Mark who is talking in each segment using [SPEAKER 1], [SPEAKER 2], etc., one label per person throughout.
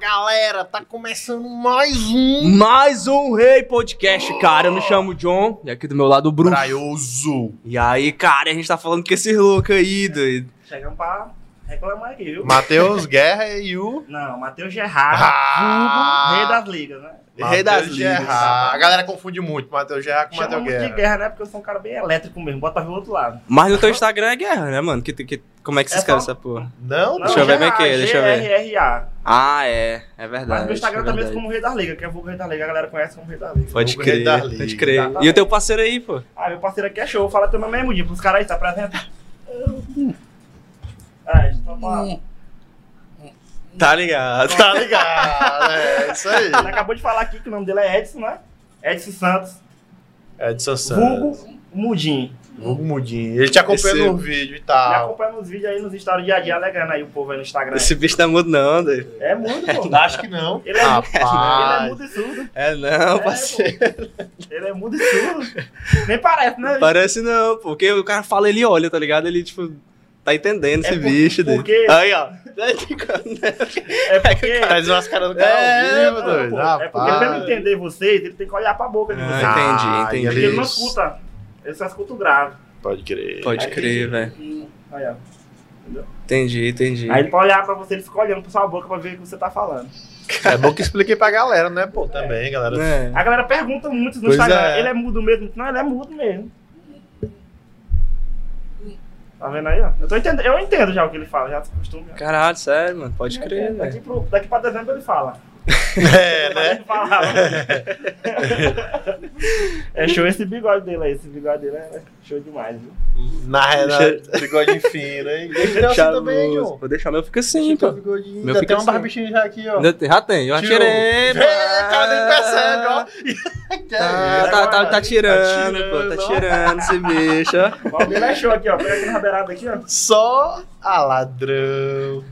[SPEAKER 1] galera, tá começando mais um
[SPEAKER 2] Mais um Rei Podcast, cara. Eu me chamo John, e aqui do meu lado o Bruno.
[SPEAKER 1] Praioso.
[SPEAKER 2] E aí, cara, a gente tá falando com esse louco aí, doido.
[SPEAKER 3] Chegam um pra reclamar aqui, viu?
[SPEAKER 1] Matheus Guerra e o
[SPEAKER 3] Não, Matheus Gerrard,
[SPEAKER 1] Ah!
[SPEAKER 3] vulgo rei das ligas, né?
[SPEAKER 2] Rei das
[SPEAKER 1] Matheus
[SPEAKER 2] Ligas.
[SPEAKER 1] Gerrard. A galera confunde muito Matheus Guerra com
[SPEAKER 3] Chama
[SPEAKER 1] Matheus
[SPEAKER 3] muito de
[SPEAKER 1] Guerra.
[SPEAKER 3] guerra, né? Porque eu sou um cara bem elétrico mesmo, bota pro outro lado.
[SPEAKER 2] Mas no teu Instagram é guerra, né, mano? Que, que- como é que se
[SPEAKER 3] É
[SPEAKER 2] escreve
[SPEAKER 3] só-
[SPEAKER 2] essa porra?
[SPEAKER 1] Não,
[SPEAKER 2] Deixa eu ver bem
[SPEAKER 3] Gerrard,
[SPEAKER 2] quem é, deixa eu ver.
[SPEAKER 3] G-R-R-A.
[SPEAKER 2] Ah, é. É verdade.
[SPEAKER 3] Mas meu Instagram
[SPEAKER 2] é
[SPEAKER 3] também um é
[SPEAKER 2] verdade.
[SPEAKER 3] como Rei das Ligas, que é vulgo Rei das Ligas, a galera conhece como Rei das Ligas.
[SPEAKER 2] Pode
[SPEAKER 1] Vulgo Rei
[SPEAKER 2] crer,
[SPEAKER 1] da Liga,
[SPEAKER 2] pode crer.
[SPEAKER 3] exatamente.
[SPEAKER 2] E o teu parceiro aí, pô?
[SPEAKER 3] Ah, meu parceiro aqui é show, fala teu nome mesmo dia pros caras aí, se apresenta. Ah, gente, tá falando.
[SPEAKER 2] Tá ligado.
[SPEAKER 1] Tá ligado, é isso aí.
[SPEAKER 3] Ele acabou de falar aqui que o nome dele é Edson, né? Edson Santos,
[SPEAKER 1] Edson Santos.
[SPEAKER 3] vulgo Mudim.
[SPEAKER 1] Vulgo Mudinho. Ele te acompanha
[SPEAKER 2] Esse-
[SPEAKER 1] no vídeo e
[SPEAKER 2] Ah.
[SPEAKER 3] Me
[SPEAKER 1] tal.
[SPEAKER 3] acompanha nos vídeos aí, nos stories dia a dia, alegrando aí o povo aí no Instagram.
[SPEAKER 2] Esse bicho tá mudo não, doido.
[SPEAKER 3] É muito, pô.
[SPEAKER 1] Acho que não.
[SPEAKER 3] Ele é, ele é
[SPEAKER 1] Rapaz.
[SPEAKER 3] mudo e surdo.
[SPEAKER 2] É não,
[SPEAKER 3] É,
[SPEAKER 2] parceiro.
[SPEAKER 3] pô. Ele é mudo e surdo. Nem parece, né?
[SPEAKER 2] Parece não, pô. porque o cara fala, ele olha, tá ligado? Ele, tipo, tá entendendo esse
[SPEAKER 3] por-
[SPEAKER 2] bicho, doido.
[SPEAKER 3] É porque-
[SPEAKER 2] Aí, ó.
[SPEAKER 3] É porque,
[SPEAKER 1] Tá desmascarando o cara
[SPEAKER 2] É,
[SPEAKER 1] ao vivo, doido.
[SPEAKER 3] é porque pra ele
[SPEAKER 1] Rapaz.
[SPEAKER 3] entender vocês, ele tem que olhar pra boca de vocês.
[SPEAKER 2] Ah, entendi,
[SPEAKER 1] Ah,
[SPEAKER 3] porque
[SPEAKER 2] entendi.
[SPEAKER 3] ele não
[SPEAKER 1] isso.
[SPEAKER 3] escuta. Ele só escuta o grave.
[SPEAKER 1] Pode crer.
[SPEAKER 2] Pode crer, velho.
[SPEAKER 3] Aí, ó.
[SPEAKER 2] Entendi, entendi.
[SPEAKER 3] Aí ele pra olhar pra você, ele fica olhando pra sua boca pra ver o que você tá falando.
[SPEAKER 1] É bom que expliquei pra galera, né, pô? Também, galera.
[SPEAKER 2] É.
[SPEAKER 3] A galera pergunta muito no
[SPEAKER 1] Pois
[SPEAKER 3] Instagram,
[SPEAKER 1] é.
[SPEAKER 3] ele é mudo mesmo? Não, ele é mudo mesmo. Tá vendo aí, ó? Eu, tô entendendo, eu entendo já o que ele fala, já se acostuma.
[SPEAKER 2] Caralho, sério, mano. Pode crer, velho.
[SPEAKER 3] daqui, pro, daqui pra dezembro ele fala.
[SPEAKER 1] É,
[SPEAKER 3] Ele falava. "Ah, é show esse bigode dele aí. Esse bigode dele é show demais, viu?
[SPEAKER 1] Na realidade, bigodinho fino, hein? Deixa eu assim também, John.
[SPEAKER 2] Vou deixar meu fica assim,
[SPEAKER 1] Deixa teu
[SPEAKER 2] pô.
[SPEAKER 1] um bigodinho.
[SPEAKER 2] Meu
[SPEAKER 1] Ainda
[SPEAKER 2] fica
[SPEAKER 1] tem uma
[SPEAKER 2] assim.
[SPEAKER 1] barbichinha já aqui, ó.
[SPEAKER 2] Ainda tem- Já tem, eu já
[SPEAKER 1] Tirou.
[SPEAKER 2] tirei,
[SPEAKER 1] É,
[SPEAKER 2] mano.
[SPEAKER 1] cara, nem percebe, ó. Que é
[SPEAKER 2] Ah. Tá,
[SPEAKER 1] isso?
[SPEAKER 2] tá, tá, tá
[SPEAKER 3] Tá
[SPEAKER 2] tirando, pô.
[SPEAKER 1] tirando,
[SPEAKER 2] Tá
[SPEAKER 1] ó.
[SPEAKER 2] tirando esse bicho, ó.
[SPEAKER 3] Ó, O dele é show aqui, ó. Pega aqui na beirada aqui, ó.
[SPEAKER 1] Só a ladrão.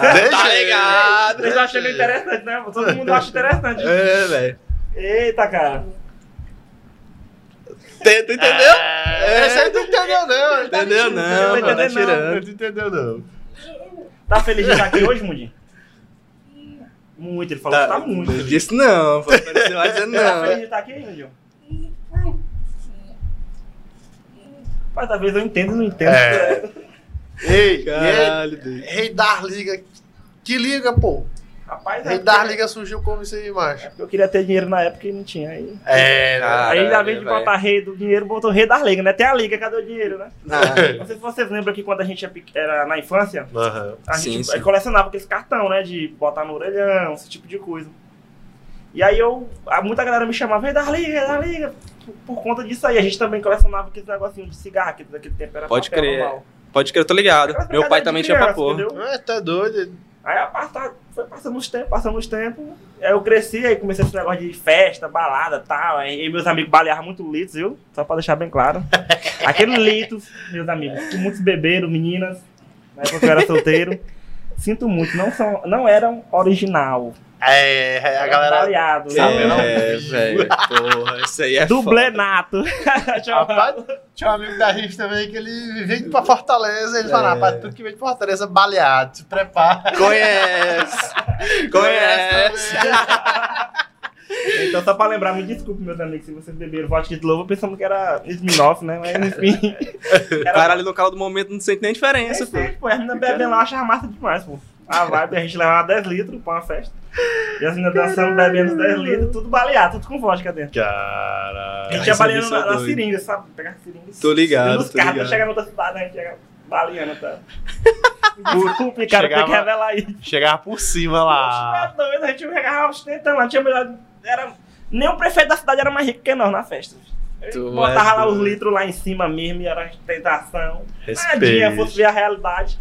[SPEAKER 1] Deixa
[SPEAKER 2] tá
[SPEAKER 1] ele.
[SPEAKER 2] ligado.
[SPEAKER 3] Vocês acham ele interessante, né? Todo mundo acha interessante.
[SPEAKER 2] É, velho.
[SPEAKER 3] Eita, cara.
[SPEAKER 2] Tenta, entendeu?
[SPEAKER 1] É, Esse aí não entendeu, não. Ele tá
[SPEAKER 2] Entendeu,
[SPEAKER 1] mentindo, entendeu,
[SPEAKER 2] não, mano, tá
[SPEAKER 1] entendeu, não.
[SPEAKER 2] tirando.
[SPEAKER 1] Ele não entendeu, não.
[SPEAKER 3] Tá feliz de estar aqui hoje, Mundinho? Muito, ele falou que tá muito.
[SPEAKER 2] Não disse não, pô. Você vai dizer
[SPEAKER 3] Tá feliz
[SPEAKER 2] não.
[SPEAKER 3] de estar aqui, Mundinho? Mas talvez eu entenda e não entenda.
[SPEAKER 1] É. Ei, ei,
[SPEAKER 2] Caralho, doido.
[SPEAKER 1] Rei da Liga. Que liga, pô.
[SPEAKER 3] Rapaz, é
[SPEAKER 1] Rei da
[SPEAKER 3] porque-
[SPEAKER 1] Liga surgiu como isso aí, macho.
[SPEAKER 3] eu queria ter dinheiro na época e não tinha aí.
[SPEAKER 1] É,
[SPEAKER 2] Cara,
[SPEAKER 3] aí ainda vez de
[SPEAKER 2] velho.
[SPEAKER 3] botar rei do dinheiro, botou rei das ligas, né? Tem a liga, cadê o dinheiro, né?
[SPEAKER 2] Ah,
[SPEAKER 3] Não sei se vocês lembram que quando a gente é pequ- era na infância,
[SPEAKER 1] Aham.
[SPEAKER 3] a
[SPEAKER 2] Sim,
[SPEAKER 3] gente é,
[SPEAKER 2] sim.
[SPEAKER 3] colecionava aqueles cartão, né? De botar no orelhão, esse tipo de coisa. E aí eu. a- Muita galera me chamava, rei das ligas, rei das ligas. por- Por conta disso aí, a gente também colecionava aqueles negocinhos de cigarro, que daquele tempo era
[SPEAKER 2] Pode
[SPEAKER 3] papel
[SPEAKER 2] crer.
[SPEAKER 3] normal.
[SPEAKER 2] Pode crer, eu tô ligado.
[SPEAKER 3] Aquelas
[SPEAKER 2] Meu pai
[SPEAKER 3] brincadeiras
[SPEAKER 2] também
[SPEAKER 3] de
[SPEAKER 2] tinha pra
[SPEAKER 3] criança,
[SPEAKER 2] porra.
[SPEAKER 3] entendeu?
[SPEAKER 1] É, tá doido.
[SPEAKER 3] Aí a pasta- foi passando os tempos, passando os tempos. Aí eu cresci, aí comecei esse negócio de festa, balada e tal. aí- E meus amigos baleavam muito litros, viu? Só pra deixar bem claro. Aquele litros, meus amigos, que muitos beberam, meninas, na época que eu era solteiro. Sinto muito, não, são, não eram original.
[SPEAKER 1] É, a
[SPEAKER 3] Eram
[SPEAKER 1] galera.
[SPEAKER 3] Baleado, né? sabe?
[SPEAKER 1] Sabendo ao
[SPEAKER 2] É,
[SPEAKER 1] vivo.
[SPEAKER 2] velho. Porra, isso aí é
[SPEAKER 3] Dublê
[SPEAKER 2] foda.
[SPEAKER 3] nato.
[SPEAKER 1] Rapaz, tinha um amigo da gente também que ele veio pra Fortaleza. Ele falava,
[SPEAKER 4] É.
[SPEAKER 1] rapaz, tudo que vem de Fortaleza, baleado, se prepara. É.
[SPEAKER 2] Conhece. Conhece.
[SPEAKER 3] Então, só pra lembrar, me desculpe, meus amigos, se vocês beberam vodka de novo, pensando que era Smirnoff, né? Mas enfim.
[SPEAKER 2] Cara, ali no calor do momento não sente nem diferença, É pô.
[SPEAKER 3] É Pô, a menina bebendo lá, achava massa demais, pô. A vibe, a gente levava 10 litros pra uma festa. E as meninas dançando, bebendo os 10 litros, tudo baleado, tudo com vodka dentro. A
[SPEAKER 1] Caralho.
[SPEAKER 2] Cara,
[SPEAKER 3] gente ia
[SPEAKER 2] isso é
[SPEAKER 3] baleando na, na
[SPEAKER 2] doido.
[SPEAKER 3] seringa, sabe? Pegar a seringa.
[SPEAKER 2] Tô ligado,
[SPEAKER 3] Nos
[SPEAKER 2] tô
[SPEAKER 3] carros,
[SPEAKER 2] ligado.
[SPEAKER 3] chega na outra cidade, né? a gente chega baleando, tá? Desculpe, cara, tem que
[SPEAKER 1] Chegava-
[SPEAKER 3] revelar aí.
[SPEAKER 1] Chegava por cima lá.
[SPEAKER 3] Tá doido, a gente chegava ostentando lá, tinha melhor... Era... Nem o prefeito da cidade era mais rico que nós na festa. Ele
[SPEAKER 2] Tu
[SPEAKER 3] Botava
[SPEAKER 2] é
[SPEAKER 3] lá os
[SPEAKER 2] doido.
[SPEAKER 3] litros lá em cima mesmo e era ostentação. Tadinha,
[SPEAKER 1] Respeito.
[SPEAKER 3] fosse ver a realidade.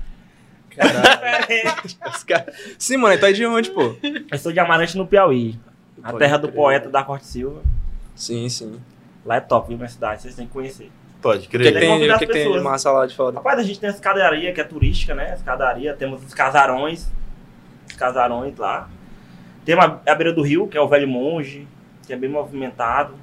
[SPEAKER 2] Caralho.
[SPEAKER 3] Diferente.
[SPEAKER 2] Os cara- Sim, mano, tá aí de onde, pô?
[SPEAKER 3] Eu sou de Amarante no Piauí. A
[SPEAKER 2] Pode
[SPEAKER 3] terra do
[SPEAKER 2] crer.
[SPEAKER 3] poeta da Corte Silva.
[SPEAKER 2] Sim, sim.
[SPEAKER 3] Lá é top, viu, minha cidade. Vocês têm que conhecer.
[SPEAKER 1] Pode
[SPEAKER 2] O que, que
[SPEAKER 1] crer.
[SPEAKER 3] Tem que
[SPEAKER 2] tem,
[SPEAKER 3] convidar
[SPEAKER 2] o que
[SPEAKER 3] as
[SPEAKER 2] que tem de
[SPEAKER 3] é pessoas.
[SPEAKER 2] massa lá de foda?
[SPEAKER 3] Rapaz, a gente tem a escadaria, que é turística, né? Escadaria. Temos os casarões. Os casarões lá. Tem uma- a beira do rio, que é o Velho Monge. Que é bem movimentado.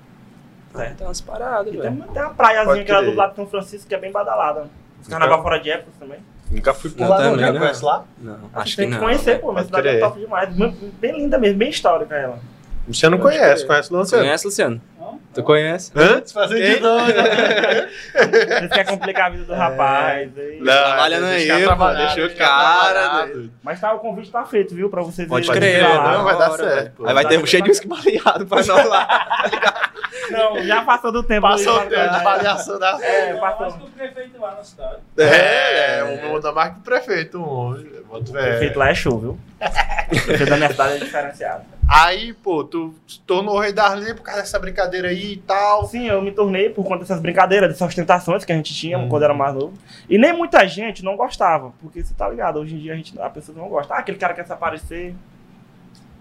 [SPEAKER 3] Certo?
[SPEAKER 2] Tem umas paradas,
[SPEAKER 3] E
[SPEAKER 2] velho.
[SPEAKER 3] tem, tem uma praiazinha
[SPEAKER 1] Pode
[SPEAKER 3] que era do
[SPEAKER 1] crer. Então
[SPEAKER 3] lado de São Francisco, que é bem badalada. Os carnaval fora de época também.
[SPEAKER 1] Nunca fui pro
[SPEAKER 2] Não,
[SPEAKER 4] Lá não,
[SPEAKER 2] também
[SPEAKER 4] já
[SPEAKER 2] não.
[SPEAKER 4] conhece lá?
[SPEAKER 2] Não,
[SPEAKER 3] Acho
[SPEAKER 2] acho que
[SPEAKER 3] tem que,
[SPEAKER 2] não.
[SPEAKER 3] conhecer, pô. Minha
[SPEAKER 1] Pode
[SPEAKER 3] cidade é
[SPEAKER 1] crer.
[SPEAKER 3] top demais. Bem, bem linda mesmo, bem histórica ela.
[SPEAKER 1] Você não
[SPEAKER 3] Eu acho
[SPEAKER 1] conhece,
[SPEAKER 3] que-
[SPEAKER 1] conhece o
[SPEAKER 2] Tu
[SPEAKER 1] Luciano.
[SPEAKER 2] conhece, Luciano?
[SPEAKER 5] Não.
[SPEAKER 2] Tu conhece?
[SPEAKER 1] Hã?
[SPEAKER 4] Se fazer de doido.
[SPEAKER 1] né?
[SPEAKER 3] Vocês querem complicar a vida do rapaz. aí.
[SPEAKER 2] Trabalhando aí,
[SPEAKER 1] deixa
[SPEAKER 2] pô,
[SPEAKER 1] trabalhar,
[SPEAKER 2] deixa o
[SPEAKER 1] deixa
[SPEAKER 2] cara,
[SPEAKER 1] trabalhar.
[SPEAKER 3] Mas tá, o convite tá feito, viu? Pra vocês
[SPEAKER 2] Pode
[SPEAKER 3] irem
[SPEAKER 2] crer,
[SPEAKER 3] pra
[SPEAKER 4] Não,
[SPEAKER 3] lá.
[SPEAKER 4] vai dar
[SPEAKER 2] Bora,
[SPEAKER 4] certo, pô.
[SPEAKER 2] Aí vai ter um cheio de uísque baleado pra nós lá.
[SPEAKER 3] Não, já passou do tempo.
[SPEAKER 4] Passou o
[SPEAKER 3] Luiz,
[SPEAKER 4] tempo
[SPEAKER 3] mas-
[SPEAKER 4] de variação da.
[SPEAKER 3] É,
[SPEAKER 5] Eu acho
[SPEAKER 3] passou.
[SPEAKER 5] que o prefeito lá na cidade.
[SPEAKER 4] É, é, um da marca do prefeito, um homem. Bota
[SPEAKER 3] O
[SPEAKER 4] fé.
[SPEAKER 3] prefeito lá é show, viu? O prefeito da minha cidade é diferenciado.
[SPEAKER 4] Aí, pô, tu se tornou o rei das linhas por causa dessa brincadeira aí e tal.
[SPEAKER 3] Sim, eu me tornei por conta dessas brincadeiras, dessas tentações que a gente tinha quando era mais novo. E nem muita gente não gostava, porque você tá ligado, hoje em dia a, gente, a pessoa não gosta. Ah, aquele cara quer se aparecer.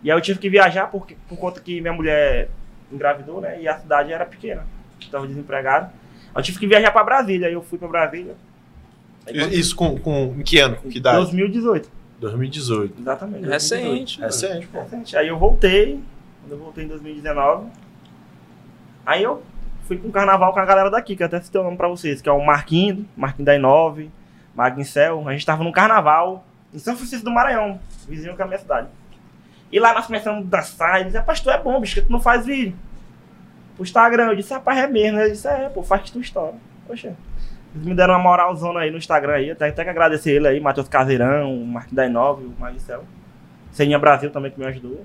[SPEAKER 3] E aí eu tive que viajar porque, por conta que minha mulher engravidou, né? E a cidade era pequena, estava desempregado. Eu tive que viajar pra Brasília, aí eu fui pra Brasília. Aí quando-
[SPEAKER 1] Isso com, com em que ano? Com que idade? É
[SPEAKER 3] 2018,
[SPEAKER 1] 2018.
[SPEAKER 3] exatamente. 2018.
[SPEAKER 2] Recente. mano.
[SPEAKER 4] Recente, pô.
[SPEAKER 3] Recente. Aí eu voltei, quando eu voltei em 2019. Aí eu fui pra um carnaval com a galera daqui, que eu até citei o nome pra vocês, que é o Marquinho, Marquinho da I9, Magnicel. A gente tava num carnaval em São Francisco do Maranhão, vizinho com a minha cidade. E lá nós começamos a dançar, eles rapaz, tu é bom, bicho, que tu não faz vídeo. Pro Instagram, eu disse, rapaz, é mesmo, né? Ele disse, é, pô, faz tua história. Poxa. Eles me deram uma moralzona aí no Instagram aí, eu tenho até que agradecer ele aí, Matheus Caseirão, o Marquinho da I9, o Magnicel. Ceninha Brasil também que me ajudou.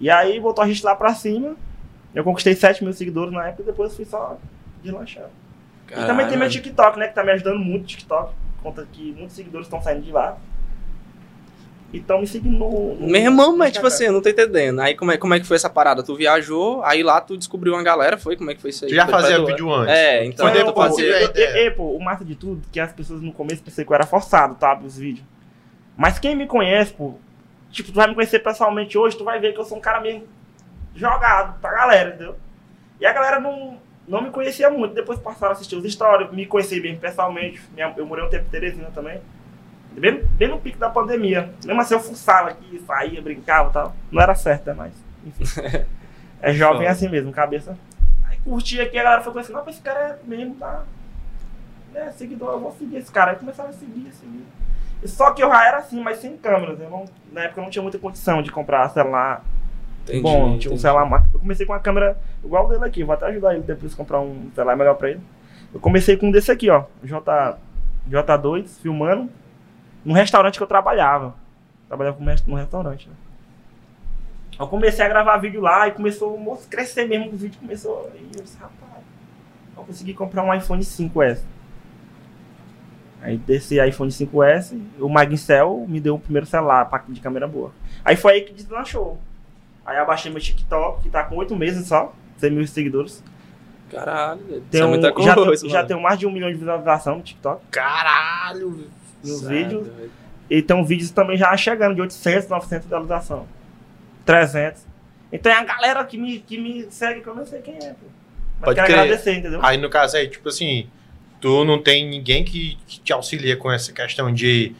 [SPEAKER 3] E aí botou a gente lá pra cima. Eu conquistei 7 mil seguidores na época e depois fui só deslanchando. E também tem meu
[SPEAKER 2] Caralho.
[SPEAKER 3] TikTok, né? Que tá me ajudando muito o TikTok. por Conta que muitos seguidores estão saindo de lá. E estão me seguindo no. no
[SPEAKER 2] Meu irmão, mas
[SPEAKER 3] no
[SPEAKER 2] tipo assim,
[SPEAKER 3] Instagram.
[SPEAKER 2] eu não tô entendendo. Aí como é, como é que foi essa parada? Tu viajou, aí lá tu descobriu uma galera, foi? Como é que foi isso aí?
[SPEAKER 1] Tu já
[SPEAKER 2] Foi
[SPEAKER 1] fazia
[SPEAKER 2] pra tu-
[SPEAKER 1] vídeo antes? né?
[SPEAKER 2] É, então.
[SPEAKER 4] Foi
[SPEAKER 2] Foi
[SPEAKER 4] dentro
[SPEAKER 2] tu
[SPEAKER 4] do
[SPEAKER 3] pô,
[SPEAKER 4] Brasil.
[SPEAKER 2] fazia...
[SPEAKER 4] a
[SPEAKER 3] eu- eu-
[SPEAKER 4] ideia.
[SPEAKER 3] é, pô, o massa de tudo, que as pessoas no começo pensaram que eu era forçado, tá? Os vídeos. Mas quem me conhece, pô, tipo, tu vai me conhecer pessoalmente hoje, tu vai ver que eu sou um cara mesmo jogado pra galera, entendeu? E a galera não, não me conhecia muito, depois passaram a assistir os stories, me conheci bem pessoalmente. Minha- eu morei um tempo em Teresina também. Bem, bem no pico da pandemia. Mesmo assim, eu fuçava aqui, saía, brincava e tal. Não era certo, né? Mas, enfim. É jovem assim mesmo, cabeça. Aí curti aqui, a galera foi conhecendo, "Nossa, esse cara é mesmo, tá? né, seguidor, eu vou seguir esse cara. Aí começaram a seguir, a seguir. E Só que eu já era assim, mas sem câmeras. Eu não- na época eu não tinha muita condição de comprar celular
[SPEAKER 2] Entendi,
[SPEAKER 3] bom, tinha um
[SPEAKER 2] entendi.
[SPEAKER 3] celular. ma- Eu comecei com uma câmera igual dele aqui, vou até ajudar ele depois a comprar um celular melhor pra ele. Eu comecei com um desse aqui, ó, J, J2, filmando, num restaurante que eu trabalhava. Trabalhava com mes- num restaurante, né? Eu comecei a gravar vídeo lá e começou a mos- crescer mesmo, o vídeo começou. E eu disse, rapaz, eu consegui comprar um iPhone 5S. Aí desse iPhone 5S, o Magncel me deu o primeiro celular pra- de câmera boa. Aí foi aí que deslanchou. Aí eu baixei meu TikTok, que tá com oito meses só, 100 mil seguidores.
[SPEAKER 2] Caralho, doido.
[SPEAKER 3] Tem
[SPEAKER 2] Isso é
[SPEAKER 3] um-
[SPEAKER 2] muita
[SPEAKER 3] já,
[SPEAKER 2] coisa,
[SPEAKER 3] já
[SPEAKER 2] mano.
[SPEAKER 3] tenho mais de um milhão de visualização no TikTok.
[SPEAKER 4] Caralho!
[SPEAKER 3] E os
[SPEAKER 2] Isso é
[SPEAKER 3] vídeos.
[SPEAKER 2] doido.
[SPEAKER 3] E tem um vídeos também já chegando de 800, 900 visualização. 300. Então é a galera que me, que me segue, que eu não sei quem é, pô. Mas
[SPEAKER 1] Pode
[SPEAKER 3] quero
[SPEAKER 1] crer.
[SPEAKER 3] agradecer, entendeu?
[SPEAKER 1] Aí no caso aí, tipo assim, tu não tem ninguém que, que te auxilia com essa questão de,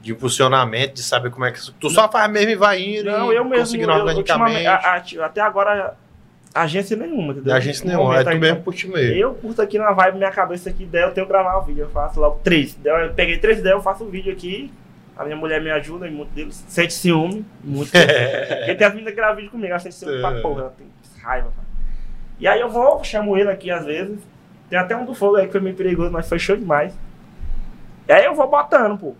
[SPEAKER 1] de funcionamento, de saber como é que. Tu só faz mesmo e vai indo
[SPEAKER 3] Não,
[SPEAKER 1] e
[SPEAKER 3] eu mesmo.
[SPEAKER 1] conseguindo
[SPEAKER 3] Eu,
[SPEAKER 1] organicamente.
[SPEAKER 3] ultimamente, a- a- ti- até agora, agência nenhuma, entendeu?
[SPEAKER 1] Da agência
[SPEAKER 3] No
[SPEAKER 1] nenhuma, é
[SPEAKER 3] momento
[SPEAKER 1] tu
[SPEAKER 3] aí,
[SPEAKER 1] mesmo por ti mesmo.
[SPEAKER 3] Eu curto aqui na vibe, minha cabeça aqui, daí eu tenho que gravar um vídeo. Eu faço logo três. Daí eu peguei três ideias, eu faço um vídeo aqui. A minha mulher me ajuda, e muito deles. Sente ciúme, muito. Porque tem as meninas que gravam vídeo comigo, ela sente ciúme pra porra, ela tem raiva. cara. E aí eu vou, chamo ele aqui às vezes. Tem até um do fogo aí que foi meio perigoso, mas foi show demais. E aí eu vou botando, pô.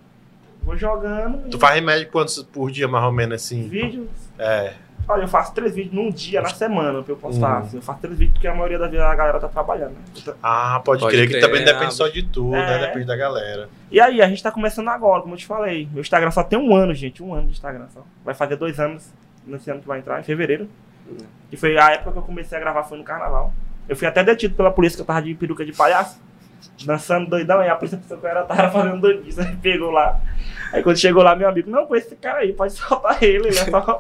[SPEAKER 3] Vou jogando.
[SPEAKER 1] Tu
[SPEAKER 3] e
[SPEAKER 1] faz remédio quantos por dia, mais ou menos assim?
[SPEAKER 3] Vídeo.
[SPEAKER 1] É.
[SPEAKER 3] Olha, eu faço três vídeos num dia, na semana, pra eu postar. assim. Eu faço três vídeos porque a maioria da vida a galera tá trabalhando, né? Então,
[SPEAKER 1] Ah, pode,
[SPEAKER 2] Pode
[SPEAKER 1] crer, que
[SPEAKER 2] crer,
[SPEAKER 1] também
[SPEAKER 2] né?
[SPEAKER 1] depende só de tu,
[SPEAKER 3] É.
[SPEAKER 1] né? Depende da galera.
[SPEAKER 3] E aí, a gente tá começando agora, como eu te falei. Meu Instagram só tem um ano, gente. Um ano de Instagram só. Vai fazer dois anos nesse ano que vai entrar, em fevereiro.
[SPEAKER 2] Hum.
[SPEAKER 3] E foi a época que eu comecei a gravar, foi no carnaval. Eu fui até detido pela polícia, que eu tava de peruca de palhaço. Dançando doidão, e a polícia pensou que eu era, tava fazendo doidice, aí pegou lá. Aí quando chegou lá, meu amigo, não, conhece esse cara aí, pode soltar ele, ele é só...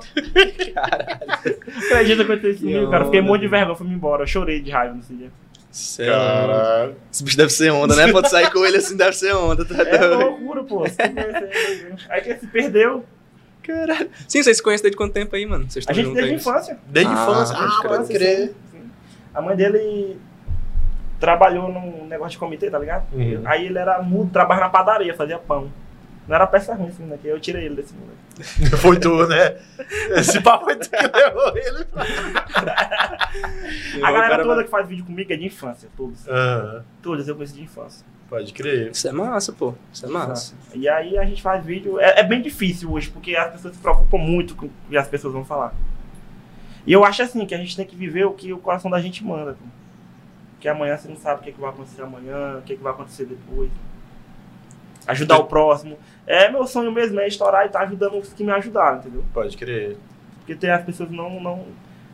[SPEAKER 3] Acredita que eu
[SPEAKER 2] Que
[SPEAKER 3] isso comigo, cara, fiquei um
[SPEAKER 2] onda,
[SPEAKER 3] monte de
[SPEAKER 2] velho.
[SPEAKER 3] vergonha, fui embora, eu chorei de raiva nesse dia.
[SPEAKER 2] Isso é doido.
[SPEAKER 1] Caralho.
[SPEAKER 2] Esse bicho deve ser onda, né? Pode sair com ele assim, deve ser onda. Tá
[SPEAKER 3] É
[SPEAKER 2] doido.
[SPEAKER 3] loucura, pô. se conhecer, né? Aí que se perdeu,
[SPEAKER 2] Caralho. Sim, vocês se conhecem desde quanto tempo aí, mano? Vocês
[SPEAKER 3] a
[SPEAKER 2] estão
[SPEAKER 3] gente
[SPEAKER 2] juntos
[SPEAKER 3] desde a
[SPEAKER 2] aí?
[SPEAKER 3] infância.
[SPEAKER 1] Desde
[SPEAKER 2] Ah,
[SPEAKER 1] infância.
[SPEAKER 2] pode
[SPEAKER 1] Ah,
[SPEAKER 2] crer.
[SPEAKER 1] pode crer.
[SPEAKER 3] Sim, sim. A mãe dele trabalhou num negócio de comitê, tá ligado?
[SPEAKER 1] Uhum.
[SPEAKER 3] Aí ele era mudo, trabalhava na padaria, fazia pão. Não era peça ruim esse menino aqui, eu tirei ele desse moleque.
[SPEAKER 1] Foi tu, né? Esse papo foi tu que levou ele.
[SPEAKER 3] A galera toda que faz vídeo comigo é de infância, todos.
[SPEAKER 1] Ah,
[SPEAKER 3] Todos eu conheço de infância.
[SPEAKER 1] pode crer.
[SPEAKER 2] Isso é massa, pô. Isso é massa.
[SPEAKER 3] E aí a gente faz vídeo. É, é bem difícil hoje, porque as pessoas se preocupam muito com o que as pessoas vão falar. E eu acho assim, que a gente tem que viver o que o coração da gente manda. pô. Porque amanhã você não sabe o que, é que vai acontecer amanhã, o que, é que vai acontecer depois. Ajudar o próximo. É meu sonho mesmo, é estourar e tá ajudando os que me ajudaram, entendeu?
[SPEAKER 1] Pode crer.
[SPEAKER 3] Porque tem as pessoas não. não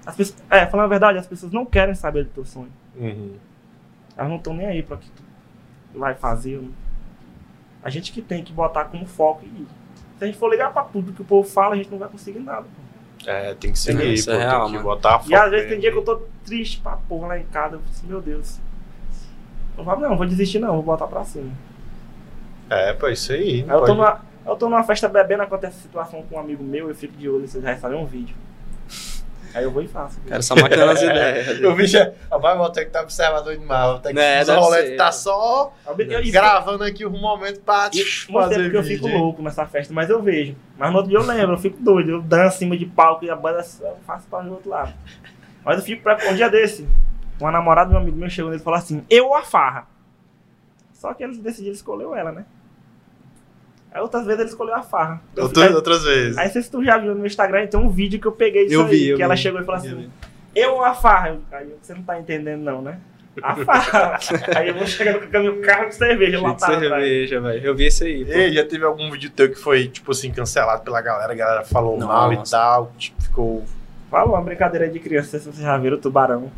[SPEAKER 3] as pessoas, é, falando a verdade, as pessoas não querem saber do teu sonho.
[SPEAKER 1] Uhum.
[SPEAKER 3] Elas não estão nem aí pra o que tu vai fazer. né? A gente que tem que botar como foco. E se a gente for ligar pra tudo que o povo fala, a gente não vai conseguir nada. pô.
[SPEAKER 1] É, tem que ser
[SPEAKER 2] Não,
[SPEAKER 1] aí,
[SPEAKER 2] isso
[SPEAKER 1] pô.
[SPEAKER 2] é real,
[SPEAKER 1] tem que
[SPEAKER 2] mano.
[SPEAKER 1] botar a é foto.
[SPEAKER 3] E às vezes tem
[SPEAKER 1] nele.
[SPEAKER 3] dia que eu tô triste pra porra lá em casa. Eu disse, meu Deus. Eu falo, não, vou desistir não, vou botar pra cima.
[SPEAKER 1] É, pô, isso aí.
[SPEAKER 3] Aí
[SPEAKER 1] não
[SPEAKER 3] eu tô,
[SPEAKER 1] pode-
[SPEAKER 3] numa, eu tô numa festa bebendo, acontece essa situação com um amigo meu, eu fico de olho, vocês já recebem um vídeo. Aí eu vou e faço.
[SPEAKER 2] Cara, só maquinando as ideias.
[SPEAKER 1] Eu vi já. Rapaz, vou é ter que estar observador de mal. Vou ter que
[SPEAKER 2] Né,
[SPEAKER 1] usar o
[SPEAKER 2] deve
[SPEAKER 1] rolete
[SPEAKER 2] ser,
[SPEAKER 1] tá
[SPEAKER 2] pô.
[SPEAKER 1] só
[SPEAKER 3] Eu- eu- isso-
[SPEAKER 1] gravando aqui um momento pra
[SPEAKER 3] E Não sei
[SPEAKER 1] fazer
[SPEAKER 3] porque eu
[SPEAKER 1] vídeo,
[SPEAKER 3] fico
[SPEAKER 1] hein?
[SPEAKER 3] louco nessa festa, mas eu vejo. Mas no outro dia eu lembro, eu fico doido. Eu danço em cima de palco e a banda eu faço pra do outro lado. Mas eu fico pra um dia desse. Uma namorada do meu amigo meu chegou nele e falou assim: eu ou a farra. Só que eles decidiram escolher ela, né? Aí outras vezes ele escolheu a farra. Eu
[SPEAKER 1] Outras,
[SPEAKER 3] fico-
[SPEAKER 1] outras vezes.
[SPEAKER 3] Aí, aí não sei se tu já viu no meu Instagram, tem um vídeo que eu peguei disso
[SPEAKER 2] Eu vi,
[SPEAKER 3] aí,
[SPEAKER 2] eu
[SPEAKER 3] que ela
[SPEAKER 2] vi.
[SPEAKER 3] chegou e falou
[SPEAKER 2] Eu
[SPEAKER 3] assim:
[SPEAKER 2] vi.
[SPEAKER 3] eu ou a farra? Eu- Aí eu, você não tá entendendo, não, né? A farra. aí eu vou chegando com o caminho- carro de cerveja,
[SPEAKER 2] Cheio de
[SPEAKER 3] lotado atrás.
[SPEAKER 2] cerveja, velho. Eu vi isso aí, pô.
[SPEAKER 1] Ei, já teve algum vídeo teu que foi, tipo assim, cancelado pela galera, a galera falou
[SPEAKER 2] Nossa.
[SPEAKER 1] mal e tal, tipo, ficou.
[SPEAKER 3] Fala uma brincadeira de criança, se vocês já viram o tubarão.
[SPEAKER 1] né?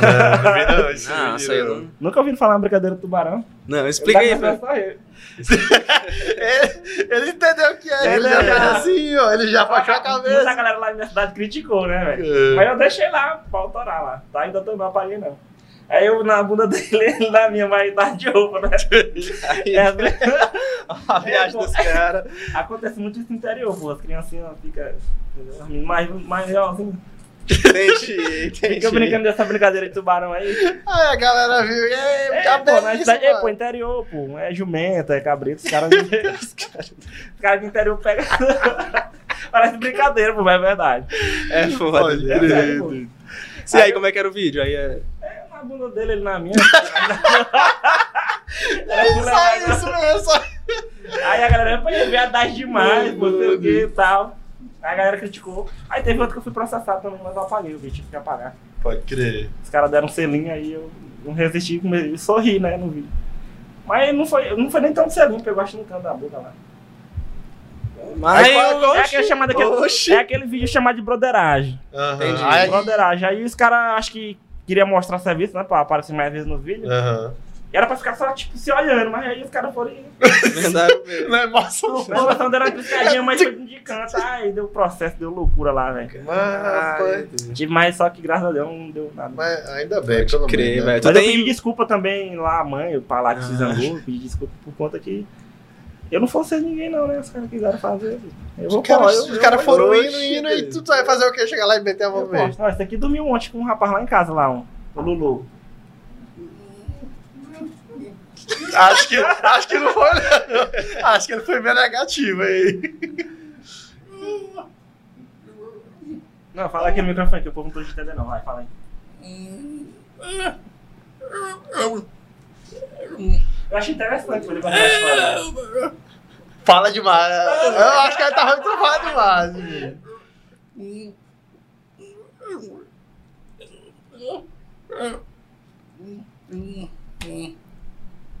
[SPEAKER 1] Não, não vi não, esse
[SPEAKER 2] Não, isso
[SPEAKER 1] vídeo,
[SPEAKER 2] aí eu
[SPEAKER 1] não.
[SPEAKER 2] não...
[SPEAKER 3] Nunca ouviram falar uma brincadeira do tubarão?
[SPEAKER 2] Não, explica aí,
[SPEAKER 3] Eu tava
[SPEAKER 2] velho.
[SPEAKER 3] pensando só ele.
[SPEAKER 1] Ele, ele entendeu o que é,
[SPEAKER 3] Ele
[SPEAKER 1] ele já
[SPEAKER 3] é.
[SPEAKER 1] fez assim, ó, ele já baixou a
[SPEAKER 3] Muita
[SPEAKER 1] cabeça.
[SPEAKER 3] galera lá na minha cidade criticou, né, velho?
[SPEAKER 1] É.
[SPEAKER 3] Mas eu deixei lá pra autorar lá. Tá? Ainda tô não paguei não. Aí eu na bunda dele, ele na minha, mas tá de roupa, né? É, às vezes-
[SPEAKER 2] A viagem dos caras.
[SPEAKER 3] acontece muito isso no interior, pô. As criancinhas ficam entendeu? mais, mais realzinho.
[SPEAKER 2] Entendi, entendi.
[SPEAKER 3] Fica brincando dessa brincadeira de tubarão aí.
[SPEAKER 1] Aí a galera viu, e aí,
[SPEAKER 3] É,
[SPEAKER 1] tá
[SPEAKER 3] pô,
[SPEAKER 1] bem
[SPEAKER 3] na
[SPEAKER 1] isso,
[SPEAKER 3] cidade, é,
[SPEAKER 1] mano.
[SPEAKER 3] pô, interior, pô. É jumenta, é cabrito, os caras. os caras do interior pegam. Parece brincadeira, pô, mas é verdade.
[SPEAKER 2] É foda.
[SPEAKER 1] Pode
[SPEAKER 2] né?
[SPEAKER 3] É
[SPEAKER 1] crer.
[SPEAKER 3] sério, pô.
[SPEAKER 2] E aí, como é que era o vídeo? Aí é...
[SPEAKER 3] É na bunda dele, ele na minha. Era
[SPEAKER 1] É
[SPEAKER 3] bunda
[SPEAKER 1] Isso aí,
[SPEAKER 3] mais-
[SPEAKER 1] isso mesmo.
[SPEAKER 3] Aí a galera, pô, é verdade demais, pô, sei o que e tal. Aí a galera criticou. Aí teve outro que eu fui processar também, mas eu apaguei o vídeo, tive que apagar.
[SPEAKER 1] Pode crer.
[SPEAKER 3] Os caras deram um selinho aí, eu não resisti, comecei- eu sorri, né, no vídeo. Mas não foi, não foi nem tão selinho, pegou acho que no canto da boca lá.
[SPEAKER 2] Mas
[SPEAKER 1] Aí,
[SPEAKER 2] eu-
[SPEAKER 3] é aquele chamado aquele,
[SPEAKER 2] Oxi.
[SPEAKER 3] é aquele vídeo chamado de broderagem.
[SPEAKER 1] Entendi.
[SPEAKER 2] Entendi.
[SPEAKER 1] Aí,
[SPEAKER 3] Broderagem. Aí os caras acho que queria mostrar serviço, né? Pra aparecer mais vezes no vídeo.
[SPEAKER 1] Aham.
[SPEAKER 3] E era pra ficar só, tipo, se olhando, mas aí os caras foram. e-
[SPEAKER 2] Mandaram mesmo.
[SPEAKER 1] Não é emoção,
[SPEAKER 3] A emoção deram uma piscadinha, mas foi de canto. Ai, deu processo, deu loucura lá, velho.
[SPEAKER 1] Mas,
[SPEAKER 3] Tive mais, só que graças a Deus não deu nada. Mas,
[SPEAKER 1] mas ainda bem, pelo menos.
[SPEAKER 2] crer,
[SPEAKER 1] né?
[SPEAKER 2] velho. Tu
[SPEAKER 3] eu
[SPEAKER 2] tem-
[SPEAKER 3] pedi desculpa também lá à mãe, pra lá que se
[SPEAKER 2] Ah.
[SPEAKER 3] zangou, eu pedi desculpa por conta que. Eu não fosse ninguém, não, né? Os caras quiseram fazer. Eu vou
[SPEAKER 1] Os caras-
[SPEAKER 3] pôr, eu-
[SPEAKER 1] os
[SPEAKER 3] eu-
[SPEAKER 1] caras
[SPEAKER 3] eu-
[SPEAKER 1] foram
[SPEAKER 2] oxe,
[SPEAKER 1] indo, indo, e
[SPEAKER 2] velho.
[SPEAKER 1] tu vai fazer o quê? Chegar lá e meter a mão
[SPEAKER 3] Eu
[SPEAKER 1] no meio.
[SPEAKER 3] posto. Não, esse aqui dormiu ontem com um rapaz lá em casa, lá, um, o Lulu.
[SPEAKER 1] Acho que, acho que não foi, não. Acho que ele foi meio negativo aí.
[SPEAKER 3] Não, fala aqui no microfone que o povo não tá te entendendo, não. Vai, fala aí. Eu achei interessante quando ele contou a história.
[SPEAKER 1] Fala demais. Eu acho que ele tava muito falando demais. menino.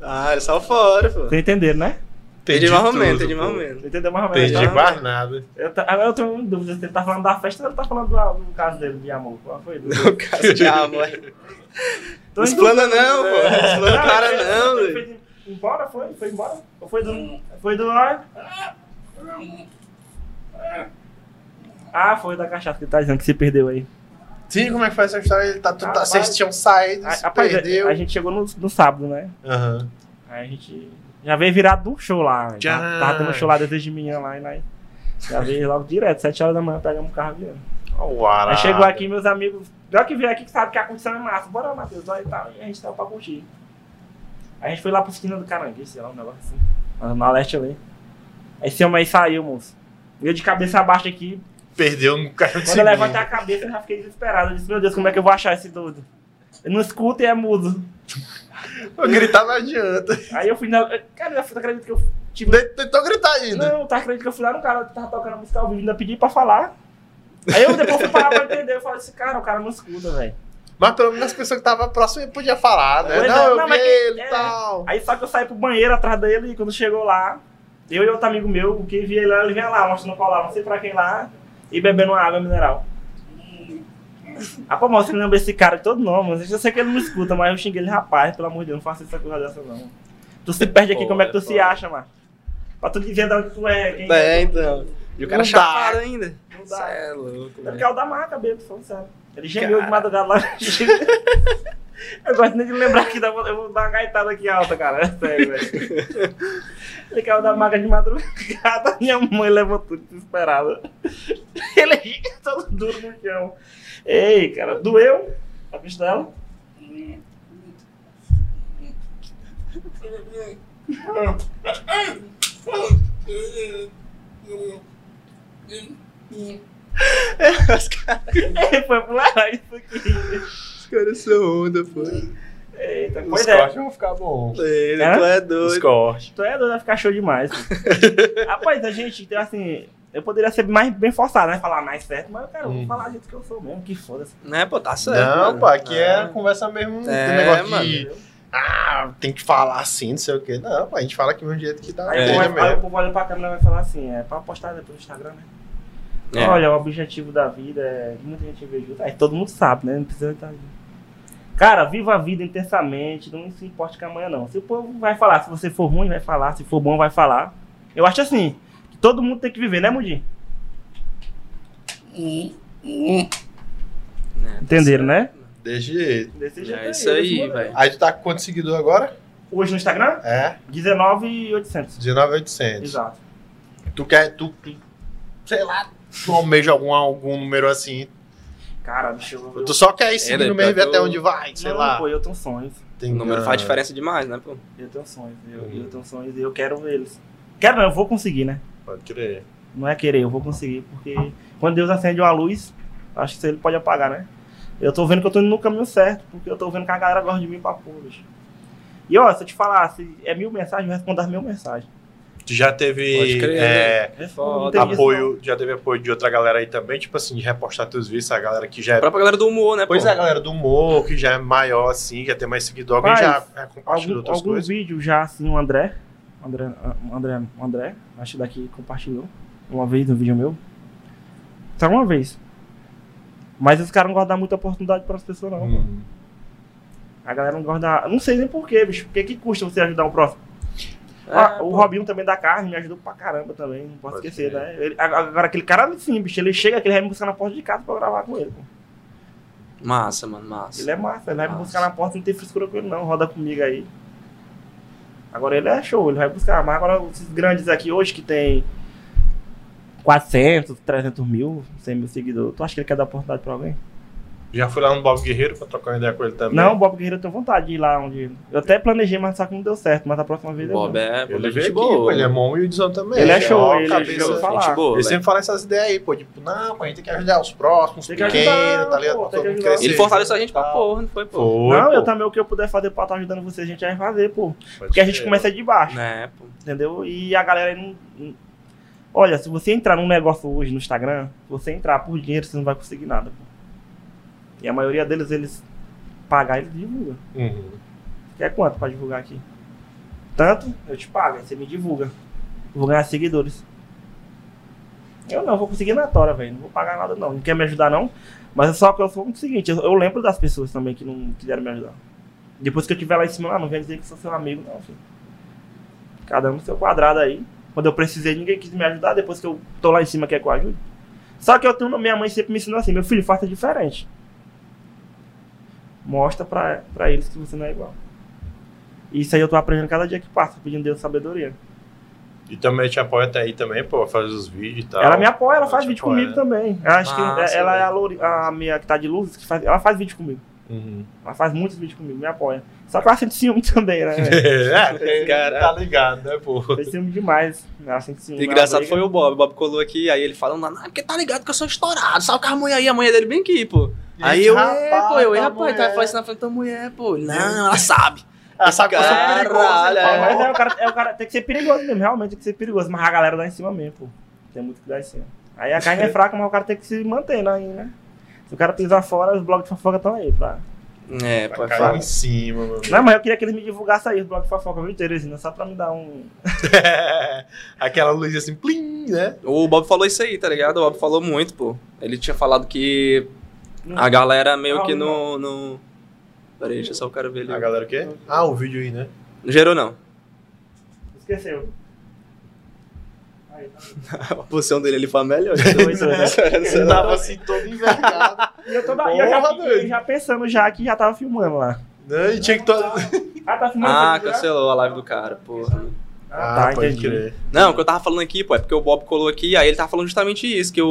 [SPEAKER 2] Ah, ele saiu fora, pô.
[SPEAKER 3] Vocês entenderam, né?
[SPEAKER 2] Entendi mais ou
[SPEAKER 1] tudo,
[SPEAKER 2] menos, entendi
[SPEAKER 1] pô.
[SPEAKER 2] mais ou menos.
[SPEAKER 3] Entendeu mais ou menos?
[SPEAKER 1] Entendi
[SPEAKER 3] Então,
[SPEAKER 1] mais é nada.
[SPEAKER 3] eu tô- agora eu tô em dúvida se ele tá falando da festa ou ele tá falando do, do caso dele de amor. Qual foi?
[SPEAKER 2] O caso de amor.
[SPEAKER 3] Tô É.
[SPEAKER 2] Não
[SPEAKER 3] em
[SPEAKER 2] explana não, pô. Não
[SPEAKER 3] dúvida.
[SPEAKER 2] explana o cara não, velho.
[SPEAKER 3] ele foi de- Embora, foi? Foi embora? Ou foi do... Foi do... Ah, foi da cachaça que ele tá dizendo que se perdeu aí.
[SPEAKER 1] Sim, como é que foi essa história? Ele tá, tu tá-
[SPEAKER 3] Rapaz.
[SPEAKER 1] vocês tinham saído,
[SPEAKER 3] A,
[SPEAKER 1] se
[SPEAKER 3] rapaz, é,
[SPEAKER 1] perdeu.
[SPEAKER 3] a gente chegou no, no sábado, né?
[SPEAKER 1] Aham.
[SPEAKER 3] Aí a gente já veio virado do show lá. né?
[SPEAKER 1] Já.
[SPEAKER 3] Tava, tava tendo show lá desde manhã lá. E nós já veio logo direto, 7 horas da manhã, pegamos o carro virando.
[SPEAKER 1] Ó, o
[SPEAKER 3] Aí
[SPEAKER 1] arado.
[SPEAKER 3] chegou aqui, meus amigos Pior que veio aqui que sabe que a condição é massa. Bora, Matheus, lá e tal. E a gente tava pra curtir. A gente foi lá pra esquina do Caranguejo, sei lá, um negócio assim. Na, na leste ali. Esse homem aí saiu, moço. Eu de cabeça abaixo aqui.
[SPEAKER 1] Perdeu um carro de
[SPEAKER 3] Quando eu levantei
[SPEAKER 1] segundo.
[SPEAKER 3] a cabeça, eu já fiquei desesperado. Eu disse, meu Deus, como é que eu vou achar esse doido? Eu não escuto e é mudo.
[SPEAKER 1] Gritar não adianta.
[SPEAKER 3] Aí eu fui na. Cara, eu acredito que eu tive
[SPEAKER 1] Tentou gritar ainda.
[SPEAKER 3] Não, tá acreditando que eu fui lá no cara que tava tocando música ao vivo, ainda pedi pra falar. Aí eu depois fui parar pra entender, eu falei assim, cara, o cara não escuta, velho.
[SPEAKER 1] Mas pelo menos as pessoas que estavam próximas podiam falar, né?
[SPEAKER 3] Pois
[SPEAKER 1] não,
[SPEAKER 3] é,
[SPEAKER 1] eu
[SPEAKER 3] não,
[SPEAKER 1] vi
[SPEAKER 3] mas que-
[SPEAKER 1] ele e
[SPEAKER 3] é.
[SPEAKER 1] tal.
[SPEAKER 3] Aí só que eu saí pro banheiro atrás dele e quando chegou lá, eu e outro amigo meu, o que via ele lá, ele vinha lá, mostrando qual lá, não sei pra quem lá, e bebendo uma água mineral. Ah, pô, mas você lembra esse cara de todo nome, mas eu sei que ele não escuta, mas eu xinguei ele, rapaz, pelo amor de Deus, não faça essa coisa dessa não. Tu se perde aqui,
[SPEAKER 2] Pô,
[SPEAKER 3] como é que tu
[SPEAKER 2] é
[SPEAKER 3] se
[SPEAKER 2] foda.
[SPEAKER 3] acha, mano? Pra tu dizer de onde tu é, quem
[SPEAKER 2] É, então. E o cara
[SPEAKER 1] Não dá.
[SPEAKER 2] chapado ainda.
[SPEAKER 3] Não dá.
[SPEAKER 2] Isso é louco,
[SPEAKER 3] É
[SPEAKER 2] velho.
[SPEAKER 3] porque é o da marca mesmo, falando sério. Ele gemeu de madrugada lá. eu gosto nem de lembrar que dá- eu vou dar uma gaitada aqui alta, cara. É sério, velho. Ele caiu da maca de madrugada, minha mãe levantou desesperada. Ele todo duro no chão. Ei, cara, doeu a costela? Ele foi pro lá, isso aqui.
[SPEAKER 2] Os caras são onda, pô.
[SPEAKER 3] Eita,
[SPEAKER 1] Os
[SPEAKER 3] pois é.
[SPEAKER 1] cortes vão ficar bom.
[SPEAKER 2] Ele,
[SPEAKER 3] Hã?
[SPEAKER 2] tu é
[SPEAKER 1] Os
[SPEAKER 2] doido.
[SPEAKER 1] cortes.
[SPEAKER 3] Tu é doido, vai ficar show demais. Rapaz, a gente, então, assim, eu poderia ser mais bem forçado, né? Falar mais certo, mas eu quero
[SPEAKER 1] Hum.
[SPEAKER 3] falar do jeito que eu sou mesmo, que foda-se.
[SPEAKER 2] Né, pô, tá certo.
[SPEAKER 1] Não,
[SPEAKER 2] mano.
[SPEAKER 1] pô, aqui é
[SPEAKER 2] Ah.
[SPEAKER 1] conversa mesmo.
[SPEAKER 2] É,
[SPEAKER 1] tem negócio de.
[SPEAKER 3] Entendeu?
[SPEAKER 1] Ah, tem que falar assim, não sei o quê. Não, pô, a gente fala aqui do jeito que dá.
[SPEAKER 3] Aí,
[SPEAKER 2] É.
[SPEAKER 3] o
[SPEAKER 1] É,
[SPEAKER 3] povo vai- aí o
[SPEAKER 1] mesmo.
[SPEAKER 3] povo olha pra câmera e vai falar assim, é pra postar depois no Instagram, né?
[SPEAKER 2] É.
[SPEAKER 3] Olha, o objetivo da vida é que muita gente veja junto. Aí todo mundo sabe, né? Não precisa estar Cara, viva a vida intensamente, não se importe com amanhã, não. Se o povo vai falar, se você for ruim, vai falar, se for bom, vai falar. Eu acho assim, que todo mundo tem que viver, né, Mundinho?
[SPEAKER 2] Né, tá
[SPEAKER 3] Entenderam, né?
[SPEAKER 1] Desse jeito.
[SPEAKER 3] Desse
[SPEAKER 2] certo.
[SPEAKER 3] jeito
[SPEAKER 2] É isso
[SPEAKER 3] desse
[SPEAKER 2] aí,
[SPEAKER 3] modelo.
[SPEAKER 2] velho.
[SPEAKER 1] Aí tu tá com quantos seguidores agora?
[SPEAKER 3] Hoje no Instagram,
[SPEAKER 1] É,
[SPEAKER 3] 19,800.
[SPEAKER 1] 19,800.
[SPEAKER 3] Exato.
[SPEAKER 1] Tu quer, tu, tu, sei lá, tu almeja algum, algum número assim.
[SPEAKER 3] Cara, bicho, eu...
[SPEAKER 1] Tu só quer ir seguindo
[SPEAKER 2] né,
[SPEAKER 1] mesmo e ver
[SPEAKER 2] pra tu-
[SPEAKER 1] até onde vai, sei
[SPEAKER 3] não,
[SPEAKER 1] lá.
[SPEAKER 3] pô, eu tenho sonhos.
[SPEAKER 1] Tem-
[SPEAKER 2] O número faz
[SPEAKER 1] ah,
[SPEAKER 2] diferença demais, né, pô?
[SPEAKER 1] É.
[SPEAKER 3] Eu tenho sonhos. Eu, eu tenho sonhos e eu quero eles. Quero não, eu vou conseguir, né?
[SPEAKER 1] Pode crer.
[SPEAKER 3] Não é querer, eu vou conseguir. Porque quando Deus acende uma luz, acho que ele pode apagar, né? Eu tô vendo que eu tô indo no caminho certo, porque eu tô vendo que a galera gosta de mim pra porra, bicho. E ó, se eu te falar, se é mil mensagens, eu respondo as mil mensagens.
[SPEAKER 1] Tu já teve
[SPEAKER 2] Pode crer, né?
[SPEAKER 1] é,
[SPEAKER 3] Respondo,
[SPEAKER 2] Foda.
[SPEAKER 3] não tem isso,
[SPEAKER 1] apoio, já teve apoio de outra galera aí também, tipo assim, de repostar teus vídeos, a galera que já
[SPEAKER 2] A
[SPEAKER 1] é.
[SPEAKER 2] própria galera do humor, né,
[SPEAKER 1] Pois
[SPEAKER 2] pô?
[SPEAKER 1] é, a galera do humor, que já é maior assim, já tem mais seguidor, alguém
[SPEAKER 3] Mas,
[SPEAKER 1] já é,
[SPEAKER 3] não.
[SPEAKER 1] compartilhou
[SPEAKER 3] Algum,
[SPEAKER 1] outras
[SPEAKER 3] algum
[SPEAKER 1] coisas.
[SPEAKER 3] vídeo já, assim, o André, André, André, André, acho que daqui compartilhou uma vez no vídeo meu. Só uma vez. Mas os caras não gostam de dar muita oportunidade para as pessoas, não. mano.
[SPEAKER 1] Hum.
[SPEAKER 3] A galera não gosta. da- Não sei nem porquê, bicho. Porque que custa você ajudar um próximo?
[SPEAKER 2] É,
[SPEAKER 3] Ah, o
[SPEAKER 2] pô.
[SPEAKER 3] Robinho também da carne me ajudou pra caramba também. Não posso
[SPEAKER 1] Pode
[SPEAKER 3] esquecer,
[SPEAKER 1] crer.
[SPEAKER 3] né? Ele- agora, aquele cara, sim, bicho. Ele chega, que ele vai me buscar na porta de casa pra eu gravar com ele. pô.
[SPEAKER 2] Massa, mano, massa.
[SPEAKER 3] Ele é massa. Ele vai me
[SPEAKER 2] Massa.
[SPEAKER 3] buscar na porta, não tem frescura com ele, não. Roda comigo aí. Agora ele é show, ele vai buscar. Mas agora esses grandes aqui hoje que tem 400, 300 mil, 100 mil seguidores. Tu acha que ele quer dar oportunidade pra alguém?
[SPEAKER 1] Já fui lá no Bob Guerreiro pra trocar uma ideia com ele também.
[SPEAKER 3] Não, o Bob Guerreiro eu tenho vontade de ir lá onde ele. Eu até planejei, mas só que não deu certo. Mas a próxima vez eu vou.
[SPEAKER 2] Bob é, Bob
[SPEAKER 1] ele
[SPEAKER 2] é
[SPEAKER 1] veio
[SPEAKER 2] gente
[SPEAKER 1] aqui, pô,
[SPEAKER 2] boa.
[SPEAKER 1] ele é mão e o Dizão também.
[SPEAKER 3] Ele é
[SPEAKER 1] já
[SPEAKER 3] show,
[SPEAKER 1] uma
[SPEAKER 3] ele
[SPEAKER 1] cabeça-
[SPEAKER 3] jogou falar.
[SPEAKER 2] assim, Gente boa,
[SPEAKER 1] Ele
[SPEAKER 2] velho.
[SPEAKER 1] sempre fala essas ideias aí, pô, tipo, não, pô, a gente tem que ajudar os próximos,
[SPEAKER 3] Tem
[SPEAKER 1] pequenos,
[SPEAKER 3] que
[SPEAKER 1] tá ligado? Pra
[SPEAKER 3] ajudar, pô, tem
[SPEAKER 1] todo
[SPEAKER 3] que
[SPEAKER 1] mundo
[SPEAKER 3] ajudar.
[SPEAKER 1] crescer.
[SPEAKER 2] Ele fortaleceu a gente pra
[SPEAKER 1] Tá.
[SPEAKER 2] porra, não foi, pô?
[SPEAKER 1] Foi,
[SPEAKER 3] Não,
[SPEAKER 1] pô,
[SPEAKER 3] eu também o que eu puder fazer pra estar ajudando vocês, a gente vai fazer, pô.
[SPEAKER 1] pode
[SPEAKER 3] Porque a gente
[SPEAKER 1] crer.
[SPEAKER 3] começa de baixo,
[SPEAKER 2] Né, pô.
[SPEAKER 3] entendeu? E a galera não. não- Olha, se você entrar num negócio hoje no Instagram, se você entrar por dinheiro, você não vai conseguir nada, pô. E a maioria deles, eles pagar, eles divulgam.
[SPEAKER 1] Uhum.
[SPEAKER 3] Quer é quanto pra divulgar aqui? Tanto, eu te pago, aí você me divulga. Vou ganhar seguidores. Eu não, vou conseguir na tora, velho. Não vou pagar nada, não. Não quer me ajudar, não. Mas é só que eu sou o seguinte, eu, eu lembro das pessoas também que não quiseram me ajudar. Depois que eu tiver lá em cima, ah, não vem dizer que sou seu amigo, não, filho. Cada um no seu quadrado aí. Quando eu precisei, ninguém quis me ajudar. Depois que eu tô lá em cima, quer que eu ajude? Só que eu tenho, minha mãe sempre me ensinou assim, meu filho, faça diferente. Mostra pra, pra eles que você não é igual. Isso aí eu tô aprendendo cada dia que passa, pedindo Deus sabedoria.
[SPEAKER 1] E também te apoia até aí também, pô, faz os vídeos e
[SPEAKER 2] Tá.
[SPEAKER 1] tal.
[SPEAKER 3] Ela me apoia, ela
[SPEAKER 1] Ela
[SPEAKER 3] faz
[SPEAKER 1] te
[SPEAKER 3] vídeo
[SPEAKER 1] apoia,
[SPEAKER 3] comigo
[SPEAKER 2] é.
[SPEAKER 1] né?
[SPEAKER 3] também. Eu acho
[SPEAKER 2] Massa,
[SPEAKER 3] que ela é a,
[SPEAKER 2] velho.
[SPEAKER 3] Louri- a minha que tá de luz, que faz, ela faz vídeo comigo.
[SPEAKER 1] Uhum.
[SPEAKER 3] Ela faz muitos vídeos comigo, me apoia. Só que ela sente ciúme também, né? velho?
[SPEAKER 1] É, cara, tá ligado, né, pô?
[SPEAKER 3] Fez ciúme demais. Ela sente ciúme.
[SPEAKER 2] E engraçado
[SPEAKER 3] ela
[SPEAKER 2] foi o Bob. O Bob colou aqui, aí ele falando, ah, porque tá ligado que eu sou estourado, sabe com a mulher aí, a mulher dele bem aqui, pô. aí eu, é, pô, eu, é, rapaz, tá falando isso na frente da mulher, pô. Ele, Não, ela sabe.
[SPEAKER 1] Ah,
[SPEAKER 4] Ela sabe que eu sou
[SPEAKER 2] Caralho,
[SPEAKER 4] perigoso, ele
[SPEAKER 2] é.
[SPEAKER 3] briga. Mas
[SPEAKER 4] falou.
[SPEAKER 3] é, o cara, é, o cara tem que ser perigoso mesmo, realmente tem que ser perigoso. Mas a galera dá em cima mesmo, pô. Tem muito que dar em cima. Aí a carne é fraca, mas o cara tem que se manter né, aí, né? Se o cara pisar fora, os blogs de fofoca estão aí, pra.
[SPEAKER 2] É, pô,
[SPEAKER 1] Pra
[SPEAKER 2] é
[SPEAKER 1] cair um
[SPEAKER 2] foda.
[SPEAKER 1] em cima, mano.
[SPEAKER 3] Não, mas eu queria que eles me divulgassem aí, os blogs de fofoca, viu, Teresina? Só pra me dar um.
[SPEAKER 1] Aquela luz assim, plim, né?
[SPEAKER 2] O Bob falou isso aí, tá ligado? O Bob falou muito, pô. Ele tinha falado que a galera meio que não. não... Peraí, deixa só o cara
[SPEAKER 1] A
[SPEAKER 2] ver ele.
[SPEAKER 1] galera o quê? Ah, o vídeo aí, né?
[SPEAKER 2] Não gerou, não.
[SPEAKER 3] Esqueceu. Aí, tá.
[SPEAKER 2] A posição dele ele foi a melhor.
[SPEAKER 3] Dois,
[SPEAKER 2] É.
[SPEAKER 3] dois.
[SPEAKER 4] Ele tava assim todo envergado.
[SPEAKER 3] E eu, tô, e eu, já,
[SPEAKER 1] Porra, doido.
[SPEAKER 3] eu já pensando já que já tava filmando lá.
[SPEAKER 1] Não, e tinha que to...
[SPEAKER 3] Ah, tá filmando.
[SPEAKER 2] Ah,
[SPEAKER 3] já?
[SPEAKER 2] cancelou a live do cara, porra.
[SPEAKER 3] Ah, tá, entendi.
[SPEAKER 2] Não, o que eu tava falando aqui, pô, é porque o Bob colou aqui, aí ele tava falando justamente isso, que o,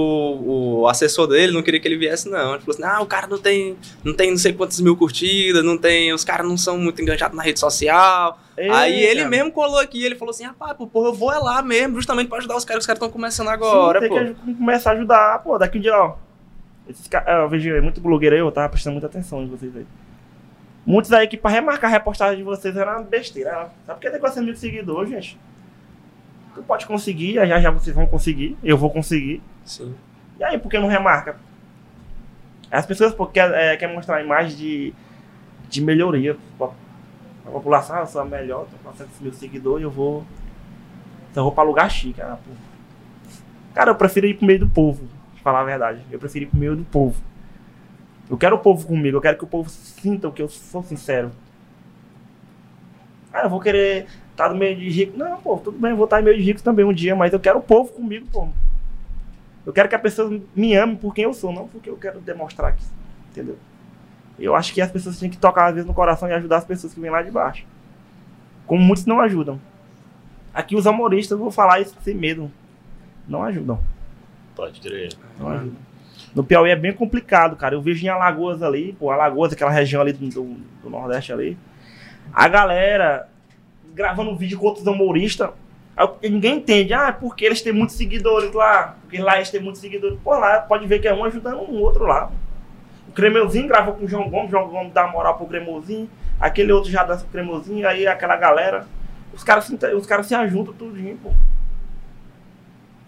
[SPEAKER 2] o assessor dele não queria que ele viesse, não. Ele falou assim, ah, o cara não tem não tem não sei quantas mil curtidas, não tem, os caras não são muito enganjados na rede social. aí
[SPEAKER 3] Eita.
[SPEAKER 2] ele mesmo colou aqui, ele falou assim, rapaz, pô, porra, eu vou é lá mesmo, justamente pra ajudar os caras, os caras estão começando agora,
[SPEAKER 3] Sim, tem
[SPEAKER 2] pô.
[SPEAKER 3] que aj- começar a ajudar, pô, daqui um dia, ó. Esses ca- é, Eu vejo aí, muito blogueiro aí, eu tava prestando muita atenção em vocês aí. Muitos aí que pra remarcar a reportagem de vocês era uma besteira. Sabe por que tem 400 mil seguidores, gente? Tu pode conseguir, já já vocês vão conseguir, eu vou conseguir.
[SPEAKER 2] Sim.
[SPEAKER 3] E aí, por que não remarca? As pessoas pô, quer, é, quer mostrar a imagem de, de melhoria. pô. A população, ah, eu sou a melhor, tô com 400 mil seguidores, eu vou. Então eu vou pra lugar chique. Ah, pô. Cara, eu prefiro ir pro meio do povo, pra falar a verdade. Eu prefiro ir pro meio do povo. Eu quero o povo comigo, eu quero que o povo sinta o que eu sou sincero. Ah, eu vou querer estar no meio de rico. Não, pô, tudo bem, eu vou estar em meio de rico também um dia, mas eu quero o povo comigo, pô. Eu quero que a pessoa me ame por quem eu sou, não porque eu quero demonstrar aqui. Entendeu? Eu acho que as pessoas têm que tocar às vezes no coração e ajudar as pessoas que vêm lá de baixo. Como muitos não ajudam. Aqui os amoristas, eu vou falar isso sem medo. Não ajudam.
[SPEAKER 1] Pode crer.
[SPEAKER 3] Não ajudam. No Piauí é bem complicado, cara. Eu vejo em Alagoas ali, pô, Alagoas, aquela região ali do, do- do Nordeste ali. A galera gravando vídeo com outros humoristas. Aí Ninguém entende, ah, é porque eles têm muitos seguidores lá, porque lá eles têm muitos seguidores. Pô, lá pode ver que é um ajudando o outro lá. O Cremeuzinho gravou com o João Gomes, o João Gomes dá moral pro Cremeuzinho, aquele outro já dança pro Cremeuzinho, aí aquela galera. Os caras se, inte- os caras se ajuntam tudinho, pô.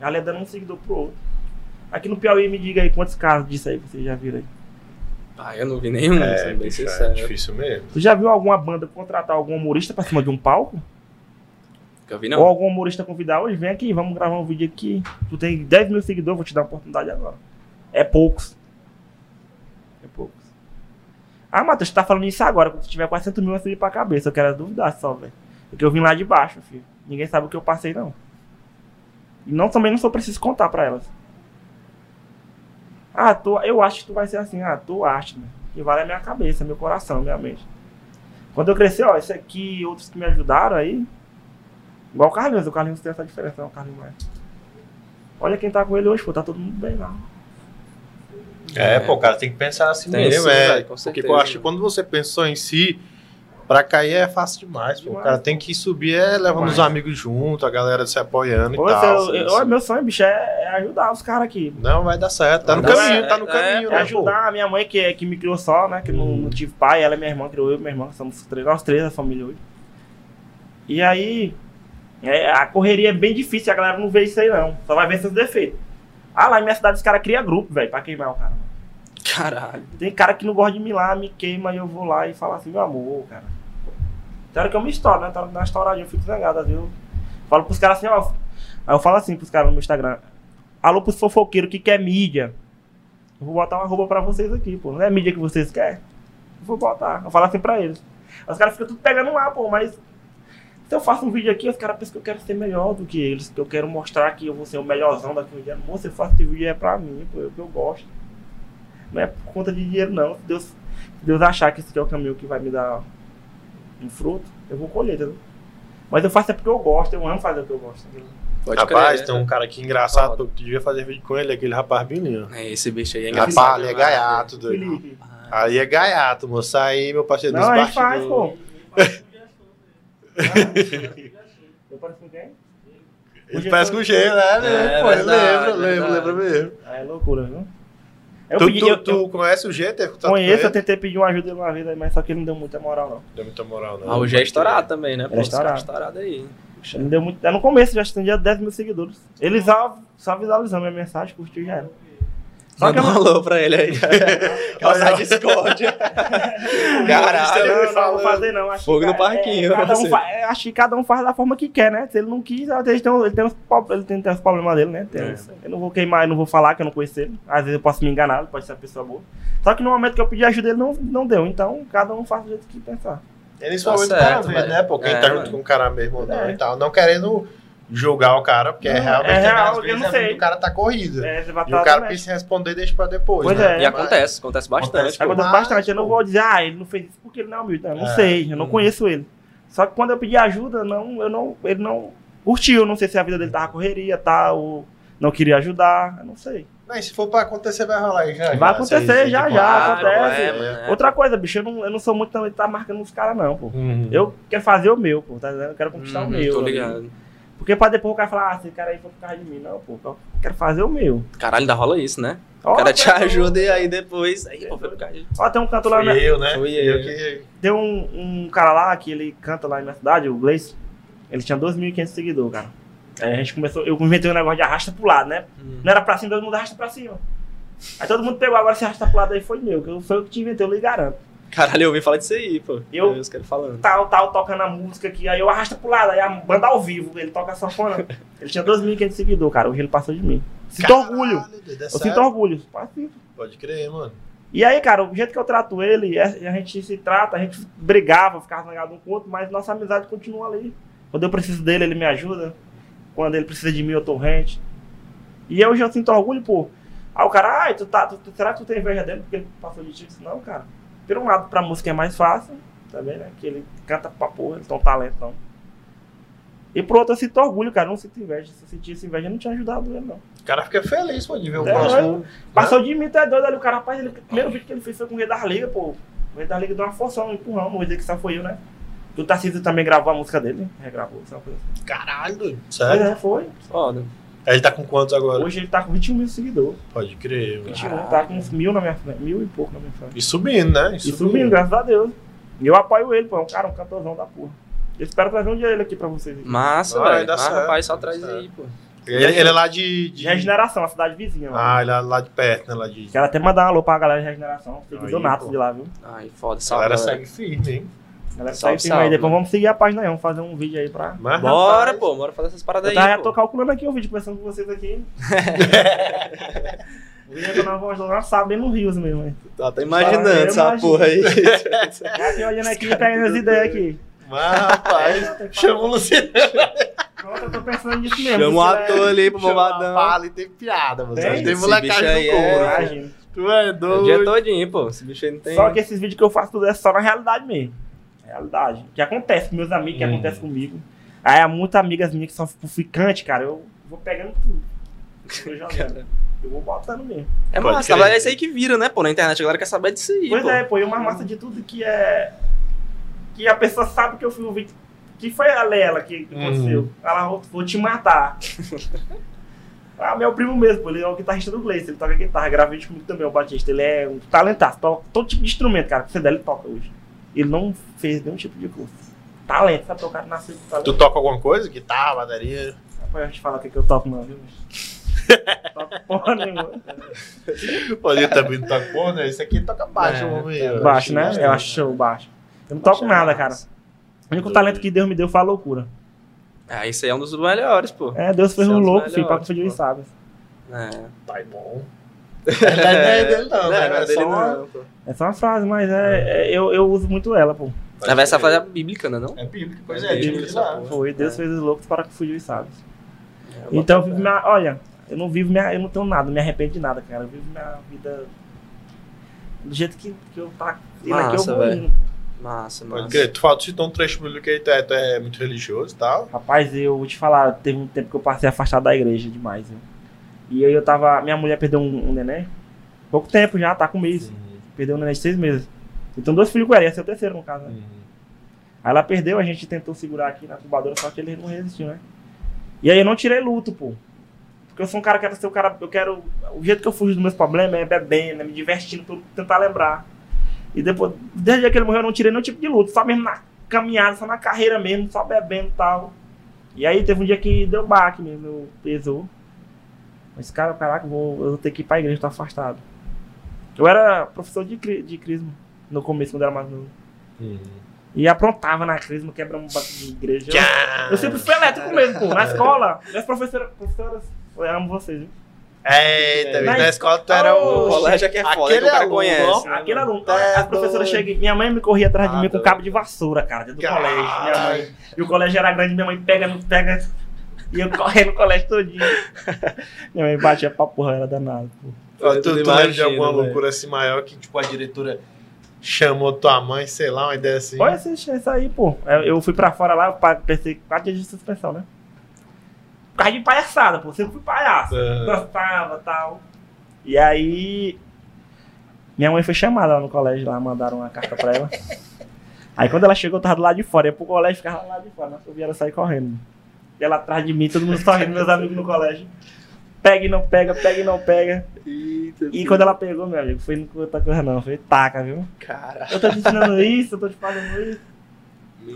[SPEAKER 3] Ali é dando um seguidor pro outro. Aqui no Piauí, me diga aí quantos casos disso aí vocês já viram aí.
[SPEAKER 2] Ah, eu não vi nenhum,
[SPEAKER 1] É,
[SPEAKER 2] sendo bem
[SPEAKER 1] bicho, é
[SPEAKER 2] sincero.
[SPEAKER 1] difícil mesmo.
[SPEAKER 3] Tu já viu alguma banda contratar algum humorista pra cima de um palco?
[SPEAKER 2] Nunca vi
[SPEAKER 3] Ou
[SPEAKER 2] não.
[SPEAKER 3] algum humorista convidar, hoje vem aqui, vamos gravar um vídeo aqui. Tu tem 10 mil seguidores, vou te dar uma oportunidade agora. É poucos. É poucos. Ah, Matheus, tu tá falando isso agora. Quando tu tiver 400 mil, vai subir pra cabeça. Eu quero é duvidar só, velho. Porque eu vim lá de baixo, filho. Ninguém sabe o que eu passei, não. E não, também não sou preciso contar pra elas. Ah, tu, eu acho que tu vai ser assim. Ah, tu acha, né? Que vale a minha cabeça, meu coração, minha mente. Quando eu crescer, ó, isso aqui e outros que me ajudaram aí, Igual o Carlinhos, o Carlinhos tem essa diferença, não, o Carlinhos é. Olha quem tá com ele hoje, pô, tá todo mundo bem lá.
[SPEAKER 1] É, pô, cara, tem que pensar assim
[SPEAKER 2] Tem
[SPEAKER 1] mesmo,
[SPEAKER 2] sim,
[SPEAKER 1] é.
[SPEAKER 2] velho, com
[SPEAKER 1] Porque
[SPEAKER 2] certeza,
[SPEAKER 1] eu acho que
[SPEAKER 2] mano.
[SPEAKER 1] quando você pensa só em si, pra cair é fácil demais, pô. O
[SPEAKER 3] Demais.
[SPEAKER 1] cara tem que subir é levando
[SPEAKER 3] Demais.
[SPEAKER 1] os amigos junto, a galera se apoiando
[SPEAKER 3] Pô,
[SPEAKER 1] e tal.
[SPEAKER 2] é.
[SPEAKER 3] eu- eu-
[SPEAKER 1] assim.
[SPEAKER 3] meu sonho, bicho, é, é ajudar os caras aqui.
[SPEAKER 1] Não, vai dar certo. Tá
[SPEAKER 2] Vai
[SPEAKER 1] no
[SPEAKER 2] dar
[SPEAKER 1] caminho,
[SPEAKER 2] certo,
[SPEAKER 1] tá no
[SPEAKER 2] é,
[SPEAKER 1] caminho,
[SPEAKER 3] É
[SPEAKER 1] né,
[SPEAKER 3] ajudar a minha mãe, que, é- que me criou só, né? Que não- não, tive pai, ela é minha irmã, criou eu, minha irmã, somos três, nós três, a família hoje. E aí, é, a correria é bem difícil, a galera não vê isso aí, não. Só vai ver seus defeitos. Ah, lá em minha cidade os caras criam grupo, velho, pra queimar o cara.
[SPEAKER 2] Caralho.
[SPEAKER 3] Tem cara que não gosta de mim lá, me queima e eu vou lá e falo assim, meu amor, cara. Tem hora que eu me estouro, né? Tem hora que dá uma estouradinha, eu fico zangado, às vezes eu falo pros caras assim, ó. Aí eu falo assim pros caras no meu Instagram. Alô pros fofoqueiros que quer mídia. Eu vou botar uma roupa pra vocês aqui, pô. Não é mídia que vocês querem? Eu vou botar. Eu falo assim pra eles. Aí os caras ficam tudo pegando lá, pô, mas. Se eu faço um vídeo aqui, os caras pensam que eu quero ser melhor do que eles, que eu quero mostrar que eu vou ser o melhorzão daqui um dia. Moça, eu faço esse vídeo é pra mim, pô, é o que eu gosto. Não é por conta de dinheiro, não. Se Deus, se Deus achar que esse aqui é o caminho que vai me dar um fruto, eu vou colher, entendeu? Mas eu faço é porque eu gosto, eu amo fazer o que eu gosto. entendeu?
[SPEAKER 2] Pode
[SPEAKER 1] rapaz,
[SPEAKER 2] crer. né?
[SPEAKER 1] tem um cara aqui engraçado, tu devia fazer vídeo com ele, aquele rapaz bilinho.
[SPEAKER 2] É, esse bicho aí é engraçado.
[SPEAKER 1] Rapaz, ele é
[SPEAKER 2] demais.
[SPEAKER 1] gaiato, doido.
[SPEAKER 3] Felipe.
[SPEAKER 1] Aí é gaiato, moço. Aí, meu parceiro,
[SPEAKER 3] Não,
[SPEAKER 1] dos
[SPEAKER 3] a gente faz,
[SPEAKER 1] bastidores-
[SPEAKER 3] pô. Eu pareço com quem?
[SPEAKER 1] Ele parece com o G, né?
[SPEAKER 2] É,
[SPEAKER 1] Pô, eu
[SPEAKER 2] verdade,
[SPEAKER 1] lembro, lembro,
[SPEAKER 2] verdade.
[SPEAKER 1] lembro mesmo.
[SPEAKER 3] Ah, é loucura, viu? Eu
[SPEAKER 1] Tu,
[SPEAKER 3] pedi,
[SPEAKER 1] tu,
[SPEAKER 3] eu,
[SPEAKER 1] tu tá conhece o G, teve
[SPEAKER 3] eu
[SPEAKER 1] contato
[SPEAKER 3] é conheço,
[SPEAKER 1] com
[SPEAKER 3] eu
[SPEAKER 1] ele?
[SPEAKER 3] tentei pedir uma ajuda dele uma vez, mas só que ele não deu muita moral, não.
[SPEAKER 1] Não deu muita moral, né? não.
[SPEAKER 2] Ah, o G é estourado também, né? Pô,
[SPEAKER 3] Ele é
[SPEAKER 2] esse cara
[SPEAKER 3] estourado.
[SPEAKER 2] estourado aí.
[SPEAKER 3] Ele não deu muito. Era no começo, já tinha 10 mil seguidores. Ele só, só visualizou minha é mensagem, curtiu e já era. Só que
[SPEAKER 2] Manda
[SPEAKER 3] eu
[SPEAKER 2] um
[SPEAKER 3] não,
[SPEAKER 2] alô pra ele aí. É Causar discórdia.
[SPEAKER 3] não,
[SPEAKER 2] Caralho.
[SPEAKER 1] ele
[SPEAKER 3] não, não vou
[SPEAKER 1] falando.
[SPEAKER 3] fazer, não. Acho
[SPEAKER 2] Fogo
[SPEAKER 3] que
[SPEAKER 2] no
[SPEAKER 3] ca-
[SPEAKER 2] parquinho, assim.
[SPEAKER 3] é, cada um
[SPEAKER 2] você.
[SPEAKER 3] fa- é, acho que cada um faz da forma que quer, né? Se ele não quis, ele tem, um, ele tem, os, pro- ele tem, tem os problemas dele, né? Tem
[SPEAKER 2] É.
[SPEAKER 3] os- eu não vou queimar, eu não vou falar que eu não conheço ele. Às vezes eu posso me enganar, ele pode ser uma pessoa boa. Só que no momento que eu pedi ajuda, ele não, não deu. Então, cada um faz do jeito que pensar.
[SPEAKER 1] É nesse momento
[SPEAKER 2] Tá
[SPEAKER 1] do cara
[SPEAKER 2] certo,
[SPEAKER 1] ver,
[SPEAKER 2] velho.
[SPEAKER 1] né? Pô, quem
[SPEAKER 2] É,
[SPEAKER 1] tá junto
[SPEAKER 2] mano.
[SPEAKER 1] com o cara mesmo ou não
[SPEAKER 3] É.
[SPEAKER 1] e tal. Não querendo julgar o cara, porque é
[SPEAKER 3] Não,
[SPEAKER 1] realmente
[SPEAKER 3] é
[SPEAKER 1] às vezes,
[SPEAKER 3] real, eu não
[SPEAKER 1] é muito
[SPEAKER 3] sei.
[SPEAKER 1] O cara tá corrido.
[SPEAKER 3] É, você vai
[SPEAKER 1] E o
[SPEAKER 3] atrás
[SPEAKER 1] cara
[SPEAKER 3] do
[SPEAKER 1] pensa em responder e deixa pra depois.
[SPEAKER 3] Pois
[SPEAKER 1] né?
[SPEAKER 3] é.
[SPEAKER 2] E
[SPEAKER 1] Mas-
[SPEAKER 2] acontece, acontece bastante.
[SPEAKER 1] Acontece.
[SPEAKER 2] pô.
[SPEAKER 3] Acontece
[SPEAKER 1] Mas,
[SPEAKER 3] bastante. Eu não
[SPEAKER 1] pô.
[SPEAKER 3] vou dizer, ah, ele não fez isso porque ele não é humilde. Não, eu não
[SPEAKER 1] É.
[SPEAKER 3] sei, eu não conheço ele. Só que quando eu pedi ajuda, não, eu não, ele não curtiu. Não sei se a vida dele tava correria, tá, ou não queria ajudar, eu não sei.
[SPEAKER 1] Mas se for pra acontecer, vai rolar aí já.
[SPEAKER 3] Vai
[SPEAKER 1] já,
[SPEAKER 3] acontecer,
[SPEAKER 1] isso aí,
[SPEAKER 3] já,
[SPEAKER 1] tipo,
[SPEAKER 3] já,
[SPEAKER 1] ah,
[SPEAKER 3] acontece.
[SPEAKER 2] é, mano, é.
[SPEAKER 3] Outra coisa, bicho, eu não, eu não sou muito também de tá marcando os caras, não, pô.
[SPEAKER 1] Uhum.
[SPEAKER 3] Eu quero fazer o meu, pô, tá ligado? Eu quero conquistar
[SPEAKER 2] Hum,
[SPEAKER 3] o meu.
[SPEAKER 2] Tô
[SPEAKER 3] né?
[SPEAKER 2] ligado.
[SPEAKER 3] Porque pra depois o cara falar, ah, esse cara aí foi por causa de mim. Não, pô, eu quero fazer o meu.
[SPEAKER 2] Caralho, ainda rola isso, né?
[SPEAKER 3] Ó,
[SPEAKER 2] O cara te
[SPEAKER 3] pô,
[SPEAKER 2] ajuda e aí depois. Aí, pô, foi por causa de-
[SPEAKER 3] Ó, tem um cantor lá,
[SPEAKER 1] Fui
[SPEAKER 3] na,
[SPEAKER 1] eu, né?
[SPEAKER 2] Fui
[SPEAKER 1] Fui eu
[SPEAKER 2] eu.
[SPEAKER 1] que.
[SPEAKER 3] Tem um, um cara lá que ele canta lá na minha cidade, o Gleice. Ele tinha 2.500 seguidores, cara. Aí a gente começou, eu inventei um negócio de arrasta pro lado, né?
[SPEAKER 2] Hum.
[SPEAKER 3] Não era pra cima, todo mundo arrasta pra cima. Aí todo mundo pegou, agora se arrasta pro lado aí foi meu, que eu- foi eu que te inventei, eu lhe garanto.
[SPEAKER 2] Caralho, eu ouvi falar disso aí, pô.
[SPEAKER 3] Eu-
[SPEAKER 2] Os caras falando.
[SPEAKER 3] Tal, tal, tocando a música aqui, aí eu arrasta pro lado, aí a banda ao vivo, ele toca sanfona. Ele tinha 2.500 seguidores, cara, hoje ele passou de mim. Sinto orgulho,
[SPEAKER 1] Caralho, doido, é
[SPEAKER 3] eu sinto
[SPEAKER 1] sério?
[SPEAKER 3] orgulho. Assim,
[SPEAKER 1] Pode crer, mano.
[SPEAKER 3] E aí, cara, o jeito que eu trato ele, é- a gente se trata, a gente brigava, ficava zangado um com o outro, mas nossa amizade continua ali. Quando eu preciso dele, ele me ajuda. Quando ele precisa de mim, eu tô rente. E hoje eu sinto orgulho, pô. Aí o cara, ai, tu tá, tu- tu- será que tu tem inveja dele porque ele passou de ti? Eu disse, Não, cara. Por um lado, pra música é mais fácil, também, né? Que ele canta pra porra, ele tem um talento, não. E por outro, eu sinto orgulho, cara. Eu não sinto inveja. Se eu sentisse inveja, eu não tinha ajudado ele, não.
[SPEAKER 1] O cara fica feliz, mano, de ver o
[SPEAKER 3] É,
[SPEAKER 1] próximo.
[SPEAKER 3] Passou de mim, tu é doido ali, o cara, rapaz, ele, o primeiro vídeo que ele fez foi com o Rei da Liga, pô. O Rei da Liga deu uma forção, um empurrão, não vou dizer que só foi eu, né? E o Tarcísio também gravou a música dele, regravou, sabe? Coisa. assim.
[SPEAKER 1] Caralho, doido.
[SPEAKER 3] Pois
[SPEAKER 1] Sério?
[SPEAKER 3] é, foi.
[SPEAKER 2] Foda.
[SPEAKER 1] Aí Ele tá com quantos agora?
[SPEAKER 3] Hoje ele tá com 21 mil seguidores.
[SPEAKER 1] Pode crer, mano.
[SPEAKER 3] 21,
[SPEAKER 2] Caralho.
[SPEAKER 3] tá com uns mil na minha frente, mil e pouco na minha frente.
[SPEAKER 1] E subindo, né?
[SPEAKER 3] E subindo,
[SPEAKER 2] é.
[SPEAKER 3] graças a Deus. E eu apoio ele, pô, é um cara, um cantorzão da porra. Eu espero trazer um dia ele aqui pra vocês.
[SPEAKER 2] Massa,
[SPEAKER 1] Vai,
[SPEAKER 2] velho.
[SPEAKER 1] dá
[SPEAKER 2] Mas,
[SPEAKER 1] certo,
[SPEAKER 2] rapaz, só
[SPEAKER 1] dá
[SPEAKER 2] traz
[SPEAKER 1] certo.
[SPEAKER 2] aí, pô.
[SPEAKER 1] Ele, ele é lá de.
[SPEAKER 3] De
[SPEAKER 1] de...
[SPEAKER 3] regeneração, a cidade vizinha, mano.
[SPEAKER 1] Ah, ele é lá de perto, né? Lá de.
[SPEAKER 3] Quero até mandar um alô pra galera de regeneração,
[SPEAKER 1] Aí,
[SPEAKER 3] seguidor nato
[SPEAKER 1] pô.
[SPEAKER 3] de lá, viu?
[SPEAKER 2] Ai, foda.
[SPEAKER 1] A
[SPEAKER 2] Salve,
[SPEAKER 1] galera
[SPEAKER 2] galera.
[SPEAKER 1] segue firme, hein?
[SPEAKER 3] Galera,
[SPEAKER 2] Salve,
[SPEAKER 3] segue firme aí,
[SPEAKER 2] salve.
[SPEAKER 3] depois vamos seguir a página aí, vamos fazer um vídeo aí pra...
[SPEAKER 1] Mas,
[SPEAKER 2] Bora,
[SPEAKER 1] rapaz,
[SPEAKER 2] pô. Bora fazer essas paradas
[SPEAKER 3] Tá, Eu tava,
[SPEAKER 2] aí,
[SPEAKER 3] já
[SPEAKER 2] pô.
[SPEAKER 3] tô calculando aqui o vídeo, conversando com vocês aqui. o vídeo é que nós vamos lá, sabe, no Rios mesmo. hein?
[SPEAKER 2] Tá até
[SPEAKER 3] Fala, eu
[SPEAKER 2] imaginando essa
[SPEAKER 3] imagino.
[SPEAKER 2] porra aí.
[SPEAKER 3] Já que olhando aqui, caindo as ideias aqui.
[SPEAKER 1] Mas, rapaz,
[SPEAKER 3] tem que
[SPEAKER 1] chama o Luciano.
[SPEAKER 3] Pronto, eu tô pensando nisso mesmo.
[SPEAKER 2] Chama o
[SPEAKER 3] isso é-
[SPEAKER 2] ator ali pro
[SPEAKER 4] Chama
[SPEAKER 2] bombadão.
[SPEAKER 4] fala e tem piada, mano.
[SPEAKER 3] Tem?
[SPEAKER 4] Tem, tem
[SPEAKER 2] Esse
[SPEAKER 4] molecagem
[SPEAKER 2] bicho aí
[SPEAKER 4] do
[SPEAKER 2] é-
[SPEAKER 4] couro.
[SPEAKER 2] ator.
[SPEAKER 3] Imagina.
[SPEAKER 4] Tu é
[SPEAKER 2] O
[SPEAKER 4] doido.
[SPEAKER 2] dia todinho, pô. Esse bicho aí não tem.
[SPEAKER 3] Só que esses vídeos que eu faço tudo é só na realidade mesmo. É Realidade. Que acontece com meus amigos, que
[SPEAKER 2] Uhum.
[SPEAKER 1] Hum.
[SPEAKER 3] acontece comigo. Aí há muitas amigas minhas que são ficante, cara. Eu vou pegando tudo. Eu tô jogando. Eu vou botando mesmo.
[SPEAKER 2] É
[SPEAKER 1] Pode
[SPEAKER 2] massa,
[SPEAKER 1] crer.
[SPEAKER 2] tá? é isso aí que vira, né, pô, na internet. A galera quer saber disso aí,
[SPEAKER 3] Pois
[SPEAKER 2] pô.
[SPEAKER 3] é, pô, e o mais massa de tudo que é. Que a pessoa sabe que eu fui o vítima. Que foi ela, ela que, que
[SPEAKER 1] Uhum.
[SPEAKER 3] aconteceu. Ela, "Vou- vou te matar. ah, meu primo mesmo, pô, ele é o guitarrista do Gleice, ele toca guitarra, grava vídeo comigo também, o Batista. Ele é um talentaço, toca todo tipo de instrumento, cara, que você der, ele toca hoje. Ele não fez nenhum tipo de curso. Talento, sabe? O cara nasceu com
[SPEAKER 2] tá-
[SPEAKER 3] talento.
[SPEAKER 1] Tu toca alguma coisa? Guitarra, bateria?
[SPEAKER 3] Rapaz, eu te falar o que, que eu toco, não, viu? toco porra nenhuma.
[SPEAKER 1] Pô, ele também não toca porra, né? Isso aqui toca baixo,
[SPEAKER 2] É,
[SPEAKER 1] homem.
[SPEAKER 2] tá
[SPEAKER 1] eu
[SPEAKER 3] Baixo, né?
[SPEAKER 1] acho.
[SPEAKER 3] Eu acho show baixo. Eu não toco nada, cara. O único talento que Deus me deu foi a loucura.
[SPEAKER 2] Ah, isso aí é um dos melhores, pô.
[SPEAKER 3] É, Deus fez
[SPEAKER 2] Isso é
[SPEAKER 3] um
[SPEAKER 2] um dos
[SPEAKER 3] louco, filho, pra
[SPEAKER 2] melhores,
[SPEAKER 3] confundir os
[SPEAKER 2] pô.
[SPEAKER 3] sábios.
[SPEAKER 2] É.
[SPEAKER 1] Tá bom. Não é dele, não, né?
[SPEAKER 2] não é
[SPEAKER 1] É
[SPEAKER 2] dele,
[SPEAKER 1] só uma-
[SPEAKER 2] não, pô.
[SPEAKER 3] É só uma frase, mas é, é- eu, eu uso muito ela, pô.
[SPEAKER 2] Na verdade, essa frase é bíblica, né, não?
[SPEAKER 1] É bíblico, pois
[SPEAKER 2] É
[SPEAKER 1] é,
[SPEAKER 2] bíblico,
[SPEAKER 1] bíblico
[SPEAKER 2] essa
[SPEAKER 1] lá.
[SPEAKER 2] porra.
[SPEAKER 3] Foi, Deus
[SPEAKER 2] É.
[SPEAKER 3] fez os loucos para confundir os sábios. então, eu vivo minha, olha, eu não vivo, minha, eu não tenho nada, não me arrependo de nada, cara. Eu vivo minha vida do jeito que, que eu tá. E daqui eu
[SPEAKER 2] Massa,
[SPEAKER 3] vou
[SPEAKER 2] velho.
[SPEAKER 3] indo.
[SPEAKER 2] Massa, massa.
[SPEAKER 1] Pode crer. Tu fala, tu citou um trecho bíblico aí, tu é, tu é muito religioso e tal.
[SPEAKER 3] Rapaz, eu vou te falar, teve um tempo que eu passei afastado da igreja demais. viu? E aí eu tava. Minha mulher perdeu um, um neném. Pouco tempo já, tá com um mês. Perdeu um neném de seis meses. Então dois filhos com ela, ia ser o terceiro no caso, né? Aí ela perdeu, a gente tentou segurar aqui na incubadora, só que ele não resistiu, né? E aí eu não tirei luto, pô. Porque eu sou um cara que quero ser o cara. Eu quero. O jeito que eu fujo dos meus problemas é bebendo, é me divertindo, pra eu tentar lembrar. E depois, desde o dia que ele morreu, eu não tirei nenhum tipo de luto, só mesmo na caminhada, só na carreira mesmo, só bebendo e tal. E aí teve um dia que deu baque mesmo, eu pesou. Mas, cara, caraca, eu vou, eu vou ter que ir pra igreja, tô afastado. Eu era professor de, cri- de crisma no começo, quando eu era mais novo. E aprontava na crisma, quebrava um banco de igreja. Eu- Eu sempre fui elétrico mesmo, pô. Na escola, minhas professoras, professoras, eu amo vocês, viu?
[SPEAKER 1] Eita, bicho, É, então, na escola tu era
[SPEAKER 2] O
[SPEAKER 1] o.
[SPEAKER 2] colégio é que é foda, é que
[SPEAKER 4] Aquele
[SPEAKER 2] o cara
[SPEAKER 4] aluno,
[SPEAKER 2] conhece. né,
[SPEAKER 3] Aquele
[SPEAKER 2] mano?
[SPEAKER 3] aluno,
[SPEAKER 4] Tá
[SPEAKER 3] um- as professoras
[SPEAKER 4] doido.
[SPEAKER 3] chegam, minha mãe me corria atrás de
[SPEAKER 1] Tá
[SPEAKER 3] mim com
[SPEAKER 1] doido.
[SPEAKER 3] cabo de vassoura, cara, dentro do
[SPEAKER 1] Caralho.
[SPEAKER 3] colégio. né? Minha mãe. E o colégio era grande, minha mãe pega, não pega. E eu correndo no colégio todinho. minha mãe batia pra porra, era danado, pô.
[SPEAKER 1] Ó, Tu, tu
[SPEAKER 2] Eu
[SPEAKER 1] lembra de
[SPEAKER 2] imagino,
[SPEAKER 1] alguma
[SPEAKER 2] velho.
[SPEAKER 1] loucura assim maior que, tipo, a diretora chamou tua mãe, sei lá, uma ideia assim.
[SPEAKER 3] Olha esse, esse aí, pô. Eu- Eu fui pra fora lá, eu pa- pensei quatro dias de suspensão, né? Por causa de palhaçada, pô. Sempre fui palhaço.
[SPEAKER 1] Ah.
[SPEAKER 3] Dançava e tal. E aí. Minha mãe foi chamada lá no colégio, lá mandaram uma carta pra ela. Aí quando ela chegou, eu tava do lado de fora. Ia pro colégio, ficava lá de fora. Nossa, eu vi ela sair correndo. E ela atrás de mim, todo mundo sorrindo, meus amigos no colégio. Pega e não pega, pega e não pega.
[SPEAKER 2] Eita,
[SPEAKER 3] E quando ela pegou, meu amigo, foi não outra coisa não, foi taca, viu?
[SPEAKER 2] cara.
[SPEAKER 3] Eu tô te ensinando isso, eu tô te fazendo isso.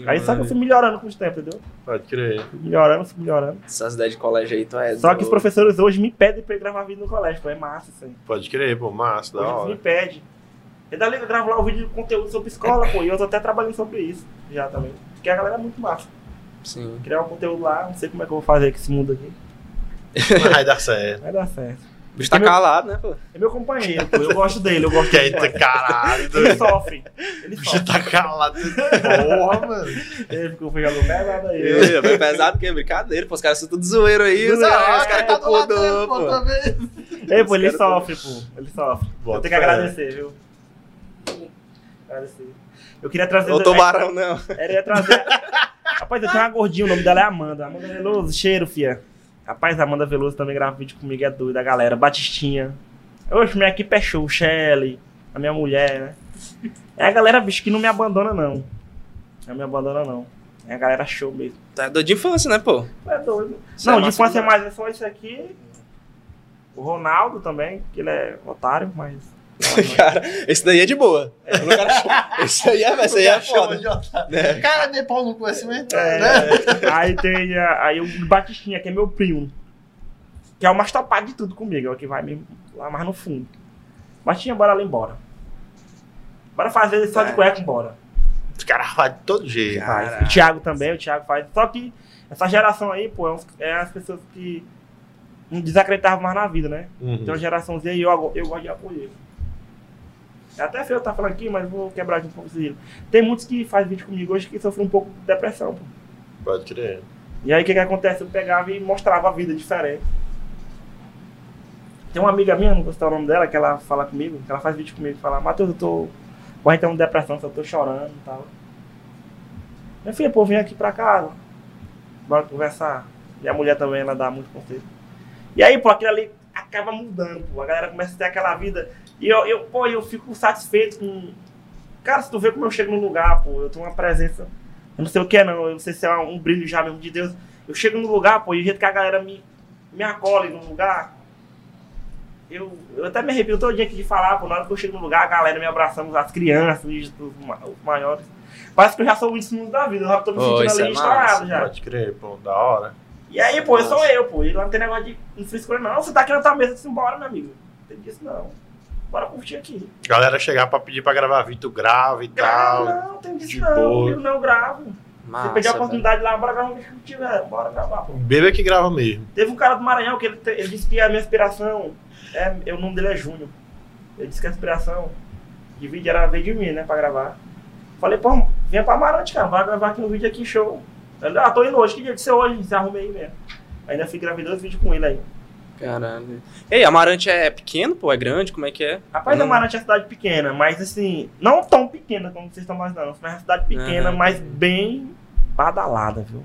[SPEAKER 3] Aí só que eu fui melhorando com os tempos, entendeu?
[SPEAKER 1] Pode crer.
[SPEAKER 3] Fui melhorando, fui melhorando.
[SPEAKER 2] Essas ideias de colégio aí, tu é.
[SPEAKER 3] Só que os
[SPEAKER 2] doido.
[SPEAKER 3] professores hoje me pedem pra eu gravar vídeo no colégio, pô, é massa isso aí.
[SPEAKER 1] Pode crer, pô, massa, da
[SPEAKER 3] Hoje eles me
[SPEAKER 1] hora.
[SPEAKER 3] pedem. E dali eu gravo lá o vídeo de conteúdo sobre escola, pô, e eu tô até trabalhando sobre isso já também. Porque a galera é muito massa.
[SPEAKER 2] Sim.
[SPEAKER 3] Criar um conteúdo lá, não sei como é que eu vou fazer com esse mundo aqui.
[SPEAKER 1] Mas Vai dar certo.
[SPEAKER 3] Vai dar certo.
[SPEAKER 2] O bicho tá
[SPEAKER 3] Meu-
[SPEAKER 2] calado, né, pô?
[SPEAKER 3] É meu companheiro, pô, eu gosto dele, eu gosto
[SPEAKER 1] Que aí,
[SPEAKER 3] dele.
[SPEAKER 1] tu- caralho, doido.
[SPEAKER 3] Ele sofre. Ele
[SPEAKER 1] O bicho
[SPEAKER 3] sofre.
[SPEAKER 1] tá calado. Porra, mano.
[SPEAKER 3] Ele ficou pegando pesado aí. eu-
[SPEAKER 2] Ih, Foi pesado que é brincadeira, pô. Os caras são tudo zoeiro aí. Os
[SPEAKER 3] Zoeiro,
[SPEAKER 2] caras os
[SPEAKER 3] é,
[SPEAKER 2] caras
[SPEAKER 4] tá do lado dele,
[SPEAKER 2] concordam,
[SPEAKER 4] pô,
[SPEAKER 2] pô.
[SPEAKER 4] tá vendo?
[SPEAKER 3] Ei, pô, ele
[SPEAKER 2] Os caras
[SPEAKER 3] sofre, pô. Ele sofre. eu
[SPEAKER 1] Bota
[SPEAKER 3] tenho que
[SPEAKER 1] fé.
[SPEAKER 3] agradecer, viu? Agradecer. Eu queria trazer.
[SPEAKER 2] Ô, tubarão, não.
[SPEAKER 3] Era ia trazer. É Rapaz, eu tenho uma gordinha, o nome dela é Amanda. Amanda Veloso, cheiro, fia. Rapaz, a Amanda Veloso também grava vídeo comigo, é doida, a galera. Batistinha. Oxe, minha equipe é show, Shelly, a minha mulher, né? É a galera, bicho, que não me abandona, não. Não me abandona, não. É a galera show mesmo.
[SPEAKER 2] Tá doido de infância, né, pô?
[SPEAKER 3] É doido.
[SPEAKER 2] Isso
[SPEAKER 3] Não,
[SPEAKER 2] é
[SPEAKER 3] de
[SPEAKER 2] massa
[SPEAKER 3] infância é
[SPEAKER 2] demais.
[SPEAKER 3] mais, é só esse aqui. O Ronaldo também, que ele é otário, mas.
[SPEAKER 2] Cara, esse daí é de boa. Quando o cara chama- Esse aí é, esse aí é foda.
[SPEAKER 4] O Né? cara de pau no conhecimento,
[SPEAKER 3] É,
[SPEAKER 4] né?
[SPEAKER 3] Aí tem a- aí o Batistinha, que é meu primo. Que é o mais topado de tudo comigo, é o que vai mesmo lá mais no fundo. Batistinha, bora lá embora. Bora fazer só de
[SPEAKER 2] É.
[SPEAKER 3] cueca embora.
[SPEAKER 1] Os caras falam de todo jeito.
[SPEAKER 2] Cara.
[SPEAKER 3] Faz. O Thiago também, o Thiago faz. Só que essa geração aí, pô, é, uns- é as pessoas que não desacreditavam mais na vida, né?
[SPEAKER 1] Uhum.
[SPEAKER 3] Tem uma geração Z e eu, ago- eu gosto de acolher. É até feio eu estar falando aqui, mas vou quebrar aqui um pouco o sigilo. Tem muitos que fazem vídeo comigo hoje que sofrem um pouco de depressão, pô.
[SPEAKER 1] Pode crer.
[SPEAKER 3] E aí o que, que acontece? Eu pegava e mostrava a vida diferente. Tem uma amiga minha, não vou citar o nome dela, que ela fala comigo, que ela faz vídeo comigo, fala, Matheus, eu tô correndo de depressão, eu tô chorando e tal. Minha filha, pô, vem aqui pra casa. Bora conversar. Minha mulher também, ela dá muito conselho. E aí, pô, aquilo ali acaba mudando, pô. A galera começa a ter aquela vida. E eu, eu pô, eu fico satisfeito com. Cara, se tu vê como eu chego num lugar, pô, eu tenho uma presença. Eu não sei o que é, não. Eu não sei se é um brilho já mesmo de Deus. Eu chego num lugar, pô, e o jeito que a galera me, me acolhe num lugar. Eu, eu até me arrepio todo dia aqui de falar, pô, na hora que eu chego no lugar, a galera me abraçando, as crianças, os, os ma- os maiores. Parece que eu já sou o índice mundo da vida, eu já tô me
[SPEAKER 2] Ô,
[SPEAKER 3] sentindo
[SPEAKER 2] isso
[SPEAKER 3] ali
[SPEAKER 2] é
[SPEAKER 3] estourado
[SPEAKER 2] massa,
[SPEAKER 3] já.
[SPEAKER 1] Pode crer, pô, da hora.
[SPEAKER 3] E aí, pô, eu sou eu, pô. E lá não tem negócio de não frescura, não. Você tá aqui na tua mesa, assim, bora, meu amigo. Não tem disso, não. Bora curtir aqui.
[SPEAKER 1] Galera chegar pra pedir pra gravar vídeo, tu grava e tal.
[SPEAKER 3] Gravo, não, não tem disso,
[SPEAKER 1] de
[SPEAKER 3] não.
[SPEAKER 1] boa. Ah,
[SPEAKER 3] Eu não gravo.
[SPEAKER 2] Massa,
[SPEAKER 3] Você perdeu a
[SPEAKER 2] velho.
[SPEAKER 3] oportunidade lá, bora gravar o que tiver. Bora gravar, pô.
[SPEAKER 1] Beba é que grava mesmo.
[SPEAKER 3] Teve um cara do Maranhão que ele, te- ele disse que a minha inspiração. É, é- o nome dele é Júnior. Ele disse que a inspiração de vídeo era veio de mim, né, pra gravar. Falei, pô, vem pra Amarante, cara, vai gravar aqui um vídeo aqui, é show. Ele, ah, tô indo hoje, que dia de ser hoje? Se arrumei aí mesmo. Ainda fui gravei dois vídeos com ele aí.
[SPEAKER 2] Caralho. Ei, Amarante é pequeno, pô? É grande? Como é que é?
[SPEAKER 3] Rapaz,
[SPEAKER 2] Não.
[SPEAKER 3] Amarante é uma cidade pequena, mas assim, não tão pequena como vocês estão imaginando. Mas é uma cidade pequena,
[SPEAKER 2] Aham.
[SPEAKER 3] mas bem badalada, viu?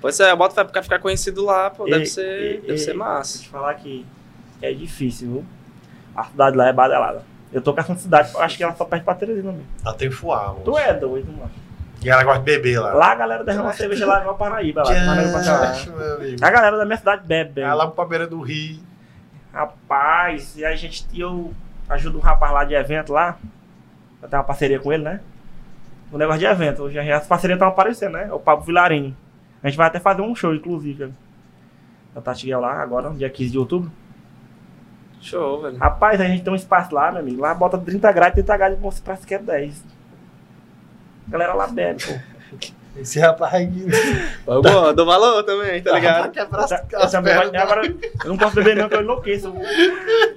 [SPEAKER 2] Pois é, bota vai ficar conhecido lá, pô. Deve
[SPEAKER 3] E-
[SPEAKER 2] ser,
[SPEAKER 3] e-
[SPEAKER 2] deve
[SPEAKER 3] e-
[SPEAKER 2] ser
[SPEAKER 3] Deixa eu
[SPEAKER 2] massa.
[SPEAKER 3] te falar que é difícil, viu? A cidade lá é badalada. Eu tô com essa cidade, eu acho que ela só perde pra Teresina mesmo.
[SPEAKER 1] Tá tem fuá, mano.
[SPEAKER 3] Tu é doido, mano.
[SPEAKER 1] E ela gosta de beber lá.
[SPEAKER 3] Lá a galera derrama cerveja lá igual a Paraíba, lá. tomar negócio pra caralho.
[SPEAKER 1] Tcharam, meu amigo.
[SPEAKER 3] A galera da minha cidade bebe, bebe.
[SPEAKER 1] Ela lá pra beira do rio.
[SPEAKER 3] Rapaz, e a gente, e eu ajudo um rapaz lá de evento lá. Eu tenho uma parceria com ele, né? Um negócio de evento. Hoje as parcerias estão aparecendo, né? É O Pablo Vilarinho. A gente vai até fazer um show, inclusive. Da Tati Guel lá agora, dia 15 de outubro.
[SPEAKER 2] Show, velho.
[SPEAKER 3] Rapaz, a gente tem um espaço lá, meu amigo. Lá bota 30 graus, 30 graus de bom pra que é 10. A galera lá bebe, pô.
[SPEAKER 1] Esse rapaz aqui.
[SPEAKER 2] Eu gosto, dou valor também, tá ligado?
[SPEAKER 4] né? Quebrar as,
[SPEAKER 3] Eu
[SPEAKER 4] as
[SPEAKER 3] também-
[SPEAKER 4] pernas.
[SPEAKER 3] agora, eu não posso beber não, que eu enlouqueço.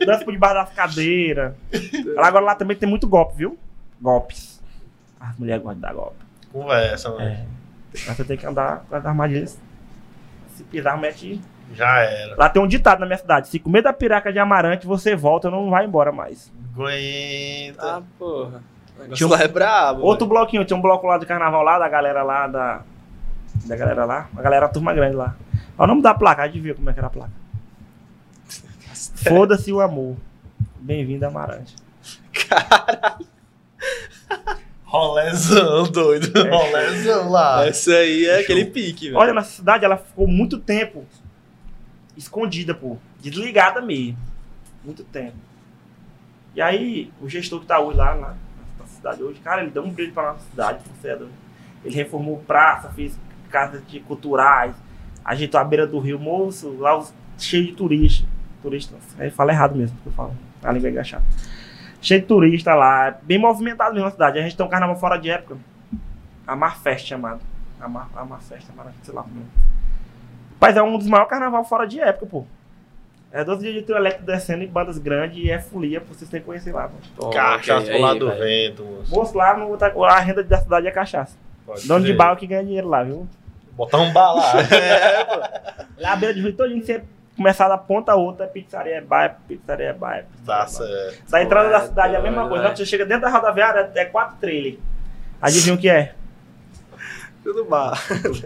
[SPEAKER 3] Eu danço por debaixo das cadeiras. Lá, agora lá também tem muito golpe, viu? Golpes. As mulheres gostam de dar golpe.
[SPEAKER 1] Conversa, mano.
[SPEAKER 3] É. Mas você tem que andar com as armadilhas. Se pisar, mete...
[SPEAKER 1] Já era.
[SPEAKER 3] Lá tem um ditado na minha cidade. Se comer da piraca de amarante, você volta, não vai embora mais.
[SPEAKER 1] Aguenta.
[SPEAKER 2] Ah, porra. O negócio
[SPEAKER 3] Tinha um-
[SPEAKER 2] lá é brabo.
[SPEAKER 3] Outro bloquinho. Tinha um bloco lá do carnaval lá, da galera lá, da... Da galera lá. A galera, a turma grande lá. Olha o nome da placa. Adivinha como é que era a placa. Foda-se o amor. Bem-vindo, Amarante.
[SPEAKER 1] Rolezão, doido.
[SPEAKER 3] É.
[SPEAKER 1] Rolezão lá.
[SPEAKER 2] velho. Essa aí é
[SPEAKER 1] Show.
[SPEAKER 2] aquele pique, velho.
[SPEAKER 3] Olha, nossa cidade, ela ficou muito tempo escondida, pô. Desligada mesmo. Muito tempo. E aí, o gestor que tá hoje lá, lá na cidade hoje, cara, ele deu um brilho pra nossa cidade, pô, cê é doido. Ele reformou praça, fez casas de culturais, ajeitou a beira do rio, moço, lá os- cheio de turista. Turista, nossa, aí fala errado mesmo, porque eu falo. A língua é engaixada. Cheio de turista lá, bem movimentado mesmo a cidade. A gente tem um carnaval fora de época. A Marfest chamado. A, Mar, a Marfesta, Maravilha, sei lá como é. Mas é um dos maiores carnaval fora de época, pô. É 12 dias de trio elétrico descendo e bandas grandes e é folia, pô, vocês têm que conhecer lá, pô.
[SPEAKER 2] Pô,
[SPEAKER 1] Cachaça
[SPEAKER 2] que
[SPEAKER 1] pro
[SPEAKER 2] aí,
[SPEAKER 1] lado do
[SPEAKER 2] velho.
[SPEAKER 1] vento, moço.
[SPEAKER 3] Moço lá, no, tá- a renda da cidade é cachaça.
[SPEAKER 1] Pode
[SPEAKER 3] Dono de
[SPEAKER 1] crer.
[SPEAKER 3] bar é o que ganha dinheiro lá, viu?
[SPEAKER 1] Botar um balá.
[SPEAKER 3] Lá à beira de rua, todinho, você começar da ponta a outra, é pizzaria, é bar, é pizzaria, é bar. É pizzaria,
[SPEAKER 1] Tá
[SPEAKER 3] é bar.
[SPEAKER 1] certo.
[SPEAKER 3] Da entrada da cidade é a
[SPEAKER 2] Vai,
[SPEAKER 3] mesma coisa.
[SPEAKER 2] vai.
[SPEAKER 3] Quando você chega dentro da rodoviária, é quatro trailer. Adivinha o que é?
[SPEAKER 2] Tudo bar.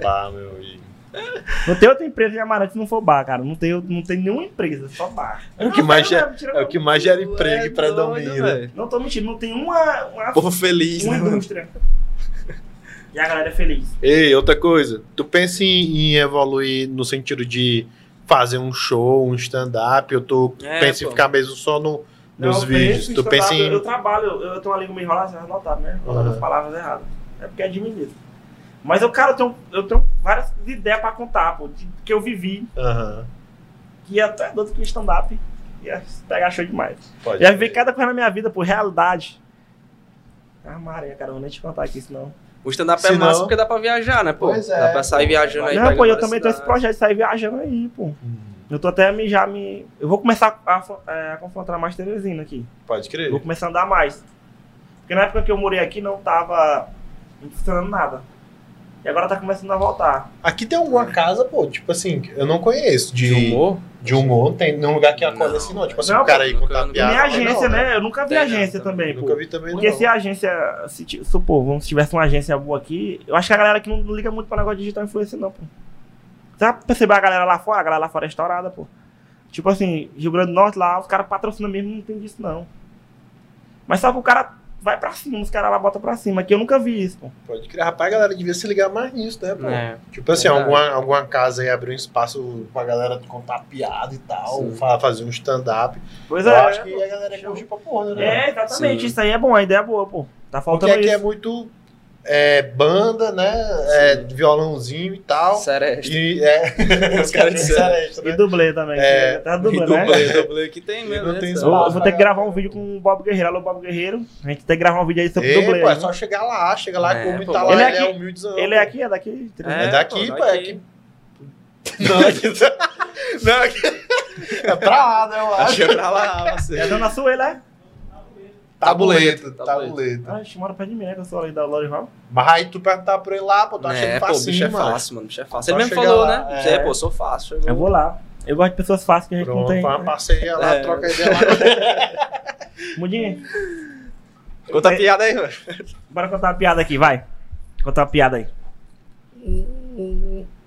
[SPEAKER 1] Pá, meu amigo.
[SPEAKER 3] Não tem outra empresa de Amarante se não for bar, cara. Não tem, não tem nenhuma empresa, só bar.
[SPEAKER 1] É o que mais
[SPEAKER 3] Não,
[SPEAKER 1] gera,
[SPEAKER 3] não, tira
[SPEAKER 1] é o que mais gera emprego
[SPEAKER 2] É
[SPEAKER 1] pra
[SPEAKER 2] doido,
[SPEAKER 1] Domina.
[SPEAKER 2] velho.
[SPEAKER 3] Não tô mentindo, não tem uma, uma,
[SPEAKER 2] Povo feliz,
[SPEAKER 3] uma
[SPEAKER 2] né? mano?
[SPEAKER 3] indústria. E a galera é feliz.
[SPEAKER 1] Ei, outra coisa. Tu pensa em, em evoluir no sentido de fazer um show, um stand-up? Eu tô
[SPEAKER 2] É,
[SPEAKER 1] pensa em
[SPEAKER 2] pô.
[SPEAKER 1] ficar mesmo só no, nos
[SPEAKER 3] Não, eu
[SPEAKER 1] vídeos.
[SPEAKER 3] penso em
[SPEAKER 1] Tu pensa
[SPEAKER 3] stand-up,
[SPEAKER 1] em.
[SPEAKER 3] Eu trabalho, eu, eu tenho uma língua meio enrolada, vocês notaram, né? Falando
[SPEAKER 1] Aham.
[SPEAKER 3] as palavras erradas. É porque é diminuído. Mas eu, cara, eu tenho, eu tenho várias ideias pra contar, pô, de- que eu vivi,
[SPEAKER 1] Aham.
[SPEAKER 3] que é até doido que stand-up ia pegar show demais.
[SPEAKER 1] Pode.
[SPEAKER 3] Já vivi cada coisa na minha vida, por realidade. Ah, Maria, cara, eu vou nem te contar aqui, senão.
[SPEAKER 2] O stand-up é
[SPEAKER 1] Se não-
[SPEAKER 2] massa porque dá pra viajar, né, pô?
[SPEAKER 4] Pois é.
[SPEAKER 2] Dá pra sair viajando aí.
[SPEAKER 3] Não,
[SPEAKER 2] pega
[SPEAKER 3] pô, eu
[SPEAKER 2] várias
[SPEAKER 3] também tenho esse
[SPEAKER 2] cidades.
[SPEAKER 3] projeto de sair viajando aí, pô.
[SPEAKER 1] Hum,
[SPEAKER 3] Eu tô até me, já me. Eu vou começar a, fo- é, a confrontar mais Teresina aqui.
[SPEAKER 1] Pode
[SPEAKER 3] Eu
[SPEAKER 1] crer.
[SPEAKER 3] vou começar a andar mais. Porque na época que eu morei aqui não tava não funcionando nada. E agora tá começando a voltar.
[SPEAKER 1] Aqui tem alguma casa, pô, tipo assim, que eu não conheço. De,
[SPEAKER 2] De humor?
[SPEAKER 1] De humor, não tem nenhum lugar que acolhe
[SPEAKER 2] Não.
[SPEAKER 1] assim, não. Tipo assim,
[SPEAKER 3] Não,
[SPEAKER 1] o cara aí
[SPEAKER 2] nunca-
[SPEAKER 1] contar
[SPEAKER 2] nunca-
[SPEAKER 3] E
[SPEAKER 1] piada.
[SPEAKER 3] nem
[SPEAKER 1] mas não,
[SPEAKER 3] agência, né? Eu nunca vi
[SPEAKER 2] Tem
[SPEAKER 3] agência
[SPEAKER 2] nessa.
[SPEAKER 3] também, pô.
[SPEAKER 1] Nunca vi também,
[SPEAKER 3] Tipo, Porque
[SPEAKER 1] não.
[SPEAKER 3] se a agência, se ti- supor, vamos, se tivesse uma agência boa aqui, eu acho que a galera aqui não liga muito pra negócio de digital influencer, não, pô. Você vai perceber a galera lá fora? A galera lá fora é estourada, pô. Tipo assim, Rio Grande do Norte lá, os caras patrocinam mesmo, não tem disso, não. Mas só que o cara vai pra cima, os caras lá botam pra cima, que eu nunca vi isso, pô.
[SPEAKER 1] Pode crer. Rapaz, a galera devia se ligar mais nisso, né, pô?
[SPEAKER 2] É.
[SPEAKER 1] Tipo assim,
[SPEAKER 2] Verdade.
[SPEAKER 1] alguma, alguma casa aí abrir um espaço pra galera contar piada e tal,
[SPEAKER 2] Sim.
[SPEAKER 1] fa- fazer um stand-up.
[SPEAKER 3] Pois
[SPEAKER 1] Eu
[SPEAKER 3] é.
[SPEAKER 1] acho que a galera
[SPEAKER 3] show.
[SPEAKER 1] curte pra porra, né?
[SPEAKER 3] É, exatamente,
[SPEAKER 2] Sim.
[SPEAKER 3] isso aí é bom, a ideia é boa, pô. Tá
[SPEAKER 1] Porque
[SPEAKER 3] faltando
[SPEAKER 1] aqui é
[SPEAKER 3] isso.
[SPEAKER 1] muito é, banda, né? É, violãozinho e tal.
[SPEAKER 2] Sério.
[SPEAKER 1] E é.
[SPEAKER 2] Os caras de
[SPEAKER 1] Seresta,
[SPEAKER 3] E
[SPEAKER 1] né?
[SPEAKER 3] dublê também.
[SPEAKER 1] É,
[SPEAKER 3] que tá
[SPEAKER 2] E
[SPEAKER 3] dublê, né?
[SPEAKER 2] dublê, dublê que tem
[SPEAKER 1] E
[SPEAKER 2] mesmo.
[SPEAKER 1] não
[SPEAKER 2] né,
[SPEAKER 1] tem
[SPEAKER 2] sabe?
[SPEAKER 3] Eu vou-
[SPEAKER 1] espaço.
[SPEAKER 3] eu vou ter que gravar um vídeo com o Bob Guerreiro. Alô, Bob Guerreiro. A gente tem que gravar um vídeo aí sobre
[SPEAKER 1] Ei,
[SPEAKER 3] dublê.
[SPEAKER 1] pô, é
[SPEAKER 3] né?
[SPEAKER 1] só chegar lá, chega lá,
[SPEAKER 2] É,
[SPEAKER 1] é, come
[SPEAKER 2] pô.
[SPEAKER 1] tá lá,
[SPEAKER 3] Ele
[SPEAKER 1] ele
[SPEAKER 3] é
[SPEAKER 1] é,
[SPEAKER 3] aqui-
[SPEAKER 1] humildezão.
[SPEAKER 3] Ele é aqui, é daqui?
[SPEAKER 1] É daqui, pô, é aqui. Não, aqui- não, aqui-
[SPEAKER 4] É pra lá, né, eu acho.
[SPEAKER 2] Achei pra lá, você.
[SPEAKER 3] É dona Suela, é?
[SPEAKER 1] Tabuleto,
[SPEAKER 2] Tabuleto.
[SPEAKER 1] tabuleto.
[SPEAKER 3] Oxe, mora perto de mim, né? Que eu sou ali da Lorival.
[SPEAKER 1] Mas aí tu perguntar pra ele lá, pô, tu achando
[SPEAKER 2] É, pô, o
[SPEAKER 1] facinho,
[SPEAKER 2] bicho é
[SPEAKER 1] mano.
[SPEAKER 2] fácil, mano. Bicho é fácil.
[SPEAKER 1] Só
[SPEAKER 2] Ele mesmo
[SPEAKER 1] chegar
[SPEAKER 2] falou,
[SPEAKER 1] lá,
[SPEAKER 2] né?
[SPEAKER 1] é.
[SPEAKER 2] É, pô, sou fácil.
[SPEAKER 3] Eu
[SPEAKER 2] chegou.
[SPEAKER 3] vou lá. Eu gosto de pessoas fáceis que a gente não
[SPEAKER 1] Pronto,
[SPEAKER 3] tem.
[SPEAKER 1] uma parceria lá,
[SPEAKER 2] É.
[SPEAKER 1] troca ideia lá.
[SPEAKER 3] Mudinho,
[SPEAKER 2] Conta a
[SPEAKER 3] É.
[SPEAKER 2] piada aí, mano.
[SPEAKER 3] bora contar uma piada aqui, vai. Contar uma piada aí.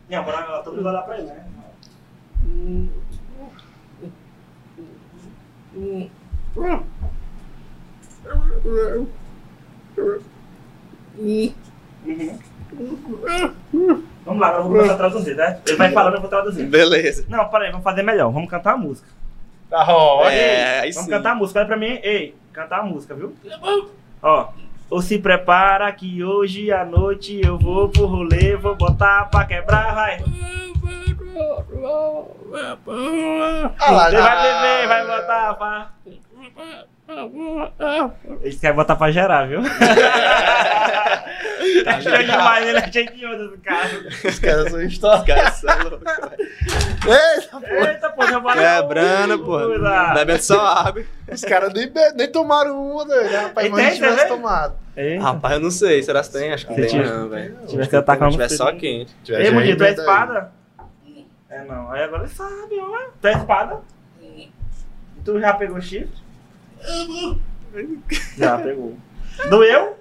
[SPEAKER 3] Não, bora todo mundo olhar pra ele, né? Vamos lá, agora eu vou começar a traduzir, né? Ele vai falando, eu vou traduzindo.
[SPEAKER 2] Beleza.
[SPEAKER 3] Não, peraí, vamos fazer melhor. Vamos cantar a música.
[SPEAKER 1] Tá, ó,
[SPEAKER 2] É, aí
[SPEAKER 3] Vamos
[SPEAKER 2] sim.
[SPEAKER 3] cantar a música. Olha pra mim, ei, cantar a música, viu? Ó. Ou se prepara que hoje à noite eu vou pro rolê, vou botar pra quebrar, vai.
[SPEAKER 4] Ah lá,
[SPEAKER 3] Ele
[SPEAKER 4] já-
[SPEAKER 3] vai beber, vai botar pra. Ele quer botar pra gerar, viu? tá cheio demais, ele é cheio de onda do cara.
[SPEAKER 4] Os caras são históricos.
[SPEAKER 2] Cara, isso é louco, velho.
[SPEAKER 4] Eita,
[SPEAKER 3] Eita, pô, já valeu.
[SPEAKER 2] Quebrando, É pô.
[SPEAKER 3] Coisa.
[SPEAKER 2] Bebendo só água.
[SPEAKER 4] os caras nem, be- nem tomaram uma, doido, né? Rapaz,
[SPEAKER 3] Então,
[SPEAKER 4] mas a gente
[SPEAKER 3] você
[SPEAKER 4] tivesse
[SPEAKER 3] vê?
[SPEAKER 4] tomado.
[SPEAKER 3] Eita.
[SPEAKER 2] Rapaz, eu não sei. Será que tem? Acho que
[SPEAKER 3] Se
[SPEAKER 2] tem,
[SPEAKER 3] tiver-
[SPEAKER 2] não, velho.
[SPEAKER 3] Tivesse que atacar
[SPEAKER 2] Se tiver
[SPEAKER 3] um-
[SPEAKER 2] só quente.
[SPEAKER 3] Ei,
[SPEAKER 1] bonito
[SPEAKER 3] bonito, tu é espada? É não, aí agora ele sabe, ó. Tu é espada? Tu já pegou chifre? Já pegou. Doeu?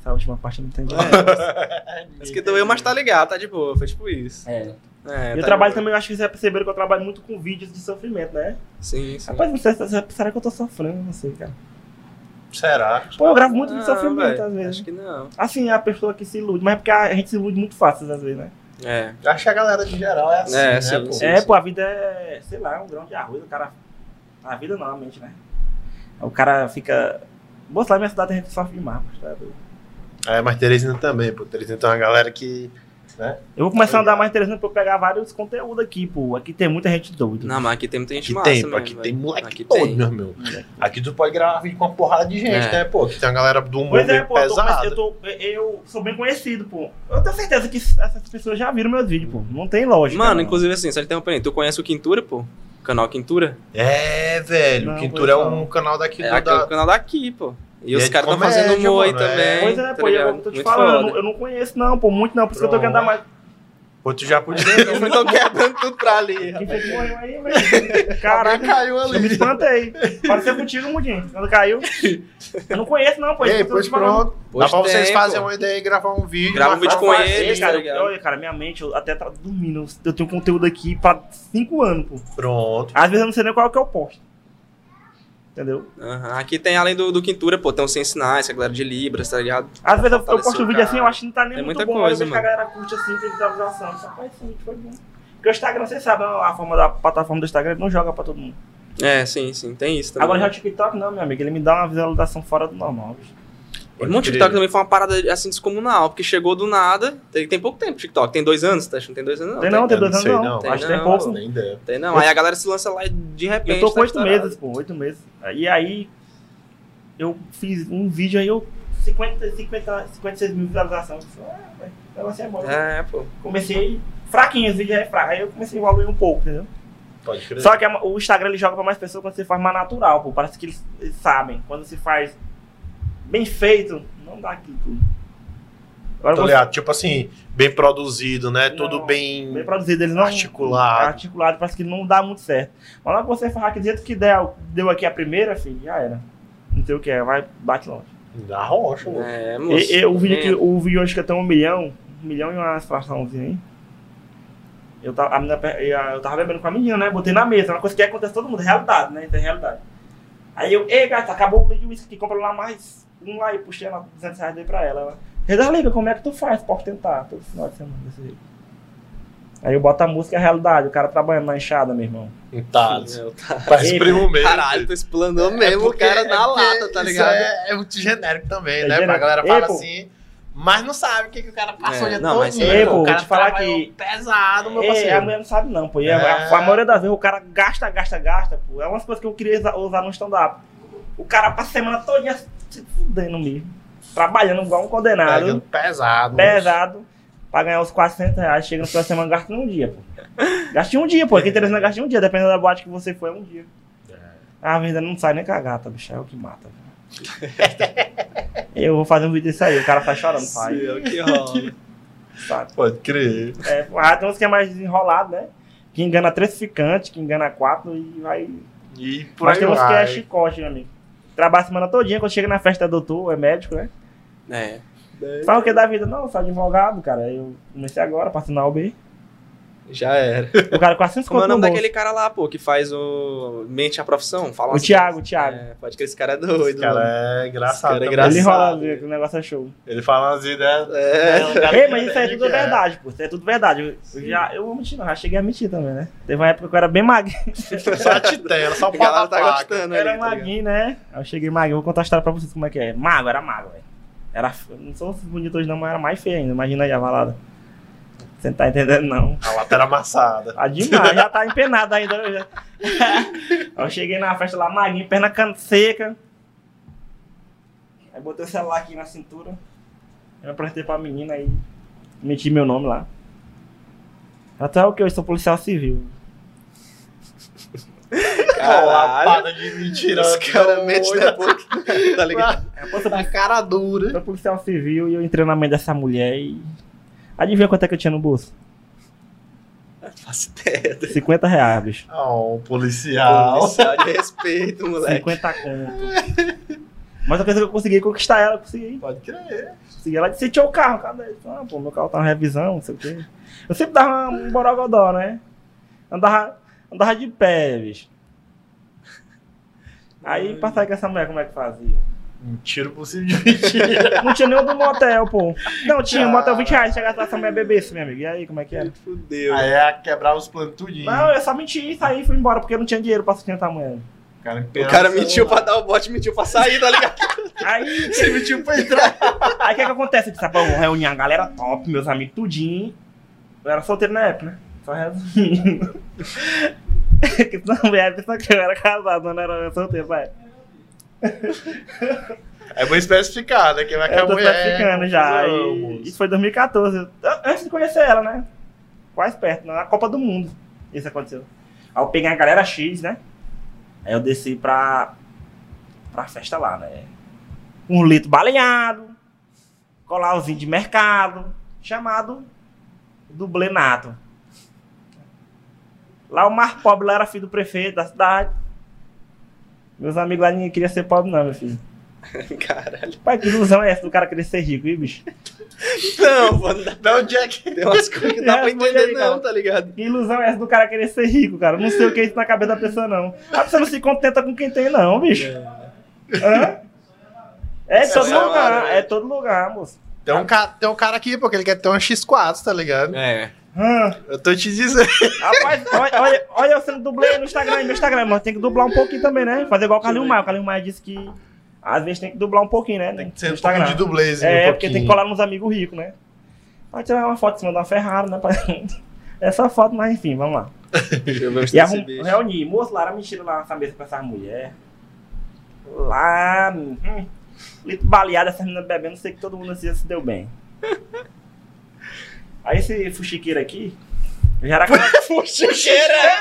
[SPEAKER 3] Essa última parte eu não entendi.
[SPEAKER 2] Mas que doeu, mas tá ligado, tá de boa. Foi tipo isso.
[SPEAKER 3] É.
[SPEAKER 2] É,
[SPEAKER 3] E eu
[SPEAKER 2] tá
[SPEAKER 3] trabalho
[SPEAKER 2] de boa.
[SPEAKER 3] também, eu acho que vocês já perceberam que eu trabalho muito com vídeos de sofrimento, né?
[SPEAKER 2] Sim, sim.
[SPEAKER 3] Rapaz, não sei, se- será que eu tô sofrendo? Não sei, cara.
[SPEAKER 1] Será?
[SPEAKER 3] Pô, eu gravo é muito de
[SPEAKER 2] Não,
[SPEAKER 3] sofrimento
[SPEAKER 2] Ah, velho,
[SPEAKER 3] às vezes.
[SPEAKER 2] Acho que não.
[SPEAKER 3] Assim, a pessoa que se ilude, mas é porque a gente se ilude muito fácil às vezes, né?
[SPEAKER 2] É.
[SPEAKER 1] Acho que a galera de geral é assim,
[SPEAKER 2] É,
[SPEAKER 1] né,
[SPEAKER 2] sim,
[SPEAKER 1] pô?
[SPEAKER 2] sim.
[SPEAKER 3] É, pô, a vida é, sei lá, um grão de arroz, o cara. A vida não, a mente, né? O cara fica. Moço, lá na minha cidade a gente sofre demais, mas tá doido.
[SPEAKER 1] É, mas Teresina também, pô. Teresina tem uma galera que... né,
[SPEAKER 3] Eu vou começar a andar mais interessante pra eu pegar vários conteúdos aqui, pô. Aqui tem muita gente doida.
[SPEAKER 2] Não, mas aqui tem muita gente
[SPEAKER 1] Aqui
[SPEAKER 2] massa
[SPEAKER 1] tem, pô.
[SPEAKER 2] mesmo,
[SPEAKER 1] Aqui
[SPEAKER 2] velho.
[SPEAKER 1] tem moleque
[SPEAKER 2] Aqui
[SPEAKER 1] todo,
[SPEAKER 2] tem.
[SPEAKER 1] meu irmão. Aqui tu pode gravar vídeo com uma porrada de gente,
[SPEAKER 2] É.
[SPEAKER 1] né, pô? Que tem uma galera do humor
[SPEAKER 3] Pois é,
[SPEAKER 1] meio
[SPEAKER 3] pô, eu, tô,
[SPEAKER 1] pesado.
[SPEAKER 3] mas eu, tô, eu sou bem conhecido, pô. Eu tenho certeza que essas pessoas já viram meus vídeos, pô. Não tem lógica.
[SPEAKER 2] Mano,
[SPEAKER 3] não.
[SPEAKER 2] inclusive assim, só te interrompendo. Tu conhece o Quintura, pô? O canal Quintura?
[SPEAKER 1] É, velho.
[SPEAKER 3] Não,
[SPEAKER 1] o Quintura é
[SPEAKER 3] pois
[SPEAKER 1] um
[SPEAKER 3] não.
[SPEAKER 1] canal daqui
[SPEAKER 2] É
[SPEAKER 1] do...
[SPEAKER 2] aqui, o
[SPEAKER 1] Da...
[SPEAKER 2] canal daqui, pô. E,
[SPEAKER 1] E é
[SPEAKER 2] os
[SPEAKER 1] de
[SPEAKER 2] caras estão
[SPEAKER 1] comédia,
[SPEAKER 2] fazendo moi
[SPEAKER 1] mano, é.
[SPEAKER 2] também.
[SPEAKER 3] Pois é,
[SPEAKER 2] tá
[SPEAKER 3] pô,
[SPEAKER 2] ligado?
[SPEAKER 3] eu tô te
[SPEAKER 2] Muito
[SPEAKER 3] falando, eu
[SPEAKER 2] foda.
[SPEAKER 3] não, eu não conheço, não, pô, muito não. Por isso que eu tô querendo andar mais.
[SPEAKER 1] Pô, tu já podia...
[SPEAKER 2] Então quebrando tudo pra ali.
[SPEAKER 3] Quem
[SPEAKER 2] rapaz.
[SPEAKER 3] foi que morreu aí, velho? Caraca.
[SPEAKER 4] Alguém caiu
[SPEAKER 3] Eu me
[SPEAKER 4] ali.
[SPEAKER 3] espantei. Pareceu contigo, Mudinho. Quando caiu. Eu não conheço, não, pô.
[SPEAKER 4] Ei,
[SPEAKER 3] Isso que eu tô
[SPEAKER 4] pois
[SPEAKER 3] te falando.
[SPEAKER 4] pronto. Dá
[SPEAKER 2] Pois
[SPEAKER 1] Dá pra
[SPEAKER 2] tem,
[SPEAKER 1] vocês
[SPEAKER 2] pô.
[SPEAKER 1] fazerem uma ideia e gravar um vídeo.
[SPEAKER 2] Grava um
[SPEAKER 1] marcar
[SPEAKER 2] vídeo
[SPEAKER 3] Vou
[SPEAKER 2] com
[SPEAKER 1] uma-
[SPEAKER 3] fazer,
[SPEAKER 2] eles, tá
[SPEAKER 3] cara.
[SPEAKER 2] ligado?
[SPEAKER 3] Olha, cara, minha mente, eu até tá dormindo. Eu tenho conteúdo aqui pra 5 anos, pô.
[SPEAKER 1] Pronto.
[SPEAKER 3] Às vezes eu não sei nem qual é que eu posto. Entendeu?
[SPEAKER 2] Aham, Aqui tem, além do, do Quintura, pô, tem o Sem Sinais, a galera de Libras, tá ligado?
[SPEAKER 3] Às vezes eu, eu
[SPEAKER 2] fortalecer
[SPEAKER 3] posto
[SPEAKER 2] o
[SPEAKER 3] um vídeo
[SPEAKER 2] cara.
[SPEAKER 3] assim, eu acho que não tá nem
[SPEAKER 2] É
[SPEAKER 3] muito
[SPEAKER 2] muita
[SPEAKER 3] bom.
[SPEAKER 2] coisa,
[SPEAKER 3] eu vejo que a
[SPEAKER 2] mano.
[SPEAKER 3] galera curte assim, tem visualização. Eu só, "Pô, esse vídeo foi bom. Porque o Instagram, vocês sabem, a forma da plataforma do Instagram ele não joga pra todo mundo.
[SPEAKER 2] É, sim, sim, tem isso também.
[SPEAKER 3] Agora já o TikTok, não, meu amigo. Ele me dá uma visualização fora do normal, bicho.
[SPEAKER 2] Irmão, o TikTok também foi uma parada assim descomunal, porque chegou do nada. Tem, tem pouco tempo o TikTok, tem dois anos, tá? Acho que não tem dois anos, não.
[SPEAKER 3] Tem não, tem
[SPEAKER 1] eu não
[SPEAKER 3] dois anos
[SPEAKER 1] sei,
[SPEAKER 3] não.
[SPEAKER 1] não.
[SPEAKER 3] Acho que
[SPEAKER 2] Tem
[SPEAKER 3] tem
[SPEAKER 2] não,
[SPEAKER 3] poucos.
[SPEAKER 1] Nem ideia.
[SPEAKER 2] Tem não. Aí a galera se lança lá e de repente.
[SPEAKER 3] Eu tô
[SPEAKER 2] tá
[SPEAKER 3] com oito
[SPEAKER 2] estourado.
[SPEAKER 3] meses, pô, oito meses. E aí, eu fiz um vídeo aí, eu. 50, 50, 56 mil visualizações. Eu falei, Ah, velho, o negócio é bom.
[SPEAKER 2] É, pô.
[SPEAKER 3] Comecei fraquinho, os vídeos é fraco. Aí eu comecei a evoluir um pouco, entendeu?
[SPEAKER 1] Pode crer.
[SPEAKER 3] Só que a- o Instagram ele joga pra mais pessoas quando você faz mais natural, pô. Parece que eles, eles sabem. Quando se faz bem feito, não dá aquilo tudo. Agora
[SPEAKER 1] Tá
[SPEAKER 3] você-
[SPEAKER 1] ligado? Tipo assim, bem produzido, né?
[SPEAKER 3] Não,
[SPEAKER 1] Tudo bem.
[SPEAKER 3] bem produzido, eles não
[SPEAKER 1] Articulado.
[SPEAKER 3] articulado, parece que não dá muito certo. Mas lá que você falar que do jeito que der, deu aqui a primeira, filho, já era. Não sei o que é, vai, bate longe.
[SPEAKER 1] Da rocha, mano.
[SPEAKER 2] É, moço.
[SPEAKER 3] E, e o, vídeo que,
[SPEAKER 2] também.
[SPEAKER 3] o vídeo hoje que eu tenho um milhão, um milhão e uma fraçãozinha aí. Eu tava, a menina pe- eu eu tava bebendo com a menina, né? Botei na mesa, uma coisa que acontece com todo mundo, é realidade, né? Isso é realidade. Aí eu, ei, gata, acabou o litro de uísque aqui, compra lá mais um lá e puxei lá 200 reais dei pra ela. ela Redaliga, como é que tu faz? Posso tentar todo final de semana desse jeito. Aí eu boto a música, é a realidade, o cara trabalhando na enxada, meu irmão.
[SPEAKER 1] Tá.
[SPEAKER 2] É, eu tava-
[SPEAKER 1] Parece
[SPEAKER 3] Ei,
[SPEAKER 1] primo mesmo.
[SPEAKER 2] Caralho, tu
[SPEAKER 3] É,
[SPEAKER 2] explanou mesmo o
[SPEAKER 4] porque-
[SPEAKER 2] cara na
[SPEAKER 4] porque
[SPEAKER 2] lata, tá
[SPEAKER 4] isso
[SPEAKER 2] ligado?
[SPEAKER 4] É, é muito genérico também,
[SPEAKER 3] É
[SPEAKER 4] né? Pra
[SPEAKER 3] genérico.
[SPEAKER 4] galera
[SPEAKER 3] Ei,
[SPEAKER 4] fala
[SPEAKER 3] pô.
[SPEAKER 4] assim, mas não sabe o que, que o cara passou
[SPEAKER 2] É,
[SPEAKER 4] de
[SPEAKER 2] não,
[SPEAKER 4] todo
[SPEAKER 2] mas
[SPEAKER 4] dia,
[SPEAKER 2] é,
[SPEAKER 4] pô,
[SPEAKER 3] pô,
[SPEAKER 4] o cara
[SPEAKER 3] te falar
[SPEAKER 4] trabalhou
[SPEAKER 3] que-
[SPEAKER 4] pesado, meu
[SPEAKER 3] É, a
[SPEAKER 4] parceiro.
[SPEAKER 3] mulher não sabe não, pô. E a-
[SPEAKER 1] É.
[SPEAKER 3] a, a maioria das vezes o cara gasta, gasta, gasta, pô. É umas coisas que eu queria exa- usar no stand-up. O cara passa a semana toda se fudendo mesmo. Trabalhando igual um
[SPEAKER 1] Pegando
[SPEAKER 3] condenado,
[SPEAKER 1] pesado.
[SPEAKER 3] pesado, pra ganhar uns 400 reais. Chega no final de semana, gasta em um dia, pô. Gasta em um dia, pô. Aqui em Teresina gasta em um dia. Dependendo da boate que você for, é um dia. A venda não sai nem cagata, bicho. É o que mata. velho. Eu vou fazer um vídeo disso aí, o cara faz chorando, pai.
[SPEAKER 2] Sim, é o que rola.
[SPEAKER 3] Sabe?
[SPEAKER 1] Pode crer.
[SPEAKER 3] É, o rato é um esquema mais desenrolado, né? Que engana três ficantes, que engana quatro e vai.
[SPEAKER 1] E por aí
[SPEAKER 3] Mas tem uns que é
[SPEAKER 1] vai.
[SPEAKER 3] chicote, meu amigo. Trabalha a semana todinha, quando chega na festa é doutor, é médico, né?
[SPEAKER 2] É.
[SPEAKER 3] Fala o que da vida? Não, eu sou advogado, cara. Eu comecei agora, passei na UB.
[SPEAKER 2] Já era.
[SPEAKER 3] O cara com 400
[SPEAKER 2] Como é o
[SPEAKER 3] conto no
[SPEAKER 2] nome
[SPEAKER 3] bolso.
[SPEAKER 2] daquele cara lá, pô, que faz o. Mente a profissão? Fala
[SPEAKER 3] O
[SPEAKER 2] umas
[SPEAKER 3] Thiago, o
[SPEAKER 2] coisas.
[SPEAKER 3] Thiago.
[SPEAKER 2] É, pode que esse cara é
[SPEAKER 1] Esse
[SPEAKER 2] doido. mano.
[SPEAKER 1] cara é engraçado.
[SPEAKER 2] Esse cara é
[SPEAKER 1] também.
[SPEAKER 3] Ele
[SPEAKER 2] engraçado.
[SPEAKER 3] enrola, viu, que o negócio é show.
[SPEAKER 1] Ele fala umas ideias.
[SPEAKER 2] É.
[SPEAKER 1] um cara
[SPEAKER 3] Ei, mas isso aí é tudo
[SPEAKER 1] que
[SPEAKER 3] verdade, pô. Isso aí é tudo verdade. Eu- Eu, já, eu vou mentir, não. Já cheguei a mentir também, né? Teve uma época que eu era bem magrinho.
[SPEAKER 1] Só a titela, só
[SPEAKER 2] A
[SPEAKER 1] o
[SPEAKER 2] galera
[SPEAKER 1] pau
[SPEAKER 2] tá gostando ali. tá
[SPEAKER 3] Era
[SPEAKER 2] ligado?
[SPEAKER 3] magrinho, né? Aí eu cheguei magrinho. Eu Vou contar a história pra vocês como é que é. Mago, era mago, velho. Era, eu não sou bonito hoje não, mas era mais feio ainda. Imagina aí a balada. Você não tá entendendo, não.
[SPEAKER 1] A lata era amassada.
[SPEAKER 3] Tá demais, já tá empenado ainda. Eu já- Aí eu cheguei na festa lá, magrinho, perna can- seca. Aí botei o celular aqui na cintura. Eu apresentei pra menina aí. Meti meu nome lá. Ela, tu é o que? Eu sou policial civil.
[SPEAKER 2] Caralho.
[SPEAKER 1] Lapada de mentira.
[SPEAKER 2] Os caras metem na boca. Tá ligado?
[SPEAKER 3] Aí, "Pô, eu sou
[SPEAKER 4] Na cara dura.
[SPEAKER 3] Sou policial civil e eu entrei na mãe dessa mulher e. Adivinha quanto é que eu tinha no bolso?
[SPEAKER 2] Faço ideia.
[SPEAKER 3] 50 reais, bicho.
[SPEAKER 1] Oh, um policial.
[SPEAKER 2] Policial de respeito, moleque.
[SPEAKER 3] 50 conto. Mas a coisa que eu consegui conquistar ela, eu consegui.
[SPEAKER 1] Pode crer.
[SPEAKER 3] consegui. Ela disse: tinha o carro, cadê? Eu disse, Ah, pô, meu carro tá na revisão, não sei o quê. Eu sempre dava um borogodó, né? Andava, andava de pé, bicho. Aí passava com essa mulher, como é que fazia?
[SPEAKER 1] Um tiro possível de mentira.
[SPEAKER 3] Não tinha nenhum do motel, pô. Não, tinha, um motel 20 reais, chegava lá, essa mulher bebesse, meu amigo. E aí, como é que era?
[SPEAKER 2] Fudeu.
[SPEAKER 1] Aí é quebrar os planos tudinho.
[SPEAKER 3] Não, eu só menti e saí e fui embora, porque eu não tinha dinheiro pra sustentar a mulher.
[SPEAKER 1] O cara,
[SPEAKER 2] O cara mentiu pra dar o bote, mentiu pra sair, tá ligado?
[SPEAKER 3] Aí,
[SPEAKER 1] Você mentiu pra entrar.
[SPEAKER 3] aí o que, que acontece? Eu disse, "Ah, pô, eu vou reunir a galera top, meus amigos tudinho. Eu era solteiro na época, né? Só resumindo. Porque não, minha época só que eu era casado, mas não era solteiro, pai.
[SPEAKER 1] É bom especificar, né? Que vai
[SPEAKER 3] Eu tô
[SPEAKER 1] acabar né?
[SPEAKER 3] ficando já. E, isso foi 2014. Eu- Antes de conhecer ela, né? Quase perto, na Copa do Mundo. Isso aconteceu. Aí eu peguei a galera X, né? Aí eu desci pra. pra festa lá, né? Um litro baleado, colarzinho de mercado, chamado dublê nato. Lá o mais pobre lá era filho do prefeito da cidade. Meus amigos lá ninguém queria ser pobre, não, meu filho.
[SPEAKER 2] Caralho.
[SPEAKER 3] Pai, que ilusão é essa do cara querer ser rico, hein, bicho?
[SPEAKER 2] Não, mano, dá-
[SPEAKER 1] Não, Jack.
[SPEAKER 2] tem umas coisas que dá pra
[SPEAKER 3] Responde
[SPEAKER 2] entender,
[SPEAKER 3] aí,
[SPEAKER 2] não,
[SPEAKER 3] cara.
[SPEAKER 2] tá ligado?
[SPEAKER 3] Que ilusão é essa do cara querer ser rico, cara? Não sei o que é isso na cabeça da pessoa, não. A pessoa não se contenta com quem tem, não, bicho.
[SPEAKER 1] É.
[SPEAKER 3] Hã? É
[SPEAKER 2] Isso
[SPEAKER 3] todo
[SPEAKER 2] é uma
[SPEAKER 3] lugar,
[SPEAKER 2] hora,
[SPEAKER 3] é todo lugar, moço.
[SPEAKER 1] Tem um, ca... Tem um cara aqui, porque ele quer ter um X4, tá ligado?
[SPEAKER 2] É.
[SPEAKER 3] Hã?
[SPEAKER 1] Eu tô te dizendo.
[SPEAKER 3] Rapaz, olha, olha, olha eu sendo dublê no Instagram, meu Instagram, mas tem que dublar um pouquinho também, né? Fazer igual o Carlinho Maia. O Carlinho Maia disse que às vezes tem que dublar um pouquinho, né?
[SPEAKER 1] Tem que
[SPEAKER 3] no
[SPEAKER 1] ser um pouquinho de dublês,
[SPEAKER 3] É,
[SPEAKER 1] um
[SPEAKER 3] porque tem que
[SPEAKER 1] pouquinho.
[SPEAKER 3] colar nos amigos ricos, né? Pra tirar uma foto em cima de uma Ferrari, né? pai? Essa foto, mas enfim, vamos lá.
[SPEAKER 2] Deixa eu ver onde
[SPEAKER 3] E né?
[SPEAKER 2] tá esse
[SPEAKER 3] arrum-
[SPEAKER 2] bicho.
[SPEAKER 3] reuni, moço, lá era mentira lá na cabeça com essas mulheres. Lá, hum, litro baleado, essas meninas bebendo, sei que todo mundo assim se deu bem. Aí esse fuxiqueiro aqui, eu já era casado.
[SPEAKER 2] Puxa, cheira! é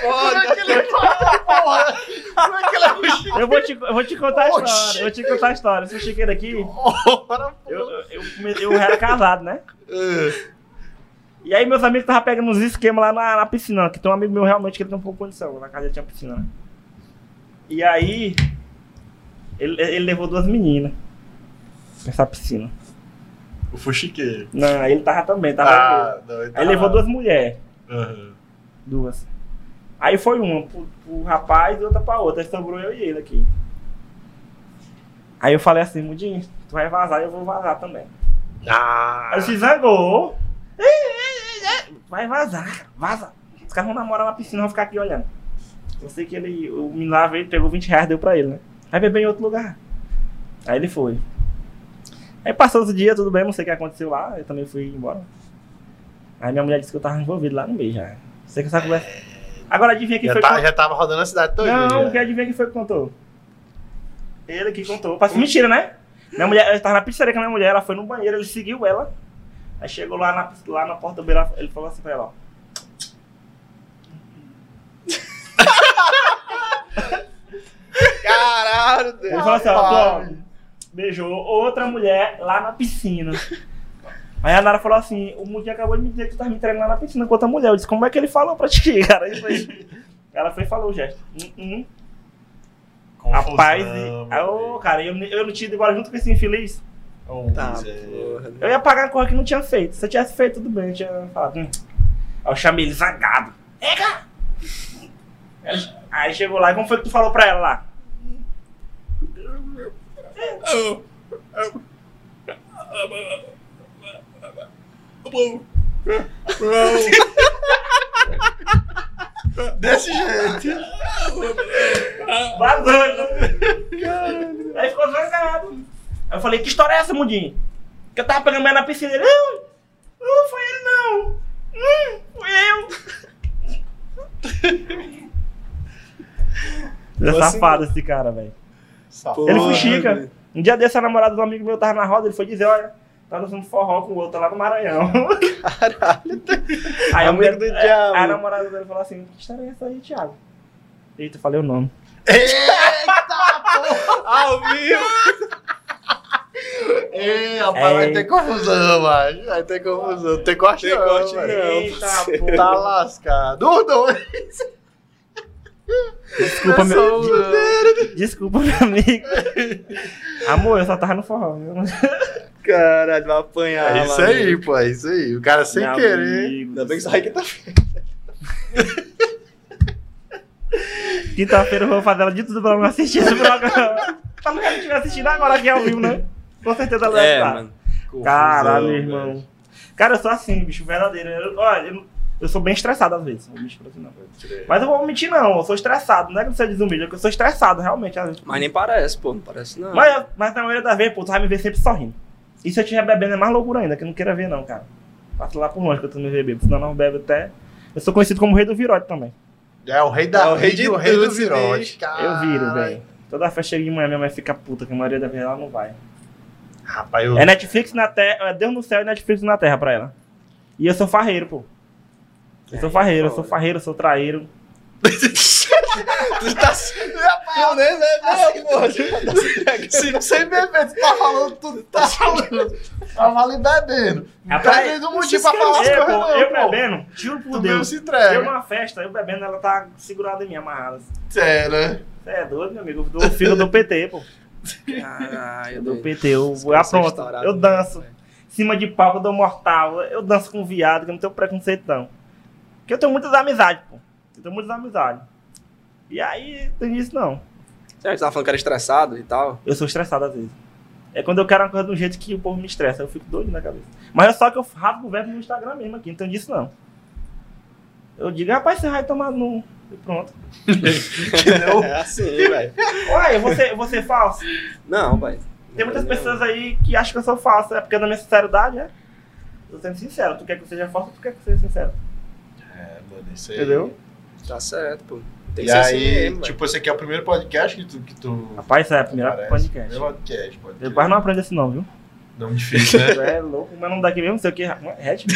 [SPEAKER 2] foda.
[SPEAKER 1] Como
[SPEAKER 2] É
[SPEAKER 1] é que
[SPEAKER 2] foda!
[SPEAKER 1] ele fala, porra? Como é que ele é um X-
[SPEAKER 3] eu, vou te, eu vou te contar a
[SPEAKER 1] Oxi.
[SPEAKER 3] história, eu vou te contar a história. Esse fuxiqueiro aqui,
[SPEAKER 1] Ora,
[SPEAKER 3] eu,
[SPEAKER 1] porra.
[SPEAKER 3] eu, eu, eu era casado, né?
[SPEAKER 1] É.
[SPEAKER 3] E aí meus amigos estavam pegando uns esquemas lá na, na piscina, que tem um amigo meu realmente que ele não foi condição, na casa tinha piscina. né? E aí, ele, ele levou duas meninas nessa piscina.
[SPEAKER 1] O fuxiqueiro.
[SPEAKER 3] Não, ele tava também, tava
[SPEAKER 1] Ah, não, ele
[SPEAKER 3] eu. Aí Tá levou duas mulheres,
[SPEAKER 1] Aham.
[SPEAKER 3] duas. Aí foi uma pro, pro rapaz e outra pra outra, aí sobrou eu e ele aqui. Aí eu falei assim, Mudinho, tu vai vazar e eu vou vazar também. Aí
[SPEAKER 1] Ah,
[SPEAKER 3] se zangou. Ei, ei, ei, ei. Vai vazar, cara, vaza. Os caras vão namorar na piscina, vão ficar aqui olhando. Eu sei que ele, o menino lá veio, pegou 20 reais, deu pra ele, né? Aí bebeu em outro lugar. Aí ele foi. Aí passou os dias, tudo bem, não sei o que aconteceu lá, eu também fui embora. Aí minha mulher disse que eu tava envolvido lá no meio já. Sei que essa conversa. Agora adivinha quem
[SPEAKER 1] já,
[SPEAKER 3] foi
[SPEAKER 1] tá,
[SPEAKER 3] que
[SPEAKER 1] já tava rodando a cidade toda.
[SPEAKER 3] não,
[SPEAKER 1] já.
[SPEAKER 3] quer adivinhar quem foi que contou? é. Ele que contou. Parece mentira, né? Minha mulher, eu tava na pizzaria com a minha mulher, ela foi no banheiro, ele seguiu ela. Aí chegou lá na, lá na porta dele, ele falou assim pra ela, ó.
[SPEAKER 2] Caralho!
[SPEAKER 4] amor de Deus.
[SPEAKER 3] Ele falou assim, ó,
[SPEAKER 4] Pai.
[SPEAKER 3] Tom, beijou outra mulher lá na piscina. Aí a Nara falou assim, o Mundinho acabou de me dizer que tu tá me entregando lá na piscina com outra mulher. Eu disse, como é que ele falou pra ti, cara? Aí foi- Ela foi e falou o gesto. Hum, hum.
[SPEAKER 4] Confusão,
[SPEAKER 3] Rapaz, e...
[SPEAKER 4] meu
[SPEAKER 3] Aí, ô, cara, eu, eu não tinha ido embora junto com esse infeliz.
[SPEAKER 1] um
[SPEAKER 4] Deus.
[SPEAKER 2] Tá,
[SPEAKER 4] Pois é.
[SPEAKER 2] porra.
[SPEAKER 3] Eu ia pagar a coisa que não tinha feito. Se eu tivesse feito, tudo bem, eu tinha falado. Hum. Aí eu chamei ele zangado. Pega! Aí chegou lá, e como foi que tu falou pra ela lá?
[SPEAKER 4] Desse jeito.
[SPEAKER 3] Vazando. Aí ficou zangado. Aí eu falei, que história é essa, Mundinho? Que eu tava pegando mulher na piscina. Ele, não, não foi ele não. Hum, fui eu. Ele é
[SPEAKER 2] Assim-
[SPEAKER 3] safado esse cara, velho.
[SPEAKER 4] Safado.
[SPEAKER 2] Porra,
[SPEAKER 3] Ele fuxica.
[SPEAKER 2] velho.
[SPEAKER 3] Um dia desse, a namorada do amigo meu tava na roda, ele foi dizer, olha, tá dançando forró com o outro lá no Maranhão. Caralho. Aí a
[SPEAKER 2] Amigo
[SPEAKER 3] mulher-
[SPEAKER 2] do
[SPEAKER 3] é,
[SPEAKER 2] diabo.
[SPEAKER 3] A namorada dele falou assim, que história é essa aí, Thiago? Eita, falei o nome.
[SPEAKER 2] Ao vivo!
[SPEAKER 4] Ei, É, rapaz, vai
[SPEAKER 3] Ei.
[SPEAKER 4] ter confusão, macho. Vai ter confusão. Não tem corte
[SPEAKER 2] Tem
[SPEAKER 4] não,
[SPEAKER 2] corte
[SPEAKER 4] macho.
[SPEAKER 2] Não,
[SPEAKER 3] pô.
[SPEAKER 4] Tá lascado. Os dois.
[SPEAKER 3] Desculpa,
[SPEAKER 4] Sou um
[SPEAKER 3] meu.
[SPEAKER 4] deles.
[SPEAKER 3] Desculpa, meu amigo. Amor, eu só tava no forró, viu?
[SPEAKER 2] Caralho, vai apanhar.
[SPEAKER 4] É isso
[SPEAKER 2] lá,
[SPEAKER 4] aí,
[SPEAKER 2] velho.
[SPEAKER 4] pô. É isso aí. O cara sem
[SPEAKER 3] Meu
[SPEAKER 4] querer.
[SPEAKER 3] amigo.
[SPEAKER 2] Ainda bem que sai que tá feio.
[SPEAKER 3] Quinta-feira eu vou fazer ela de tudo pra não assistir esse programa. Pra não estiver assistindo agora aqui ao vivo, né? Com certeza ela vai
[SPEAKER 2] É,
[SPEAKER 3] estar.
[SPEAKER 2] mano.
[SPEAKER 3] Caralho,
[SPEAKER 4] Confusão,
[SPEAKER 3] irmão.
[SPEAKER 4] velho.
[SPEAKER 3] Cara, eu sou assim, bicho, verdadeiro. Eu- olha, eu, eu sou bem estressado às vezes. Não vou mentir pra tu, não. Mas eu vou mentir, não. Eu sou estressado. Não é que você é desumilde, é que eu sou estressado, realmente. Às vezes.
[SPEAKER 2] Mas ah. nem parece, pô. Não parece, não.
[SPEAKER 3] Mas, mas na maioria das vezes, pô, tu vai me ver sempre sorrindo. E se eu estiver bebendo é mais loucura ainda, que eu não queira ver, não, cara. Passa lá por longe que eu tô me bebendo, senão eu não bebo até. Eu sou conhecido como rei do virote também.
[SPEAKER 4] É o rei da
[SPEAKER 2] É o rei
[SPEAKER 4] vida e
[SPEAKER 2] de
[SPEAKER 4] o rei do
[SPEAKER 2] tudo,
[SPEAKER 4] virote.
[SPEAKER 3] Eu viro,
[SPEAKER 4] Caralho.
[SPEAKER 3] velho. Toda festa chega de manhã, minha mãe fica puta, que a maioria das vezes ela não vai.
[SPEAKER 4] Rapaz,
[SPEAKER 1] Uhum.
[SPEAKER 4] eu...
[SPEAKER 3] É Netflix na terra, é Deus no céu e Netflix na terra pra ela. E eu sou farreiro, pô. Eu sou
[SPEAKER 2] Aí,
[SPEAKER 3] farreiro, eu
[SPEAKER 2] pô,
[SPEAKER 3] sou
[SPEAKER 2] né?
[SPEAKER 3] farreiro, eu sou traíro.
[SPEAKER 2] Tu tá. Eu nem lembro, pô.
[SPEAKER 4] Tá Se sem beber, tu tá falando tudo, tá falando. Tava ali bebendo. Não tá
[SPEAKER 3] Rapaz,
[SPEAKER 4] tendo motivo pra falar as
[SPEAKER 3] É,
[SPEAKER 4] coisas,
[SPEAKER 3] pô,
[SPEAKER 4] não,
[SPEAKER 3] eu
[SPEAKER 4] pô.
[SPEAKER 3] bebendo, tiro por
[SPEAKER 4] Tu mesmo
[SPEAKER 3] Deus.
[SPEAKER 4] se
[SPEAKER 3] Eu
[SPEAKER 4] entrega.
[SPEAKER 3] numa festa, eu bebendo, ela tá segurada em mim, amarrada.
[SPEAKER 4] É, né?
[SPEAKER 3] Você é doido, meu amigo. Eu dou- fico do PT, pô.
[SPEAKER 2] Caralho,
[SPEAKER 3] Eu
[SPEAKER 2] doido.
[SPEAKER 3] dou PT, eu
[SPEAKER 2] Esse
[SPEAKER 3] vou
[SPEAKER 2] cara tá
[SPEAKER 3] apronto.
[SPEAKER 2] estourado,
[SPEAKER 3] Eu
[SPEAKER 2] né,
[SPEAKER 3] danço.
[SPEAKER 2] velho?
[SPEAKER 3] Em cima de palco, eu dou mortal. Eu danço com viado, que eu não tenho preconceito, não. Porque eu tenho muitas amizades, pô. Eu tenho muitas amizades. E aí, tem isso não.
[SPEAKER 2] Você tava falando que era estressado e tal.
[SPEAKER 3] Eu sou estressado às vezes. É quando eu quero uma coisa de um jeito que o povo me estressa, eu fico doido na cabeça. Mas é só que eu rasgo o verbo no Instagram mesmo aqui, não tem disso não. Eu digo, rapaz, você vai tomar no. E pronto.
[SPEAKER 2] É assim, velho.
[SPEAKER 3] Uai, eu vou ser, eu vou ser falso?
[SPEAKER 2] Não, pai.
[SPEAKER 3] Tem muitas pessoas aí que acham que eu sou falso, é porque na minha sinceridade, né? Tô sendo sincero, tu quer que eu seja falso, tu quer que eu seja sincero.
[SPEAKER 4] É, mano, isso aí.
[SPEAKER 3] Entendeu?
[SPEAKER 2] Tá certo, pô. Tem
[SPEAKER 4] E
[SPEAKER 2] que ser assim
[SPEAKER 4] aí,
[SPEAKER 2] mesmo, velho.
[SPEAKER 4] tipo, esse aqui é o primeiro podcast que tu. Que tu
[SPEAKER 3] Rapaz, isso é a primeira
[SPEAKER 4] aparece.
[SPEAKER 3] podcast.
[SPEAKER 4] Primeiro podcast, pode
[SPEAKER 3] Eu
[SPEAKER 4] crer.
[SPEAKER 3] quase não aprendo esse nome, viu?
[SPEAKER 4] Nome difícil, né?
[SPEAKER 3] Tu é louco, mas não daqui mesmo, não sei o que. Red?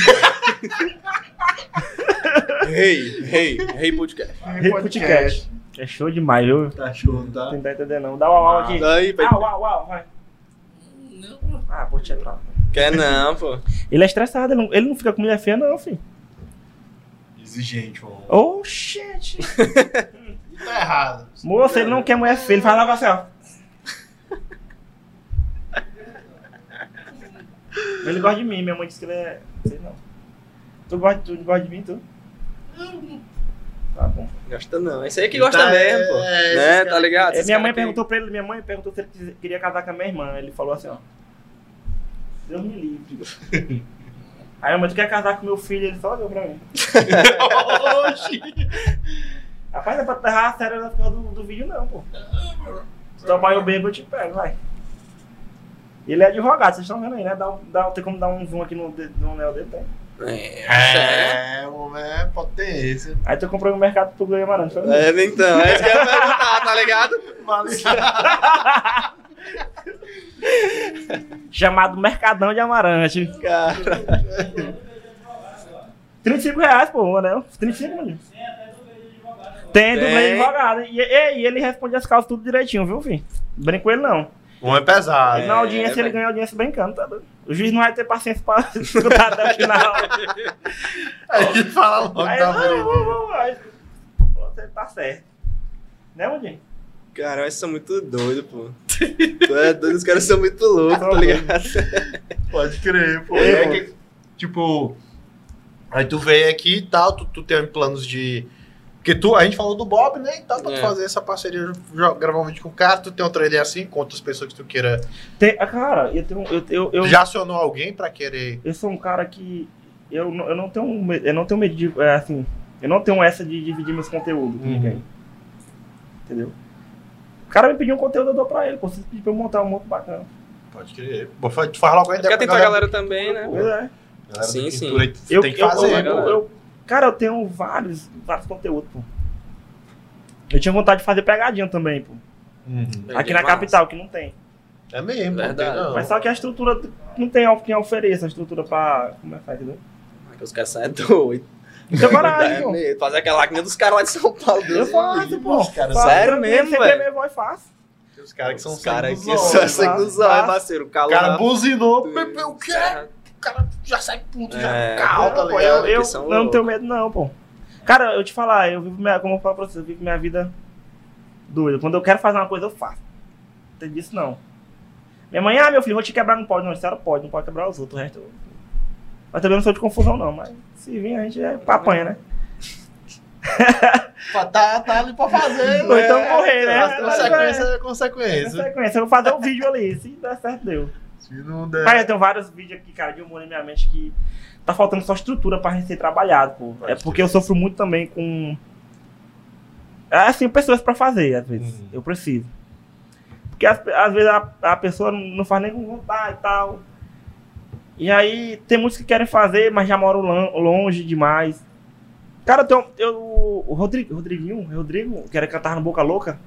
[SPEAKER 2] Rei, rei, rei podcast.
[SPEAKER 3] Red Podcast. É show demais, viu?
[SPEAKER 4] Tá show, não tá?
[SPEAKER 3] Não tá entendendo não. Dá uma aula aqui.
[SPEAKER 2] Daí, pai.
[SPEAKER 3] Au, au, au, vai. Não. Ah, vou te entrar.
[SPEAKER 2] Quer não, pô.
[SPEAKER 3] Ele é estressado, ele não, ele não fica com mulher feia, não, filho.
[SPEAKER 4] Exigente, mano.
[SPEAKER 3] Oh, shit.
[SPEAKER 4] Tá errado.
[SPEAKER 3] Moça, ele não quer mulher feia, ele faz logo assim, ó. Ele gosta de mim, minha mãe disse que ele é. Sei não. Tu gosta, tu gosta de mim, tu? Tá bom.
[SPEAKER 2] Gosta não. Esse aí que gosta
[SPEAKER 4] Tá,
[SPEAKER 2] mesmo, pô.
[SPEAKER 4] é, esses
[SPEAKER 2] né?
[SPEAKER 4] caras-
[SPEAKER 2] Tá ligado?
[SPEAKER 3] É,
[SPEAKER 2] Esses
[SPEAKER 3] minha
[SPEAKER 2] caras
[SPEAKER 3] mãe
[SPEAKER 2] que-
[SPEAKER 3] perguntou pra ele, minha mãe perguntou se ele quis- queria casar com a minha irmã. Ele falou assim, ó. Deus me livre. Aí a mãe, tu quer casar com meu filho? Ele só olhou pra mim.
[SPEAKER 4] Oxi.
[SPEAKER 3] Rapaz, não é pra terrar a sério na porra do, do vídeo, não, pô. Se tu apanha o bebo, eu te pego, vai. Ele é advogado, vocês estão vendo aí, né? Dá, um- dá, um- tem como dar um zoom aqui no, de- no anel dele, tem.
[SPEAKER 2] É,
[SPEAKER 4] É, o homem é potência.
[SPEAKER 3] Aí tu comprou no mercado pro Guilherme Arantes, foi mesmo?
[SPEAKER 2] é, então, é isso que eu ia perguntar, tá ligado?
[SPEAKER 3] Chamado Mercadão de Amarante.
[SPEAKER 2] Cara,
[SPEAKER 3] um 35 reais, pô, o anel. 35, mano. Tem dublê
[SPEAKER 2] Tem.
[SPEAKER 3] advogado. E, e- e ele responde as causas tudo direitinho, viu, filho? Brinco com ele, não.
[SPEAKER 1] Um é pesado.
[SPEAKER 3] Na audiência, ele
[SPEAKER 2] velho.
[SPEAKER 3] ganha audiência brincando, tá doido? O juiz não vai ter paciência pra escutar até o final.
[SPEAKER 1] A gente fala logo
[SPEAKER 3] Aí,
[SPEAKER 1] da
[SPEAKER 3] não,
[SPEAKER 1] frente.
[SPEAKER 3] não, não, não. Aí, Você tá certo. Né, Mundinho?
[SPEAKER 2] Cara, eles são muito doidos, pô. tu é doido, os caras são muito loucos, tá ligado?
[SPEAKER 1] Pode crer, pô.
[SPEAKER 2] É,
[SPEAKER 1] É que, tipo, aí tu veio aqui e tal, tu, tu tem planos de. Porque tu, a gente falou do Bob, né? E tal, pra tu
[SPEAKER 2] É.
[SPEAKER 1] fazer essa parceria, jo- gravar um vídeo com o cara, tu tem outra ideia assim, com outras pessoas que tu queira.
[SPEAKER 3] Tem, ah, cara, eu tenho. Eu, eu, eu,
[SPEAKER 1] Tu já acionou alguém pra querer.
[SPEAKER 3] eu sou um cara que. Eu, não- eu não tenho. me- Eu não tenho medo de. é, assim, eu não tenho essa de dividir meus conteúdos com
[SPEAKER 1] Uhum.
[SPEAKER 3] ninguém. Entendeu? O cara me pediu um conteúdo, eu dou pra ele. Pô, você pediu pra eu montar um outro bacana.
[SPEAKER 1] Pode querer. Pô, fa- Tu faz logo a ideia
[SPEAKER 2] Quer
[SPEAKER 1] pra
[SPEAKER 2] tentar a galera também, né?
[SPEAKER 3] Pois é.
[SPEAKER 1] galera do
[SPEAKER 2] Sim,
[SPEAKER 1] pintura aí, tu
[SPEAKER 3] Eu,
[SPEAKER 1] tem que
[SPEAKER 3] eu-
[SPEAKER 1] fazer.
[SPEAKER 3] eu-
[SPEAKER 1] pô.
[SPEAKER 3] eu- eu- cara, eu tenho vários, vários conteúdos, pô. Eu tinha vontade de fazer pegadinha também, pô.
[SPEAKER 1] Uhum.
[SPEAKER 3] Aqui na capital, que não tem.
[SPEAKER 1] É mesmo, pô,
[SPEAKER 2] Verdade.
[SPEAKER 1] tem não.
[SPEAKER 3] Mas tá só que a estrutura não tem al- quem ofereça a estrutura pra. Como é que faz, entendeu?
[SPEAKER 2] Porque os caras são é doido.
[SPEAKER 3] Então,
[SPEAKER 2] É
[SPEAKER 3] coragem, pô.
[SPEAKER 2] mesmo, Fazer aquela lágrima dos caras lá de São Paulo.
[SPEAKER 3] Eu
[SPEAKER 2] Deus me livre.
[SPEAKER 3] faço, pô.
[SPEAKER 1] cara,
[SPEAKER 3] Faço,
[SPEAKER 2] sério
[SPEAKER 3] eu
[SPEAKER 2] mesmo,
[SPEAKER 3] sempre é
[SPEAKER 2] velho?
[SPEAKER 3] minha voz faço.
[SPEAKER 1] Os caras que são
[SPEAKER 2] Os caras
[SPEAKER 1] sangue
[SPEAKER 2] aqui
[SPEAKER 1] dos
[SPEAKER 2] são
[SPEAKER 1] olhos,
[SPEAKER 2] sangue
[SPEAKER 1] tá?
[SPEAKER 2] dos olhos, parceiro. O
[SPEAKER 1] O
[SPEAKER 2] calor
[SPEAKER 1] cara é?
[SPEAKER 2] lá-
[SPEAKER 1] buzinou, bebê, o quê? O cara já sai puto, já
[SPEAKER 2] É.
[SPEAKER 1] calma, tá
[SPEAKER 3] Não, pô,
[SPEAKER 1] ligado?
[SPEAKER 3] eu, eu
[SPEAKER 2] Que são
[SPEAKER 3] não
[SPEAKER 2] loucos.
[SPEAKER 3] tenho medo, não, pô. Cara, eu te falar, eu vivo minha. Como eu falo pra você, eu vivo minha vida doida. Quando eu quero fazer uma coisa, eu faço. Não tem disso, não. Minha mãe, ah, meu filho, vou te quebrar, não pode. Não, a senhora pode, não pode quebrar os outros. O resto. eu- Mas também não sou de confusão, não. Mas se vir, a gente é papanha, né?
[SPEAKER 4] Tá, tá ali pra fazer.
[SPEAKER 3] Ou então correr, né?
[SPEAKER 4] As consequências é
[SPEAKER 3] Na
[SPEAKER 4] consequência.
[SPEAKER 3] sequência, eu vou fazer um vídeo ali. Se der certo, deu.
[SPEAKER 1] Se não der.
[SPEAKER 3] Cara, eu tenho vários vídeos aqui, cara, de humor na minha mente que tá faltando só estrutura pra gente ser trabalhado, pô. É porque eu sofro muito também com. é, Assim, pessoas pra fazer, às vezes.
[SPEAKER 1] Uhum.
[SPEAKER 3] Eu preciso. Porque às, às vezes a, a pessoa não faz nem com vontade e tal. E aí, tem muitos que querem fazer, mas já moram lan- longe demais. Cara, eu tenho. Eu, o Rodrigo, Rodriguinho, é Rodrigo, que era cantar no Boca Louca.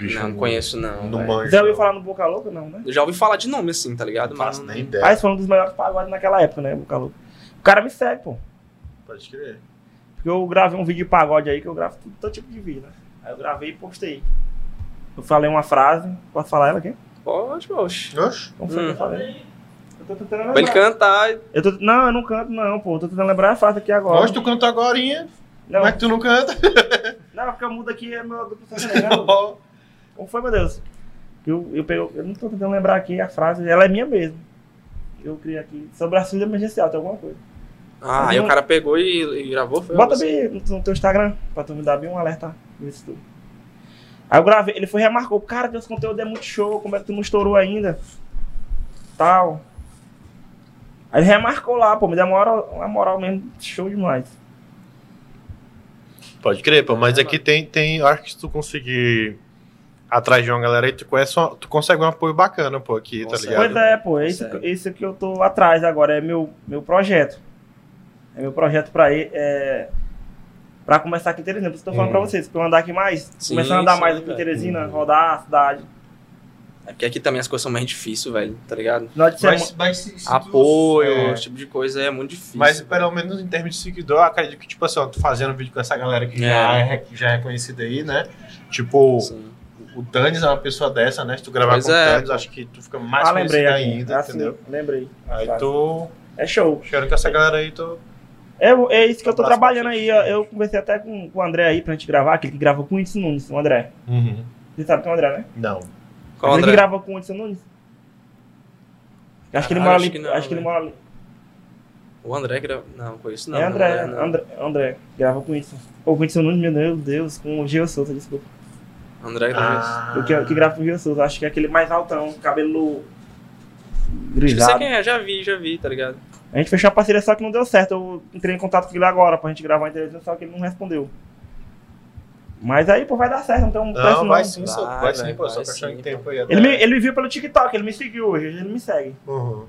[SPEAKER 2] Não, não conheço, não.
[SPEAKER 1] Não
[SPEAKER 2] velho.
[SPEAKER 1] manjo.
[SPEAKER 3] Já ouviu falar no Boca Louca? Não, né?
[SPEAKER 2] Eu já ouvi falar de nome assim, tá ligado?
[SPEAKER 1] Não
[SPEAKER 2] Mas
[SPEAKER 1] faço
[SPEAKER 2] não-
[SPEAKER 1] nem ideia.
[SPEAKER 3] Aí foi um dos melhores pagodes naquela época, né? Boca Louca. O cara me segue, pô.
[SPEAKER 1] Pode crer.
[SPEAKER 3] Porque eu gravei um vídeo de pagode aí que eu gravo tudo, todo tipo de vídeo, né? Aí eu gravei e postei. Eu falei uma frase, posso falar ela aqui?
[SPEAKER 2] Pode, poxa.
[SPEAKER 1] Oxe.
[SPEAKER 3] Como foi que
[SPEAKER 2] Hum.
[SPEAKER 3] eu falei? Eu tô tentando
[SPEAKER 2] Pra ele
[SPEAKER 3] lembrar.
[SPEAKER 2] cantar,
[SPEAKER 3] Eu tô- Não, eu não canto, não, pô. Eu tô tentando lembrar a frase aqui agora.
[SPEAKER 1] Oxe, tu canta agora.
[SPEAKER 3] Não,
[SPEAKER 1] Como é que tu não canta?
[SPEAKER 3] não, porque eu mudo aqui é meu duplo sensacional. Como foi, meu Deus? Eu, eu, pego- eu não tô tentando lembrar aqui a frase, ela é minha mesmo. Eu criei aqui. Sobre auxílio emergencial, tem alguma coisa.
[SPEAKER 2] Ah, aí o cara pegou e, e gravou, foi? um
[SPEAKER 3] Bota
[SPEAKER 2] Você-
[SPEAKER 3] bem no, no teu Instagram, pra tu me dar bem um alerta nisso tudo. Aí eu gravei, ele foi e remarcou, cara, teu conteúdo é muito show, como é que tu não estourou ainda? Tal. Aí ele remarcou lá, pô, me deu uma moral, uma moral mesmo, show demais.
[SPEAKER 1] Pode crer, pô. Mas aqui tem, tem. Acho que se tu conseguir atrás de uma galera aí, tu, conhece uma- tu consegue um apoio bacana, pô, aqui, tá
[SPEAKER 2] Consegue.
[SPEAKER 1] ligado?
[SPEAKER 3] Pois é, pô, é isso,
[SPEAKER 2] Consegue.
[SPEAKER 3] que- isso que eu tô atrás agora, é meu, meu projeto. É meu projeto pra, e- é, pra começar aqui em Teresina. Por isso que eu tô falando
[SPEAKER 1] Hum.
[SPEAKER 3] pra vocês, pra eu andar aqui mais,
[SPEAKER 2] Sim,
[SPEAKER 3] começar a andar
[SPEAKER 2] sim,
[SPEAKER 3] mais aqui em
[SPEAKER 2] velho.
[SPEAKER 3] Teresina,
[SPEAKER 1] Hum.
[SPEAKER 3] rodar a cidade.
[SPEAKER 2] É porque aqui também as coisas são mais difíceis, velho, tá ligado?
[SPEAKER 3] Final de semana.
[SPEAKER 1] Mas, mas se- se tu-
[SPEAKER 2] Apoio,
[SPEAKER 1] é.
[SPEAKER 2] esse tipo de coisa é muito difícil.
[SPEAKER 1] Mas
[SPEAKER 2] velho.
[SPEAKER 1] pelo menos em termos de seguidor, eu acredito que, tipo assim, ó, tu fazendo vídeo com essa galera que
[SPEAKER 2] É.
[SPEAKER 1] já, é, que já é conhecida aí, né? Tipo,
[SPEAKER 2] Sim.
[SPEAKER 1] o Danis é uma pessoa dessa, né? Se tu gravar
[SPEAKER 2] Pois
[SPEAKER 1] com
[SPEAKER 2] é,
[SPEAKER 1] o Danis, acho que tu fica mais
[SPEAKER 3] ah, lembrei
[SPEAKER 1] conhecido
[SPEAKER 3] aqui.
[SPEAKER 1] ainda,
[SPEAKER 3] Ah, sim,
[SPEAKER 1] entendeu?
[SPEAKER 3] Lembrei.
[SPEAKER 1] Aí
[SPEAKER 3] Tá.
[SPEAKER 1] tu.
[SPEAKER 3] É show.
[SPEAKER 1] Quero que essa galera aí tu.
[SPEAKER 3] É, é isso que eu tô
[SPEAKER 1] Abraço
[SPEAKER 3] trabalhando
[SPEAKER 1] pra
[SPEAKER 3] aí.
[SPEAKER 1] gente.
[SPEAKER 3] ó. Eu conversei até com, com o André aí pra gente gravar, aquele que gravou com o Edson Nunes, o André.
[SPEAKER 2] Uhum.
[SPEAKER 3] Você sabe quem é o André, né?
[SPEAKER 1] Não.
[SPEAKER 2] Qual
[SPEAKER 3] Aquele que
[SPEAKER 2] André?
[SPEAKER 3] gravou com o Edson Nunes. Eu Acho que ele
[SPEAKER 2] Caralho,
[SPEAKER 3] mora
[SPEAKER 2] Ah, acho
[SPEAKER 3] ali.
[SPEAKER 2] que não,
[SPEAKER 3] acho que ele
[SPEAKER 2] velho.
[SPEAKER 3] mora ali.
[SPEAKER 2] O André grava. Não, conheço não.
[SPEAKER 3] é
[SPEAKER 2] não,
[SPEAKER 3] André,
[SPEAKER 2] não.
[SPEAKER 3] André, André. Grava com o Edson. Ou com o Edson Nunes, meu Deus, meu Deus, com o Gil Souza, desculpa.
[SPEAKER 2] André conheço.
[SPEAKER 1] Ah.
[SPEAKER 3] O que, o que grava com o Gil Souza, acho que é aquele mais altão, cabelo
[SPEAKER 2] Acho que sei
[SPEAKER 3] grisado.
[SPEAKER 2] quem é, já vi, já vi, tá ligado?
[SPEAKER 3] A gente fechou a parceria, só que não deu certo. Eu entrei em contato com ele agora pra gente gravar a entrevista, só que ele não respondeu. Mas aí, pô, vai dar certo, então não
[SPEAKER 1] Não,
[SPEAKER 3] presta
[SPEAKER 1] vai
[SPEAKER 3] não.
[SPEAKER 1] sim, só,
[SPEAKER 2] Vai,
[SPEAKER 1] vai, sim,
[SPEAKER 2] velho,
[SPEAKER 1] pô. Só
[SPEAKER 2] vai
[SPEAKER 1] questão de
[SPEAKER 2] sim,
[SPEAKER 1] tempo aí é até.
[SPEAKER 3] Ele me, ele me viu pelo TikTok, ele me seguiu hoje, ele me segue.
[SPEAKER 1] Uhum.
[SPEAKER 3] Hoje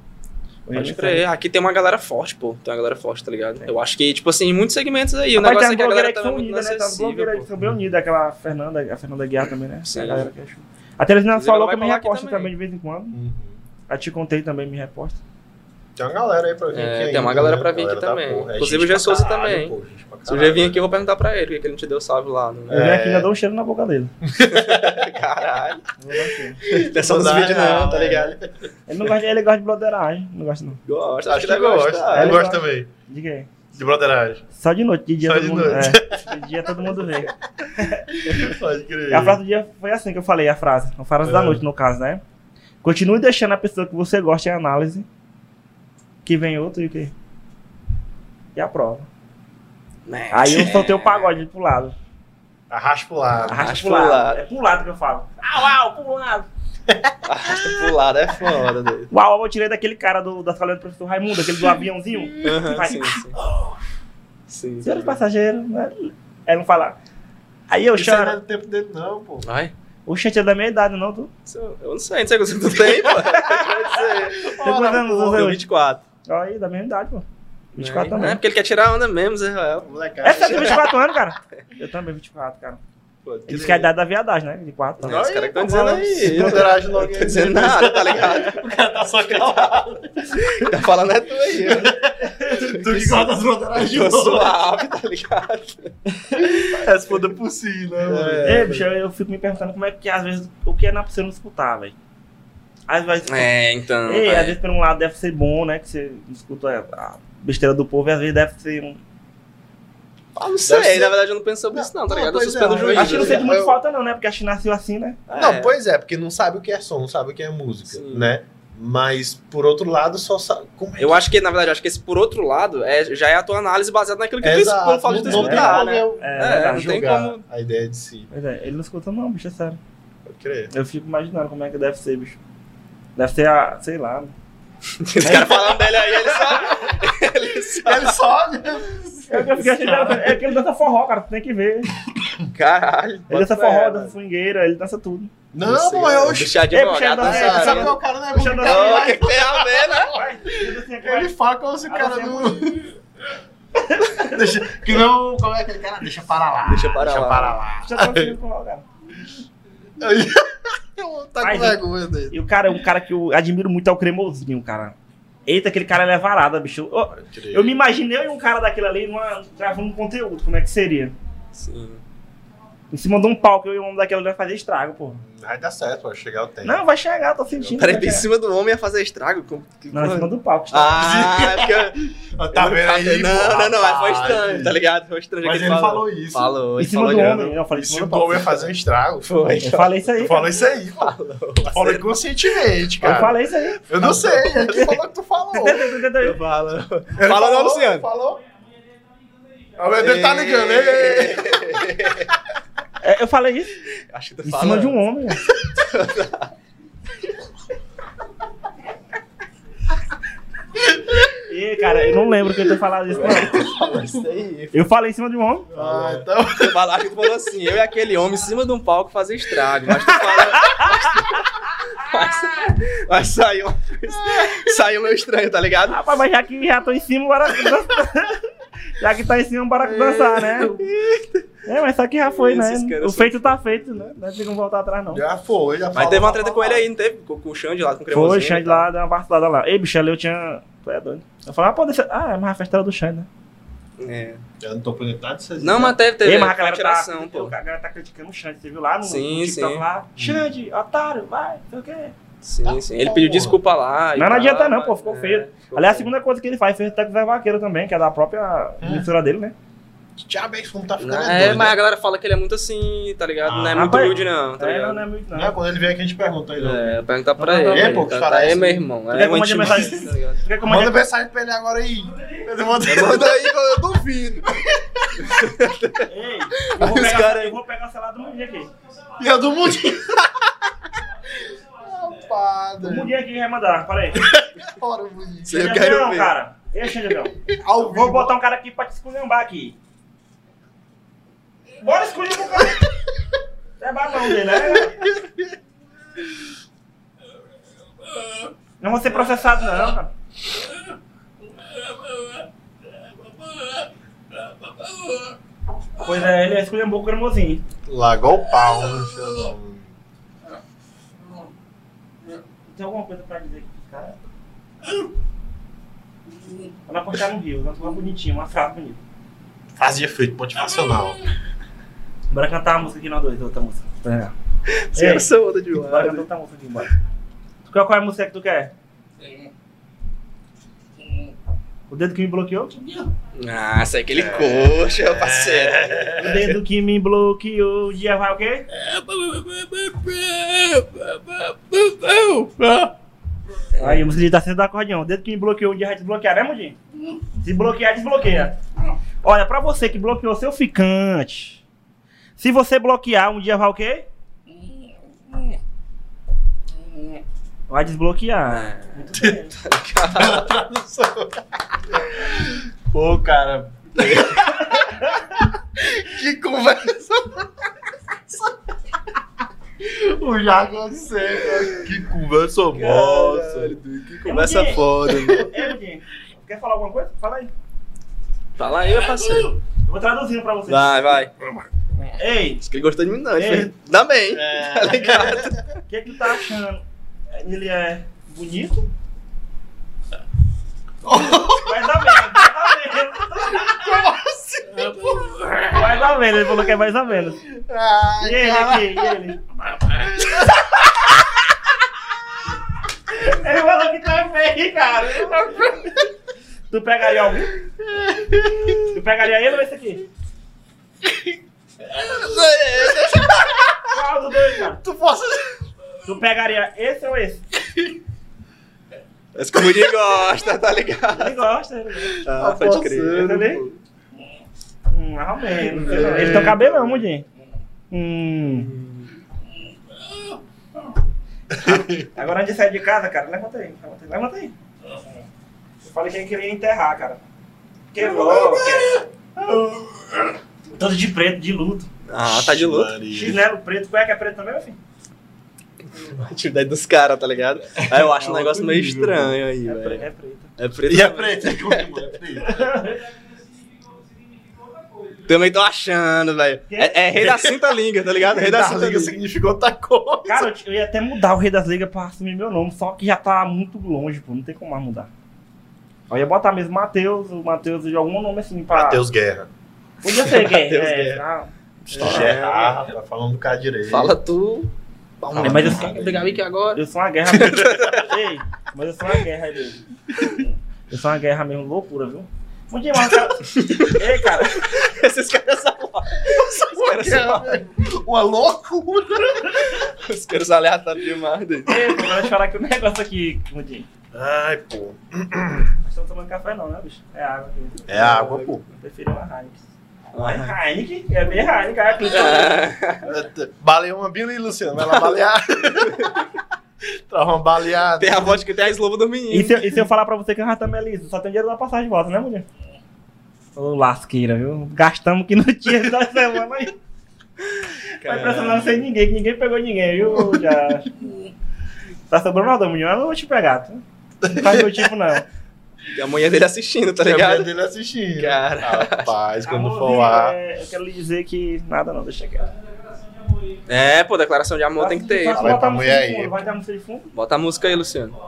[SPEAKER 3] ele
[SPEAKER 2] Pode
[SPEAKER 3] me
[SPEAKER 2] crer. Aqui tem uma galera forte, pô. Tem uma galera forte, tá ligado? Eu acho que, tipo assim, em muitos segmentos aí.
[SPEAKER 3] segue.
[SPEAKER 2] o negócio
[SPEAKER 3] Rapaz, tem
[SPEAKER 2] é que a
[SPEAKER 3] as
[SPEAKER 2] galera
[SPEAKER 3] blogueiras que
[SPEAKER 2] tá
[SPEAKER 3] são
[SPEAKER 2] muito
[SPEAKER 3] unidas, né? Tem as blogueiras
[SPEAKER 2] inacessível,
[SPEAKER 3] que
[SPEAKER 2] pô.
[SPEAKER 3] são bem unidas, aquela Fernanda, a Fernanda Guiar também, né?
[SPEAKER 2] Sim.
[SPEAKER 3] A galera que é show. A Teresina
[SPEAKER 2] Inclusive, ela
[SPEAKER 3] Saloca
[SPEAKER 2] vai
[SPEAKER 3] me
[SPEAKER 2] colar aqui
[SPEAKER 3] reposta também.
[SPEAKER 2] também
[SPEAKER 3] de vez em quando.
[SPEAKER 1] Uhum.
[SPEAKER 3] A Te Contei também me reposta.
[SPEAKER 1] Tem uma galera aí pra vir
[SPEAKER 2] É,
[SPEAKER 1] aqui
[SPEAKER 2] tem uma
[SPEAKER 1] ainda,
[SPEAKER 2] galera
[SPEAKER 1] né?
[SPEAKER 2] pra vir aqui
[SPEAKER 1] Galera da
[SPEAKER 2] também.
[SPEAKER 1] porra. É
[SPEAKER 2] Inclusive
[SPEAKER 1] gente
[SPEAKER 2] o Gê
[SPEAKER 1] pra
[SPEAKER 2] Souza
[SPEAKER 1] caralho,
[SPEAKER 2] também.
[SPEAKER 1] pô, gente pra
[SPEAKER 2] Se eu já vim
[SPEAKER 1] caralho.
[SPEAKER 2] aqui, eu vou perguntar pra ele, porque que ele não te deu salve lá. Né?
[SPEAKER 3] Eu
[SPEAKER 1] É.
[SPEAKER 3] vim aqui e ainda dou um cheiro na boca dele.
[SPEAKER 2] Caralho.
[SPEAKER 3] Eu vou dar um cheiro.
[SPEAKER 2] Não é só nos
[SPEAKER 1] Não dá,
[SPEAKER 2] vídeos não,
[SPEAKER 1] não,
[SPEAKER 2] tá
[SPEAKER 1] é.
[SPEAKER 2] ligado?
[SPEAKER 3] Ele não gosta, ele gosta de broderagem. Não gosta, não.
[SPEAKER 2] Gosta,
[SPEAKER 1] Acho que ele gosta.
[SPEAKER 2] gostar.
[SPEAKER 1] Ele
[SPEAKER 3] Ele
[SPEAKER 1] gosta
[SPEAKER 3] gosta.
[SPEAKER 1] também.
[SPEAKER 3] Diga aí.
[SPEAKER 1] De brotheragem.
[SPEAKER 3] Só de noite, de dia
[SPEAKER 1] Só
[SPEAKER 3] todo
[SPEAKER 1] de
[SPEAKER 3] mundo.
[SPEAKER 1] noite.
[SPEAKER 3] É, de dia todo mundo vê.
[SPEAKER 1] Pode crer.
[SPEAKER 3] E A frase do dia foi assim que eu falei, a frase. A frase da
[SPEAKER 1] É.
[SPEAKER 3] noite, no caso, né? Continue deixando a pessoa que você gosta em análise. Que vem outro e o quê? E a prova. Aí eu soltei um o pagode pro lado.
[SPEAKER 1] Arrasta pro lado.
[SPEAKER 2] Arrasta
[SPEAKER 3] Arrasta pro
[SPEAKER 2] pro
[SPEAKER 3] lado.
[SPEAKER 2] lado.
[SPEAKER 3] É pro lado que eu falo. Au, au, Ah, pro lado.
[SPEAKER 2] Arrasta pro lado, é foda, doido.
[SPEAKER 3] Uau, eu tirei daquele cara do, da escola do professor Raimundo, aquele do aviãozinho.
[SPEAKER 2] Aham,
[SPEAKER 3] Vai.
[SPEAKER 2] sim, sim. Sim,
[SPEAKER 3] Senhores
[SPEAKER 2] sim.
[SPEAKER 3] passageiros, né? Aí não fala. Aí eu
[SPEAKER 1] Isso aí não é
[SPEAKER 3] choro.
[SPEAKER 1] do tempo dele, não, pô.
[SPEAKER 2] Vai?
[SPEAKER 3] O chat é da minha idade, não, tu?
[SPEAKER 2] Isso Eu eu não sei, não sei quanto tu tem, pô. Eu quero dizer.
[SPEAKER 3] Tem quantos anos
[SPEAKER 2] Eu
[SPEAKER 3] você
[SPEAKER 2] tenho
[SPEAKER 3] hoje?
[SPEAKER 2] 24.
[SPEAKER 3] Aí, da minha idade, pô. 24
[SPEAKER 2] Né? É
[SPEAKER 3] também.
[SPEAKER 2] porque ele quer tirar a onda mesmo, Zé Rafael.
[SPEAKER 1] Molecada.
[SPEAKER 3] É, você tem 24 anos, cara? Eu também, 24, cara.
[SPEAKER 2] Pô,
[SPEAKER 3] Ele disse que é a idade da viadagem, né? De 4
[SPEAKER 2] Não,
[SPEAKER 3] anos.
[SPEAKER 2] Os caras que estão dizendo
[SPEAKER 1] mano,
[SPEAKER 2] aí.
[SPEAKER 1] se
[SPEAKER 2] Eu
[SPEAKER 1] broderagem
[SPEAKER 2] não
[SPEAKER 1] logo
[SPEAKER 2] tô
[SPEAKER 1] aí.
[SPEAKER 2] dizendo nada, tá ligado?
[SPEAKER 1] O cara tá só calado.
[SPEAKER 2] Tá falando é tu aí.
[SPEAKER 1] Tu
[SPEAKER 2] Eu
[SPEAKER 1] que gosta das brotheragem de
[SPEAKER 2] tô
[SPEAKER 1] novo.
[SPEAKER 2] suave, tá ligado?
[SPEAKER 1] Responda por si, né, mano?
[SPEAKER 2] É.
[SPEAKER 3] Ei, bicho, eu, eu fico me perguntando como é que às vezes o que é na você não escutar, velho. Às vezes.
[SPEAKER 2] É, então.
[SPEAKER 3] Ei,
[SPEAKER 2] vai.
[SPEAKER 3] às vezes por um lado deve ser bom, né? Que você não escuta a besteira do povo e às vezes deve ser um.
[SPEAKER 2] Ah, não sei,
[SPEAKER 1] Deve ser-
[SPEAKER 2] na verdade eu não penso sobre isso, não, tá
[SPEAKER 1] Não,
[SPEAKER 2] ligado? Eu
[SPEAKER 1] pois é,
[SPEAKER 2] suspendo o
[SPEAKER 1] mas-
[SPEAKER 2] juiz.
[SPEAKER 3] Acho que não
[SPEAKER 1] sei
[SPEAKER 2] tá
[SPEAKER 3] fez
[SPEAKER 2] ligado?
[SPEAKER 3] muito
[SPEAKER 1] eu-
[SPEAKER 3] falta, não, né? Porque a China nasceu assim, né?
[SPEAKER 2] É.
[SPEAKER 1] Não, pois é, porque não sabe o que é som, não sabe o que é música,
[SPEAKER 2] Sim.
[SPEAKER 1] né? Mas, por outro lado, só sabe... Como é
[SPEAKER 2] Eu acho que, na verdade, eu acho que esse por outro lado é, já é a tua análise baseada naquilo que tu
[SPEAKER 1] Exato,
[SPEAKER 2] escuta, pelo fato de tu
[SPEAKER 1] não- não tem
[SPEAKER 2] escutar,
[SPEAKER 1] como
[SPEAKER 2] né?
[SPEAKER 1] eu
[SPEAKER 3] É,
[SPEAKER 2] É,
[SPEAKER 3] verdade.
[SPEAKER 2] não tem
[SPEAKER 1] julgar
[SPEAKER 2] como.
[SPEAKER 1] a ideia de si,
[SPEAKER 3] Pois é, ele não escuta, não, bicho, é sério.
[SPEAKER 1] pode crer.
[SPEAKER 3] Eu fico imaginando como é que deve ser, bicho. Deve ser a. sei lá. né?
[SPEAKER 2] Os caras falando dele aí, ele só. Ele só.
[SPEAKER 1] Ele só... né?
[SPEAKER 3] É o que eu fiquei achando, é que ele dança forró, cara, tu tem que ver.
[SPEAKER 2] Caralho.
[SPEAKER 3] Ele
[SPEAKER 2] bota é
[SPEAKER 3] dança
[SPEAKER 2] fé,
[SPEAKER 3] forró,
[SPEAKER 2] mano.
[SPEAKER 3] dança swingueira, ele dança tudo.
[SPEAKER 1] Não, pô, é eu...
[SPEAKER 2] Puxar de
[SPEAKER 3] Ei,
[SPEAKER 2] advogado, né?
[SPEAKER 3] puxar de advogado,
[SPEAKER 1] Sabe
[SPEAKER 2] Sabe
[SPEAKER 1] que o cara não é
[SPEAKER 3] Puxando
[SPEAKER 1] bom?
[SPEAKER 3] a-
[SPEAKER 2] o que tem a ver, né?
[SPEAKER 3] Vai, ele dança assim, aqui, vai.
[SPEAKER 1] Ele fala como se o
[SPEAKER 3] Ah,
[SPEAKER 1] cara
[SPEAKER 3] você é
[SPEAKER 1] não... Deixa- Que não... Como é aquele cara? Deixa para lá.
[SPEAKER 2] Deixa para lá.
[SPEAKER 1] lá.
[SPEAKER 3] Já tá dançando forró, cara.
[SPEAKER 1] Eu tá
[SPEAKER 3] Ai,
[SPEAKER 1] com
[SPEAKER 3] gente.
[SPEAKER 1] vergonha dele.
[SPEAKER 3] E o cara, um cara que eu admiro muito é o Cremosinho, cara. Eita, aquele cara ele é varada, bicho. Eu, eu me imaginei eu e um cara daquele ali numa, gravando conteúdo, como é que seria?
[SPEAKER 2] Sim.
[SPEAKER 3] Em cima de um palco, eu e um homem daquele ali vai fazer estrago, pô.
[SPEAKER 1] Vai dar certo, pode chegar o tempo.
[SPEAKER 3] Não, vai chegar, tô sentindo.
[SPEAKER 2] Peraí,
[SPEAKER 3] vai
[SPEAKER 2] em
[SPEAKER 3] chegar.
[SPEAKER 2] cima do homem ia fazer estrago. como- que
[SPEAKER 3] é? Não, em
[SPEAKER 2] porra?
[SPEAKER 3] cima do palco. tá? estrago.
[SPEAKER 2] Ah, é porque. eu-
[SPEAKER 1] Tá
[SPEAKER 2] eu
[SPEAKER 1] vendo
[SPEAKER 2] não-
[SPEAKER 1] aí?
[SPEAKER 2] Não, não, não, mas foi
[SPEAKER 1] rapaz?
[SPEAKER 2] estranho, tá ligado? Foi estranho.
[SPEAKER 1] Mas
[SPEAKER 2] que
[SPEAKER 1] ele falou isso.
[SPEAKER 2] Falou,
[SPEAKER 3] em
[SPEAKER 2] ele
[SPEAKER 3] cima
[SPEAKER 2] falou
[SPEAKER 3] do
[SPEAKER 2] de-
[SPEAKER 3] homem. Não, eu
[SPEAKER 1] E
[SPEAKER 3] falei em
[SPEAKER 1] se
[SPEAKER 3] cima
[SPEAKER 1] o
[SPEAKER 3] do palco.
[SPEAKER 1] povo ia fazer um estrago,
[SPEAKER 2] Foi.
[SPEAKER 3] Eu falei isso aí.
[SPEAKER 1] tu
[SPEAKER 3] cara.
[SPEAKER 1] falou isso é aí, pô. Tu falou inconscientemente,
[SPEAKER 3] Eu
[SPEAKER 1] cara.
[SPEAKER 3] falei isso aí.
[SPEAKER 1] Eu não sei, ele que falou que tu falou. Ele
[SPEAKER 2] Eu falo. Fala não,
[SPEAKER 1] falou,
[SPEAKER 2] Luciano.
[SPEAKER 1] Falou? Ah, mas Ele tá ligando, ei, ei, ei.
[SPEAKER 3] É, Eu falei isso.
[SPEAKER 2] Acho que tu
[SPEAKER 3] Em
[SPEAKER 2] fala.
[SPEAKER 3] cima de um homem. é. cara. Ih, cara, eu não lembro que eu tenha falado isso, não.
[SPEAKER 2] Fala isso aí.
[SPEAKER 3] Eu falei em cima de um homem.
[SPEAKER 1] Ah, então.
[SPEAKER 2] Tu fala- acho que tu falou assim, eu e aquele homem em cima de um palco fazer estrago. Mas tu fala. Mas, mas saiu. Saiu meio estranho, tá ligado?
[SPEAKER 3] Rapaz, mas já que já tô em cima, bora dançar. já que tá em cima, bora dançar, né? É, mas só que já foi, né?
[SPEAKER 2] Esses caras
[SPEAKER 3] O
[SPEAKER 2] são-
[SPEAKER 3] feito tá feito, né? Não tem como voltar atrás, não.
[SPEAKER 1] Já foi, já
[SPEAKER 2] Mas
[SPEAKER 1] falou,
[SPEAKER 2] teve uma
[SPEAKER 1] já
[SPEAKER 2] treta com
[SPEAKER 1] falou.
[SPEAKER 2] ele aí, não teve? Com, com o Xande lá, com o Cremosinho.
[SPEAKER 3] Foi, o
[SPEAKER 2] e
[SPEAKER 3] Xande
[SPEAKER 2] tal.
[SPEAKER 3] lá deu uma vacilada lá. Ei, bicho, ali eu tinha. Tu é doido. Eu falei, ah, pô, deixa. Ah, mas a festa era do Xande, né?
[SPEAKER 2] É.
[SPEAKER 1] Eu não tô por dentro dessas
[SPEAKER 2] Não, mas teve, teve.
[SPEAKER 3] Ei, mas a
[SPEAKER 2] foi
[SPEAKER 3] galera
[SPEAKER 2] atiração,
[SPEAKER 3] tá.
[SPEAKER 2] pô.
[SPEAKER 3] A galera tá criticando o Xande, você viu lá no,
[SPEAKER 2] Sim,
[SPEAKER 3] no TikTok
[SPEAKER 2] sim.
[SPEAKER 3] lá? Xande, otário, vai, não sei o quê.
[SPEAKER 2] Sim, sim. Ele pediu desculpa lá. e
[SPEAKER 3] Não, não
[SPEAKER 2] tal,
[SPEAKER 3] adianta não,
[SPEAKER 2] mas-
[SPEAKER 3] Tá pô, ficou
[SPEAKER 2] é,
[SPEAKER 3] feio.
[SPEAKER 2] ficou
[SPEAKER 3] Aliás, a
[SPEAKER 2] feio.
[SPEAKER 3] segunda coisa que ele faz, fez o Tec Zé Vaqueiro também, que é da própria
[SPEAKER 1] É.
[SPEAKER 3] mistura dele, né?
[SPEAKER 1] Que diabo é isso? Como tá ficando
[SPEAKER 2] Não,
[SPEAKER 1] é
[SPEAKER 2] É,
[SPEAKER 1] doido,
[SPEAKER 2] mas a
[SPEAKER 1] né?
[SPEAKER 2] galera fala que ele é muito assim, tá ligado? não é
[SPEAKER 1] Ah,
[SPEAKER 2] muito
[SPEAKER 3] rapaz,
[SPEAKER 2] humilde, não, tá
[SPEAKER 3] É, não,
[SPEAKER 2] ligado?
[SPEAKER 3] não é muito,
[SPEAKER 1] Não,
[SPEAKER 3] não.
[SPEAKER 1] quando ele vem aqui, a gente pergunta aí. não.
[SPEAKER 2] É, perguntar pra
[SPEAKER 3] Não, não,
[SPEAKER 2] ele.
[SPEAKER 1] é, pô,
[SPEAKER 2] tá-
[SPEAKER 1] cara,
[SPEAKER 2] tá- é
[SPEAKER 1] esse-
[SPEAKER 2] meu irmão.
[SPEAKER 3] Quer
[SPEAKER 2] É
[SPEAKER 3] que eu mande
[SPEAKER 2] íntimo,
[SPEAKER 3] mensagem?
[SPEAKER 2] tá ligado?
[SPEAKER 3] Tu quer que eu mande-
[SPEAKER 1] Manda mensagem pra ele agora aí. Eu mando...
[SPEAKER 2] Manda aí que eu duvido.
[SPEAKER 3] Ei, eu vou
[SPEAKER 2] Os
[SPEAKER 3] pegar,
[SPEAKER 2] cara aí.
[SPEAKER 3] eu vou pegar o celular do Mundinho aqui.
[SPEAKER 1] E é do mundinho. Ah,
[SPEAKER 3] O
[SPEAKER 1] padre.
[SPEAKER 3] Mundinho aqui vai mandar, peraí.
[SPEAKER 1] Fora, mundinho.
[SPEAKER 2] Sim. Eu
[SPEAKER 3] Xande
[SPEAKER 2] quero
[SPEAKER 3] Avião,
[SPEAKER 2] ver.
[SPEAKER 3] cara. Ei, Xande Avião.
[SPEAKER 1] Ao
[SPEAKER 3] Eu
[SPEAKER 1] vivo.
[SPEAKER 3] Vou botar um cara aqui pra te esculhambar aqui. Bora escolher o cara. Não é babão dele, né? Não vou ser processado, não, cara. Pois é, ele esculhambou o cremosinho.
[SPEAKER 1] Lagou o pau. né, no chão.
[SPEAKER 3] Tem alguma coisa pra dizer aqui, cara? Quando apostar no Rio, canto uma bonitinha, uma frase bonita.
[SPEAKER 1] Fazia feito, motivacional.
[SPEAKER 3] Bora cantar a música aqui, nós dois, outra música.
[SPEAKER 2] É. Os caras são onda de
[SPEAKER 3] Bora cantar
[SPEAKER 2] lado.
[SPEAKER 3] é outra música aqui, bora. Tu quer qual é a música que tu quer? O dedo que me bloqueou?
[SPEAKER 2] Ah, sai
[SPEAKER 3] É.
[SPEAKER 2] aquele coxa, parceiro.
[SPEAKER 3] O dedo que me bloqueou, o dia vai o quê? Aí, a música de tá sendo do acordeão. O dedo que me bloqueou, um dia vai desbloquear, né, Mudinho? Se bloquear, desbloqueia. Olha, pra você que bloqueou seu ficante, se você bloquear, um dia vai o quê? Vai desbloquear. Muito bem.
[SPEAKER 1] Pô, cara.
[SPEAKER 4] Que conversa! o Jago não sei.
[SPEAKER 1] Que conversa moça.
[SPEAKER 2] que conversa foda, mano.
[SPEAKER 3] Ei, Mudinho, é, quer falar alguma coisa? Fala aí.
[SPEAKER 2] Fala aí, meu parceiro.
[SPEAKER 3] Eu vou traduzindo pra vocês.
[SPEAKER 2] Vai, vai.
[SPEAKER 3] Ei,
[SPEAKER 2] Acho que ele gostou de mim, não. Ele
[SPEAKER 3] É.
[SPEAKER 2] fez- Ainda bem. Tá
[SPEAKER 1] É,
[SPEAKER 2] ligado?
[SPEAKER 3] o que, que tu tá achando? Ele é bonito? Vai dar menos, vai dar menos. Mais ou menos, ele falou que é mais ou menos. E
[SPEAKER 4] Ai,
[SPEAKER 3] ele aqui, e ele? Ele falou que tu é feio, cara. Tu pegaria algum? Tu pegaria ele ou esse aqui? Qual dos dois, cara?
[SPEAKER 4] tu possa.
[SPEAKER 3] Tu pegaria esse ou esse?
[SPEAKER 2] Mas como ele gosta, tá ligado?
[SPEAKER 3] Ele gosta, ele gosta.
[SPEAKER 1] tá
[SPEAKER 2] Ah, pode crer.
[SPEAKER 3] Entendeu? Hum, mais ou menos. Ele tem o cabelão, mudinho. Hum. Agora antes de sair de casa, cara, levanta aí, levanta aí, levanta aí. Eu falei que eu queria enterrar, cara. Quebrou, cara. Todo de preto, de luto.
[SPEAKER 2] Ah, tá de luto.
[SPEAKER 3] Chinelo é preto, cueca preta também, meu filho?
[SPEAKER 2] Atividade dos caras, tá ligado? Aí eu acho um negócio meio estranho aí,
[SPEAKER 3] É, pre
[SPEAKER 2] velho.
[SPEAKER 3] é preta.
[SPEAKER 2] É preto.
[SPEAKER 1] E é
[SPEAKER 2] também.
[SPEAKER 1] preto, é como é preto.
[SPEAKER 2] Também tô achando, velho.
[SPEAKER 3] Quê?
[SPEAKER 2] É, é rei da cinta linga, tá ligado? Rei da cinta
[SPEAKER 1] liga
[SPEAKER 2] linga.
[SPEAKER 1] significou outra coisa.
[SPEAKER 3] Cara, eu, t- eu ia até mudar o Rei das Ligas pra assumir meu nome, só que já tá muito longe, pô, não tem como mais mudar. Eu ia botar mesmo Matheus, o Matheus de algum nome assim pra.
[SPEAKER 1] Matheus Guerra.
[SPEAKER 3] Podia ser quem?
[SPEAKER 2] Matheus
[SPEAKER 3] é,
[SPEAKER 2] Guerra.
[SPEAKER 3] ah,
[SPEAKER 1] Gerard, tá falando do cara direito.
[SPEAKER 2] É. Fala tu.
[SPEAKER 3] É, mas eu sei
[SPEAKER 1] que
[SPEAKER 2] pegar aqui agora.
[SPEAKER 3] eu sou uma guerra mesmo. Ei, mas eu sou uma guerra mesmo. Eu sou uma guerra mesmo, loucura, viu? Muito demais, cara. Ei, cara,
[SPEAKER 2] Esses caras são Os caras são
[SPEAKER 4] Uma loucura!
[SPEAKER 2] Os caras aleatórios demais, doido.
[SPEAKER 3] ei, pô, agora deixa eu falar aqui um negócio aqui, Mudinho.
[SPEAKER 1] Ai, pô.
[SPEAKER 3] Nós estamos tomando café não, né, bicho? É água aqui.
[SPEAKER 1] É água, pô.
[SPEAKER 3] Eu prefiro uma Heineken. Uma Heineken? É bem Heineken, é aqui.
[SPEAKER 2] Ah,
[SPEAKER 1] Baleia uma bila aí, Luciano. Vai lá balear. Traz uma baleada.
[SPEAKER 2] Tem a vodka que tem a eslova do
[SPEAKER 3] E
[SPEAKER 2] menino.
[SPEAKER 3] se, eu- e se eu falar pra você que o Ratan Melissa só tem dinheiro da passagem de volta, né, mulher? Ô, lasqueira, viu? Gastamos que não tinha da semana aí. Tá impressionando sem ninguém, que ninguém pegou ninguém, viu? Já. Tá sobrando nada, mulher, mas eu não vou te pegar. tá? Não faz meu tipo, não.
[SPEAKER 2] E a mulher dele assistindo, tá
[SPEAKER 1] Tem a mulher
[SPEAKER 2] ligado?
[SPEAKER 1] dele assistindo.
[SPEAKER 2] Cara.
[SPEAKER 1] Rapaz, quando for
[SPEAKER 3] Amorzinho,
[SPEAKER 1] lá.
[SPEAKER 3] é, eu quero lhe dizer que nada não, deixa quieto.
[SPEAKER 2] É, pô, declaração de amor tem que ter.
[SPEAKER 3] Posso
[SPEAKER 1] Fala aí
[SPEAKER 3] botar
[SPEAKER 1] pra
[SPEAKER 3] música
[SPEAKER 1] mulher
[SPEAKER 3] de
[SPEAKER 1] aí.
[SPEAKER 3] fundo? Vai dar música de fundo?
[SPEAKER 2] Bota a música aí, Luciano.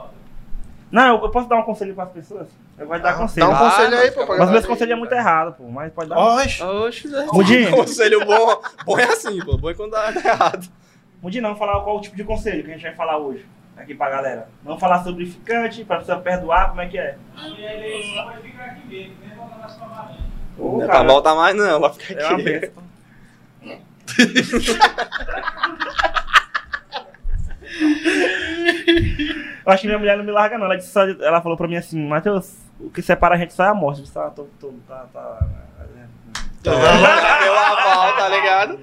[SPEAKER 3] Não, eu, eu posso dar um conselho pras pessoas? Eu vou dar conselho.
[SPEAKER 1] Dá um
[SPEAKER 2] Ah,
[SPEAKER 1] conselho
[SPEAKER 2] não,
[SPEAKER 1] aí,
[SPEAKER 2] fica
[SPEAKER 1] pô. pra
[SPEAKER 2] bom.
[SPEAKER 3] Mas
[SPEAKER 1] galera.
[SPEAKER 3] meus conselhos é muito errado, tá? pó. Mas pode dar.
[SPEAKER 1] Oxe.
[SPEAKER 2] Oxe, velho.
[SPEAKER 3] Mudinho.
[SPEAKER 2] Conselho bom. Bom é assim, pô. Bom é quando dá errado.
[SPEAKER 3] Mude não falar qual o tipo de conselho que a gente vai falar hoje aqui pra galera. Vamos falar sobre ficante, pra pessoa perdoar, como é que é? Ô,
[SPEAKER 2] Não é pra
[SPEAKER 3] cara,
[SPEAKER 2] voltar mais, não. Vai ficar
[SPEAKER 3] é uma
[SPEAKER 2] aqui.
[SPEAKER 3] bênção. Eu acho que minha mulher não me larga, não. Ela, disse só- ela falou pra mim assim, Matheus, o que separa a gente só é a morte. Eu disse, ah, tô, tô, tá, tá.
[SPEAKER 2] Deu a volta, tá ligado?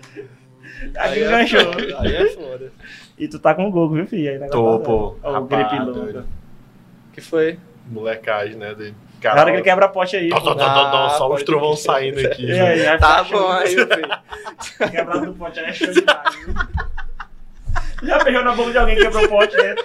[SPEAKER 3] Aqui
[SPEAKER 2] é
[SPEAKER 3] ganchou.
[SPEAKER 2] foda, Aí é foda.
[SPEAKER 3] E tu tá com o Gogo, viu, filho? Aí o negócio
[SPEAKER 1] Tô,
[SPEAKER 3] tá-
[SPEAKER 1] pô.
[SPEAKER 3] Ó, O
[SPEAKER 1] Rapaz,
[SPEAKER 3] gripe
[SPEAKER 1] doido.
[SPEAKER 3] louca.
[SPEAKER 2] Que foi?
[SPEAKER 1] Molecagem, né? De...
[SPEAKER 3] Na hora que é ele quebra a pote aí.
[SPEAKER 1] Tó,
[SPEAKER 3] pô.
[SPEAKER 1] tó, tó, tó, tó,
[SPEAKER 2] Ah,
[SPEAKER 1] só os
[SPEAKER 2] pode
[SPEAKER 1] trovão
[SPEAKER 2] crer.
[SPEAKER 1] saindo aqui.
[SPEAKER 3] É, E aí, aí
[SPEAKER 2] Tá
[SPEAKER 3] fica
[SPEAKER 2] bom
[SPEAKER 3] show.
[SPEAKER 2] aí, meu filho.
[SPEAKER 3] Quebrado do pote é show demais. viu? Já beijou na boca de alguém que quebrou o pote, né?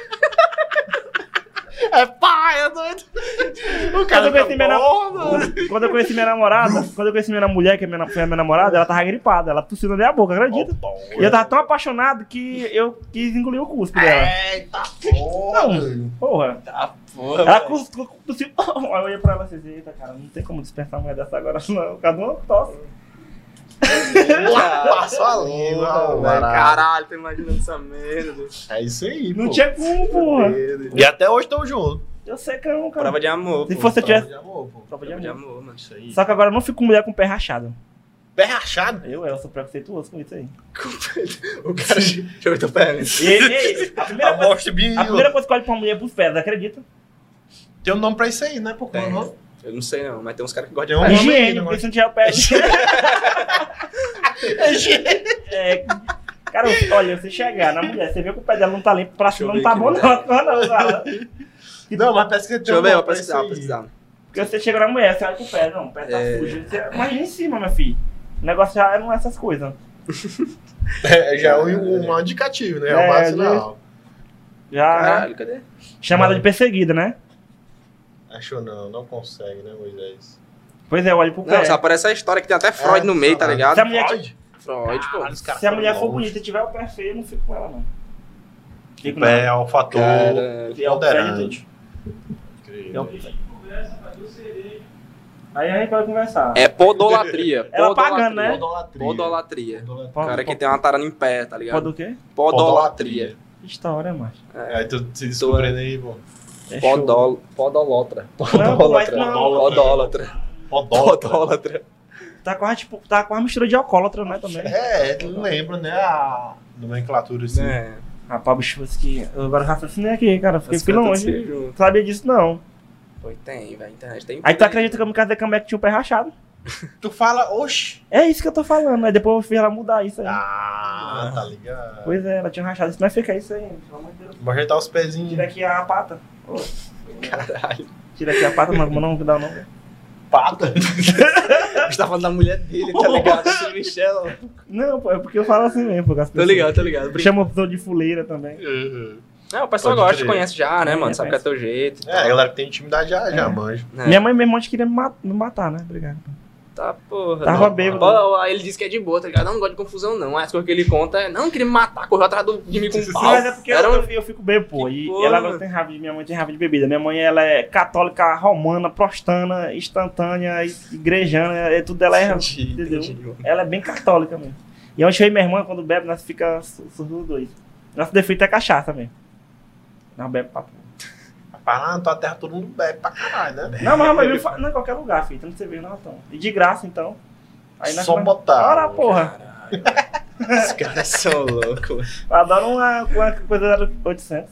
[SPEAKER 4] É pai, é doido. O
[SPEAKER 3] Quando
[SPEAKER 4] cara
[SPEAKER 3] eu conheci
[SPEAKER 4] tá
[SPEAKER 3] minha,
[SPEAKER 4] bom, né?
[SPEAKER 3] nam- quando eu conheci minha namorada, quando eu conheci minha mulher, que é minha, na- foi a minha namorada, ela tava gripada, ela tossiu na minha boca, acredita? E eu tava tão apaixonado que eu quis engolir o cuspe dela.
[SPEAKER 4] Eita
[SPEAKER 1] é.
[SPEAKER 4] porra.
[SPEAKER 3] Porra.
[SPEAKER 2] É. Tá, porra.
[SPEAKER 3] Ela
[SPEAKER 2] velho.
[SPEAKER 3] cus- cus- tossiu. Aí eu olhei pra ela e disse, eita, cara, não tem como dispensar uma mulher dessa agora, não. Cada um tosse.
[SPEAKER 4] Passou a língua,
[SPEAKER 2] Porra,
[SPEAKER 4] velho.
[SPEAKER 2] velho.
[SPEAKER 4] Caralho.
[SPEAKER 2] Caralho, tô imaginando essa merda.
[SPEAKER 1] É isso aí,
[SPEAKER 3] Não
[SPEAKER 1] pô.
[SPEAKER 3] tinha como, porra.
[SPEAKER 1] E até hoje estão juntos.
[SPEAKER 3] Eu sei que não, cara.
[SPEAKER 2] Prova de amor.
[SPEAKER 3] Se
[SPEAKER 2] pô.
[SPEAKER 3] fosse- Você
[SPEAKER 1] Prova
[SPEAKER 3] tivesse-
[SPEAKER 1] de amor, pô.
[SPEAKER 3] Prova de
[SPEAKER 2] Prova de
[SPEAKER 3] amor.
[SPEAKER 2] amor, mano.
[SPEAKER 1] Isso aí.
[SPEAKER 3] Só que agora eu não fico com mulher com o pé rachado.
[SPEAKER 1] Pé rachado.
[SPEAKER 3] Eu, eu sou preconceituoso com isso aí.
[SPEAKER 2] O cara. Deixa eu ver teu pé. né?
[SPEAKER 3] E, e- a, primeira coisa,
[SPEAKER 1] Amostra bem.
[SPEAKER 3] a primeira coisa que eu olho pra uma mulher é pros pés, acredita?
[SPEAKER 1] Tem um nome pra isso aí, né? Por
[SPEAKER 2] Tem.
[SPEAKER 1] favor.
[SPEAKER 2] Eu não sei não, mas tem uns caras que gostam
[SPEAKER 1] Tem
[SPEAKER 2] de
[SPEAKER 1] um-
[SPEAKER 2] pé.
[SPEAKER 3] Higiene,
[SPEAKER 1] menino,
[SPEAKER 3] porque
[SPEAKER 1] mas-
[SPEAKER 3] se não tiver o pé. É, cara, olha, você chegar na mulher, você vê que o pé dela não tá limpo, o
[SPEAKER 2] Deixa
[SPEAKER 3] braço
[SPEAKER 2] eu
[SPEAKER 3] não
[SPEAKER 2] ver
[SPEAKER 3] tá
[SPEAKER 2] aqui,
[SPEAKER 3] bom,
[SPEAKER 2] né?
[SPEAKER 3] não. não, não, não.
[SPEAKER 1] Não, mas parece que tem
[SPEAKER 2] Deixa
[SPEAKER 1] um
[SPEAKER 2] eu ver, eu
[SPEAKER 1] nome
[SPEAKER 2] vou
[SPEAKER 1] pra isso
[SPEAKER 2] pesquisar,
[SPEAKER 1] aí.
[SPEAKER 2] vou pesquisar.
[SPEAKER 3] Porque você chega na mulher, você olha pro pé, não, o pé tá
[SPEAKER 2] É.
[SPEAKER 3] sujo. Você, imagina em cima, meu filho. O negócio já não é essas coisas.
[SPEAKER 1] É, já é um, um indicativo, né? É
[SPEAKER 3] É,
[SPEAKER 1] um básico, não.
[SPEAKER 3] Já
[SPEAKER 2] Caralho, cadê?
[SPEAKER 3] chamada de perseguida, né?
[SPEAKER 1] Achou não, não consegue, né, Moisés?
[SPEAKER 3] Pois é, eu olho pro pé.
[SPEAKER 2] Não, só aparece a história que tem até
[SPEAKER 1] É,
[SPEAKER 2] Freud no meio, tá ligado?
[SPEAKER 3] Se a mulher,
[SPEAKER 1] Freud?
[SPEAKER 2] Freud,
[SPEAKER 1] Ah,
[SPEAKER 2] pô.
[SPEAKER 3] se a mulher for
[SPEAKER 1] longe.
[SPEAKER 3] bonita e tiver o pé feio, eu não fico com ela, não. Fico
[SPEAKER 1] Pé é um fator
[SPEAKER 2] Cara, um
[SPEAKER 3] não. É o pé de tudo.
[SPEAKER 1] ponderante.
[SPEAKER 3] É o pé. Aí a gente pode conversar.
[SPEAKER 2] É podolatria.
[SPEAKER 3] Ela
[SPEAKER 2] podolatria.
[SPEAKER 3] pagando, né?
[SPEAKER 1] Idolatria.
[SPEAKER 2] Podolatria.
[SPEAKER 3] Pô,
[SPEAKER 2] O cara que
[SPEAKER 3] pô,
[SPEAKER 2] tem uma tara em pé, tá
[SPEAKER 3] pô
[SPEAKER 2] ligado?
[SPEAKER 3] do quê?
[SPEAKER 2] Podolatria.
[SPEAKER 3] Que história, macho.
[SPEAKER 1] É, aí tu se descobrindo aí, pô.
[SPEAKER 3] É show.
[SPEAKER 2] Podol, podolotra.
[SPEAKER 3] Não, mas
[SPEAKER 2] Podólatra.
[SPEAKER 3] não.
[SPEAKER 2] Podólatra. Podólatra.
[SPEAKER 3] Tá quase, tipo, tá quase mistura de alcoólatra, né, também.
[SPEAKER 1] É, tu não lembra, né, a nomenclatura assim.
[SPEAKER 2] É.
[SPEAKER 3] Rapaz, bicho, isso aqui... Eu agora raciocinei aqui, né, cara. Fiquei
[SPEAKER 2] As coisas
[SPEAKER 3] pilão
[SPEAKER 2] tudo
[SPEAKER 3] hoje.
[SPEAKER 2] se juntam.
[SPEAKER 3] Não sabia disso, não.
[SPEAKER 2] Pois tem, velho. Internet tem.
[SPEAKER 3] Aí tu acredita que eu me casei com a mulher que tinha o pé rachado?
[SPEAKER 1] Tu fala, oxi.
[SPEAKER 3] É isso que eu tô falando. Aí depois eu fiz ela mudar isso aí.
[SPEAKER 1] Ah, tá ligado.
[SPEAKER 3] Pois é, ela tinha rachado. Isso não fica isso aí, pelo amor de Deus.
[SPEAKER 1] Vou ajeitar os pezinhos.
[SPEAKER 3] Tira aqui a pata. Ô,
[SPEAKER 2] Caralho.
[SPEAKER 3] Tira aqui a pata, não, como não dá o nome.
[SPEAKER 1] Pata.
[SPEAKER 2] A gente tá falando da mulher dele, tá ligado? Esse Michel.
[SPEAKER 3] Não, pô, é porque eu falo assim mesmo, porque as
[SPEAKER 2] Tô
[SPEAKER 3] pessoas...
[SPEAKER 2] ligado, tô ligado. Brinca.
[SPEAKER 3] Chama o pessoal de fuleira também.
[SPEAKER 2] É, o pessoal
[SPEAKER 1] Pode
[SPEAKER 2] gosta,
[SPEAKER 1] crer.
[SPEAKER 2] conhece já, né,
[SPEAKER 3] É,
[SPEAKER 2] mano? Sabe que é
[SPEAKER 3] conhece.
[SPEAKER 2] teu jeito. e
[SPEAKER 1] É, a
[SPEAKER 2] tal.
[SPEAKER 1] galera que tem intimidade já, já
[SPEAKER 3] É.
[SPEAKER 1] manja.
[SPEAKER 2] É.
[SPEAKER 3] Minha mãe mesmo antes queria me mat- me matar, né? Obrigado.
[SPEAKER 2] Tá, porra.
[SPEAKER 3] Tava
[SPEAKER 2] não.
[SPEAKER 3] bêbado.
[SPEAKER 2] Pô, Aí ele disse que é de boa, tá ligado? Não gosto de confusão, não. Aí As coisas que ele conta é, não, queria me matar, correu atrás do, de mim com um pau.
[SPEAKER 3] Mas é porque
[SPEAKER 2] Era
[SPEAKER 3] eu,
[SPEAKER 2] um-
[SPEAKER 3] eu fico bem, pô. E
[SPEAKER 2] porra,
[SPEAKER 3] ela não
[SPEAKER 2] mano.
[SPEAKER 3] tem raiva de minha mãe, tem raiva de bebida. Minha mãe, ela é católica, romana, prostana, instantânea, e- igrejana, é tudo dela é.
[SPEAKER 2] Entendi,
[SPEAKER 3] entendeu?
[SPEAKER 2] entendi, mano.
[SPEAKER 3] Ela é bem católica mesmo. E onde eu e minha irmã, quando bebe, nós fica su- surdo os dois. Nosso defeito é cachaça mesmo. Nós bebe papo.
[SPEAKER 1] Rapaz, lá na tua terra todo mundo bebe pra caralho,
[SPEAKER 2] É.
[SPEAKER 1] né?
[SPEAKER 3] Não, mas mas eu fa- não em qualquer lugar, filho. Então você vê, não, então. E de graça, então.
[SPEAKER 1] Só
[SPEAKER 3] nós-
[SPEAKER 1] botar.
[SPEAKER 3] Ora, porra.
[SPEAKER 2] Caralho. Os caras são loucos.
[SPEAKER 3] Eu adoro uma, uma coisa da 800.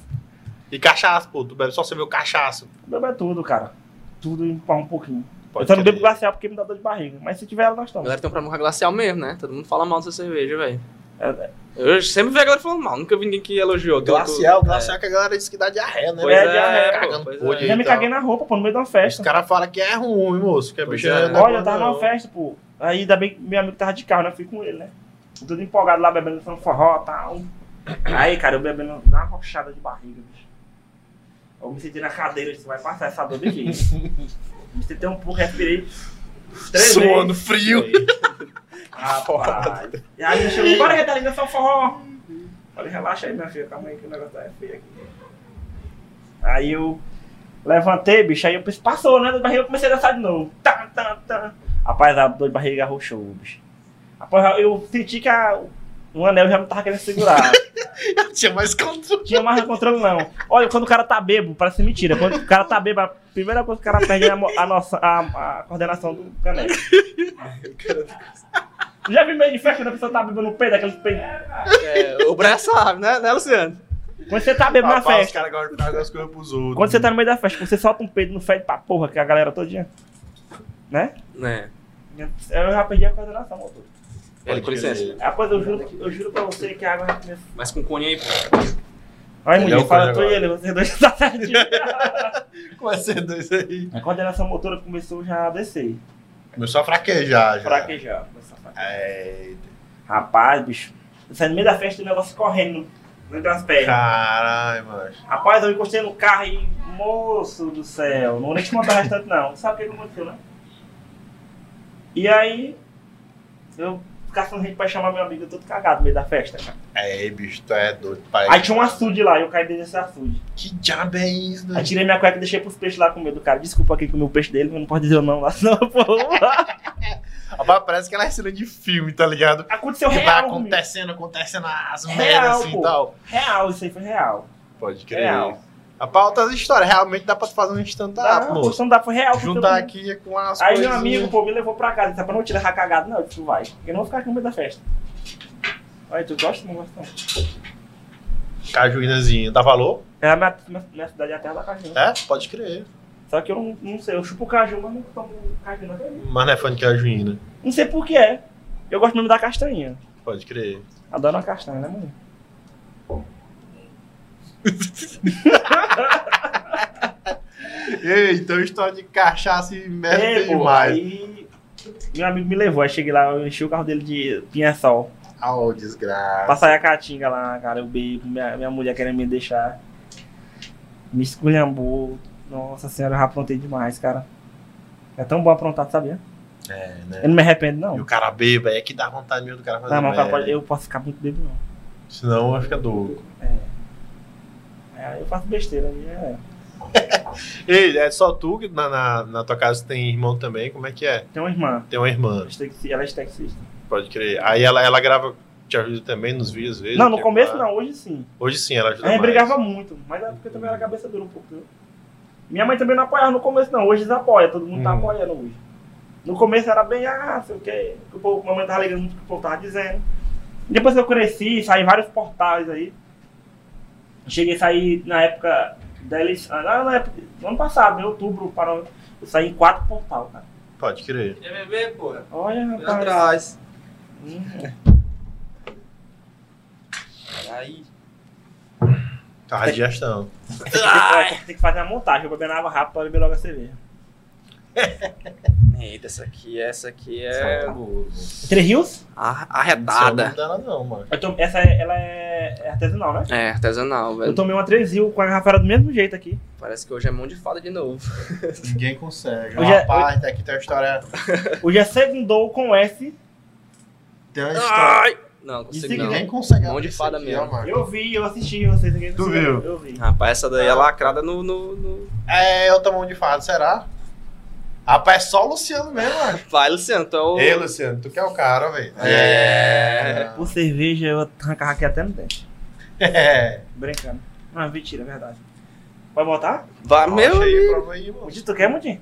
[SPEAKER 1] E cachaça, pô. Tu bebe só você vê o cachaça.
[SPEAKER 3] Bebo é tudo, cara. Tudo em pau um pouquinho.
[SPEAKER 1] Pode
[SPEAKER 3] eu só não
[SPEAKER 1] crer.
[SPEAKER 3] bebo glacial porque me dá dor de barriga. Mas se tiver ela, nós
[SPEAKER 2] A
[SPEAKER 3] estamos.
[SPEAKER 2] galera tem um problema com a glacial mesmo, né? Todo mundo fala mal dessa cerveja, velho.
[SPEAKER 3] É,
[SPEAKER 2] Eu sempre vi a galera falando mal, nunca vi ninguém que elogiou.
[SPEAKER 1] Glacial,
[SPEAKER 2] Tudo-
[SPEAKER 1] glacial é que a galera diz que dá diarreia, né?
[SPEAKER 2] É. Pois
[SPEAKER 3] é,
[SPEAKER 2] é,
[SPEAKER 3] diarreia,
[SPEAKER 2] pô,
[SPEAKER 1] cagando
[SPEAKER 2] pois
[SPEAKER 1] podre.
[SPEAKER 2] é.
[SPEAKER 3] Já me
[SPEAKER 1] então.
[SPEAKER 3] caguei na roupa, pô, no meio de uma
[SPEAKER 1] Os
[SPEAKER 3] festa.
[SPEAKER 1] caras falam que é ruim, moço. Que é
[SPEAKER 2] Pois
[SPEAKER 1] bicho.
[SPEAKER 2] é.
[SPEAKER 1] não
[SPEAKER 3] Olha,
[SPEAKER 1] bom,
[SPEAKER 3] eu tava
[SPEAKER 1] não.
[SPEAKER 3] numa festa, pô. Aí ainda bem que meu amigo tava de carro, né? Eu fui com ele, né? Tudo empolgado lá, bebendo samba forró e tal. Aí, cara, eu bebendo, dá uma rochada de barriga, bicho. Eu me senti na cadeira, disse, vai passar essa dor daqui. me senti um pouco, respirei. Três
[SPEAKER 1] Suando frio.
[SPEAKER 3] Rapaz. E aí ele chegou, bora Retalina, só forró. Falei, relaxa aí, minha filha, calma aí que o negócio é feio aqui. Aí eu levantei, bicho, aí eu pensei, passou, né? Dor de barriga, eu comecei a dançar de novo. Tá, tá, tá. Rapaz, a dor de barriga arrochou, bicho. Rapaz, eu senti que a, o anel já não tava querendo segurar.
[SPEAKER 2] é.
[SPEAKER 1] Tinha mais controle.
[SPEAKER 3] Tinha mais controle, não. Olha, quando o cara tá bebo, parece mentira. Quando o cara tá bebo, a primeira coisa que o cara perde é a, mo- a, nossa, a, a coordenação do caneco. Já vi meio de festa quando a pessoa tá bebendo no peito, aquele peito.
[SPEAKER 2] É, o Brian sabe, né, né Luciano?
[SPEAKER 3] Quando você tá bebendo na
[SPEAKER 1] Rapaz, os
[SPEAKER 3] festa,
[SPEAKER 1] caras agora pagam as coisas pros outros.
[SPEAKER 3] quando você tá no meio da festa, quando você solta um peido no fede pra porra, que a galera todinha. Né?
[SPEAKER 2] Né.
[SPEAKER 3] Eu já perdi a coordenação, motor.
[SPEAKER 2] Ele, É, com
[SPEAKER 1] Pode crer.
[SPEAKER 2] licença.
[SPEAKER 3] Rapaz, eu juro, que- eu juro pra você que a água já começou.
[SPEAKER 2] Mas com cone aí, pô.
[SPEAKER 3] Olha,
[SPEAKER 1] Ele é
[SPEAKER 3] mulher,
[SPEAKER 1] o
[SPEAKER 3] fala
[SPEAKER 1] coisa
[SPEAKER 3] tu e ele, vocês dois tá certinho.
[SPEAKER 1] Com esses dois aí.
[SPEAKER 3] A coordenação motora começou já a descer.
[SPEAKER 1] Começou a fraquejar já.
[SPEAKER 3] Fraquejar. Começou a fraquejar.
[SPEAKER 1] É,
[SPEAKER 3] Rapaz, bicho. Eu saí no meio da festa e o negócio correndo entre as pernas.
[SPEAKER 1] caralho, mano.
[SPEAKER 3] Rapaz, eu encostei no carro e Moço do céu, não vou nem te contar o restante, não. Sabe o que que aconteceu, né? E aí, eu ficava falando gente pra chamar meu amigo, eu todo cagado no meio da festa, cara.
[SPEAKER 1] É, bicho, tu é doido, pai.
[SPEAKER 3] Aí tinha um açude lá, eu caí dentro desse açude.
[SPEAKER 1] que diabo é isso,
[SPEAKER 3] Aí tirei minha cueca e deixei pros peixes lá com medo do cara. Desculpa aqui com o meu peixe dele, mas não pode dizer o nome lá, senão eu vou lá.
[SPEAKER 1] Rapaz, parece que ela é cena de filme, tá ligado?
[SPEAKER 3] Aconteceu
[SPEAKER 1] que vai
[SPEAKER 3] É real, comigo.
[SPEAKER 1] acontecendo, acontecendo as
[SPEAKER 3] Real,
[SPEAKER 1] merdas assim
[SPEAKER 3] pô.
[SPEAKER 1] e tal.
[SPEAKER 3] Real, isso aí foi real.
[SPEAKER 1] Pode
[SPEAKER 3] Real.
[SPEAKER 1] Rapaz, outras histórias. Realmente dá pra tu fazer um stand-up,
[SPEAKER 3] não,
[SPEAKER 1] moço.
[SPEAKER 3] não dá, foi real.
[SPEAKER 1] Juntar
[SPEAKER 3] porque
[SPEAKER 1] aqui com as
[SPEAKER 3] eu- Aí meu
[SPEAKER 1] coisinhas.
[SPEAKER 3] amigo, pô, me levou pra casa. Ele Disse, pra não te deixar cagado, não. Eu disse, tu vai. Porque eu não vou ficar aqui no meio da festa. Aí, tu gosta? Não gosta, não.
[SPEAKER 1] Cajuínazinho. Dá valor?
[SPEAKER 3] É a minha, minha, minha cidade é a terra da caju.
[SPEAKER 1] É, pode crer.
[SPEAKER 3] Só que eu não, não sei, eu chupo caju, mas não tomo caju não acredito.
[SPEAKER 1] Mas não é fã de cajuína.
[SPEAKER 3] Não sei por que é. Eu gosto mesmo da castanha.
[SPEAKER 1] Pode crer.
[SPEAKER 3] Adoro uma castanha, né, mãe?
[SPEAKER 1] Ei, então história de cachaça e merda
[SPEAKER 3] É, pô,
[SPEAKER 1] demais.
[SPEAKER 3] aí meu amigo me levou, aí cheguei lá, eu enchi o carro dele de pinha-sol.
[SPEAKER 1] Ah, ô, desgraça.
[SPEAKER 3] Passar a caatinga lá, cara, eu bebo, minha, minha mulher querendo me deixar. Me esculhambou. Nossa senhora, eu já aprontei demais, cara. É tão bom aprontar, sabia?
[SPEAKER 1] É, né?
[SPEAKER 3] Eu não me
[SPEAKER 1] E
[SPEAKER 3] arrependo,
[SPEAKER 1] o
[SPEAKER 3] não.
[SPEAKER 1] cara beba, é que dá vontade mesmo do cara fazer
[SPEAKER 3] Não, mas o cara
[SPEAKER 1] merda.
[SPEAKER 3] pode- eu posso ficar muito bebo, não.
[SPEAKER 1] Senão vai ficar doido.
[SPEAKER 3] É, eu faço besteira, aí é.
[SPEAKER 1] Ei, é só tu que na, na, na tua casa tem irmão também? Como é que é?
[SPEAKER 3] Tem uma irmã,
[SPEAKER 1] Tem uma irmã,
[SPEAKER 3] ela é taxi- ela é taxista.
[SPEAKER 1] pode crer. Aí ela, ela grava, te ajuda também nos vídeos, às vezes?
[SPEAKER 3] Não, no
[SPEAKER 1] tipo,
[SPEAKER 3] começo
[SPEAKER 1] ah,
[SPEAKER 3] não, hoje sim.
[SPEAKER 1] Hoje sim, ela
[SPEAKER 3] A
[SPEAKER 1] ajuda
[SPEAKER 3] gente
[SPEAKER 1] mais.
[SPEAKER 3] brigava muito, mas é porque também era cabeça dura um pouco. viu? Minha mãe também não apoiava no começo, não. Hoje eles apoiam, todo mundo tá
[SPEAKER 1] Hum.
[SPEAKER 3] apoiando hoje. No começo era bem, ah, sei o quê, que o povo, minha mãe tava ligando muito o que o povo tava dizendo. Depois que eu cresci, saí em vários portais aí. Cheguei a sair na época da eleição, lá na época, no ano passado, em outubro, para, eu saí em quatro portais, cara.
[SPEAKER 1] Pode crer.
[SPEAKER 2] Quer beber, porra?
[SPEAKER 3] Olha, rapaz.
[SPEAKER 2] Atrás.
[SPEAKER 3] Hum.
[SPEAKER 2] Aí.
[SPEAKER 1] Tá digestão.
[SPEAKER 3] Tem, que, tem que fazer a montagem, eu beber na água rápido pra beber logo a cerveja.
[SPEAKER 2] Eita, essa aqui, essa aqui é
[SPEAKER 3] Três rios?
[SPEAKER 2] a-
[SPEAKER 1] Nada. Não
[SPEAKER 2] arretada.
[SPEAKER 1] dá não, mano.
[SPEAKER 3] Eu tom- Essa é- ela é é artesanal, né?
[SPEAKER 2] É, artesanal,
[SPEAKER 3] Eu
[SPEAKER 2] velho.
[SPEAKER 3] tomei uma 3 Rio com a garrafa era do mesmo jeito aqui.
[SPEAKER 2] Parece que hoje é mão de fada de novo.
[SPEAKER 1] Ninguém consegue.
[SPEAKER 3] Hoje é-
[SPEAKER 1] Rapaz, tá aqui tem uma história.
[SPEAKER 3] Hoje é segundou com S.
[SPEAKER 1] Tem uma história.
[SPEAKER 2] Ai! Não, consigo
[SPEAKER 3] Isso aqui
[SPEAKER 2] não.
[SPEAKER 1] Ninguém consegue.
[SPEAKER 2] Mão de
[SPEAKER 1] abrir isso
[SPEAKER 2] fada
[SPEAKER 1] aqui,
[SPEAKER 2] mesmo.
[SPEAKER 1] ó, mano.
[SPEAKER 3] Eu vi, eu assisti vocês aqui.
[SPEAKER 1] Tu viu?
[SPEAKER 3] Eu vi.
[SPEAKER 2] Rapaz, essa daí é lacrada no. no, no...
[SPEAKER 1] É, eu tomo mão de fada, será? Rapaz, é só o Luciano mesmo, mano.
[SPEAKER 2] Vai, Luciano, tu é o.
[SPEAKER 1] Ei, Luciano, tu que é o cara, velho.
[SPEAKER 2] É.
[SPEAKER 3] Por cerveja eu arrancava aqui até no dente.
[SPEAKER 1] É.
[SPEAKER 3] Brincando. Não, mentira, é verdade. Vai botar?
[SPEAKER 2] Vai,
[SPEAKER 1] Meu
[SPEAKER 2] meu.
[SPEAKER 1] aí,
[SPEAKER 2] amigo.
[SPEAKER 1] prova aí, mano.
[SPEAKER 3] Mudim, tu quer, Mudim?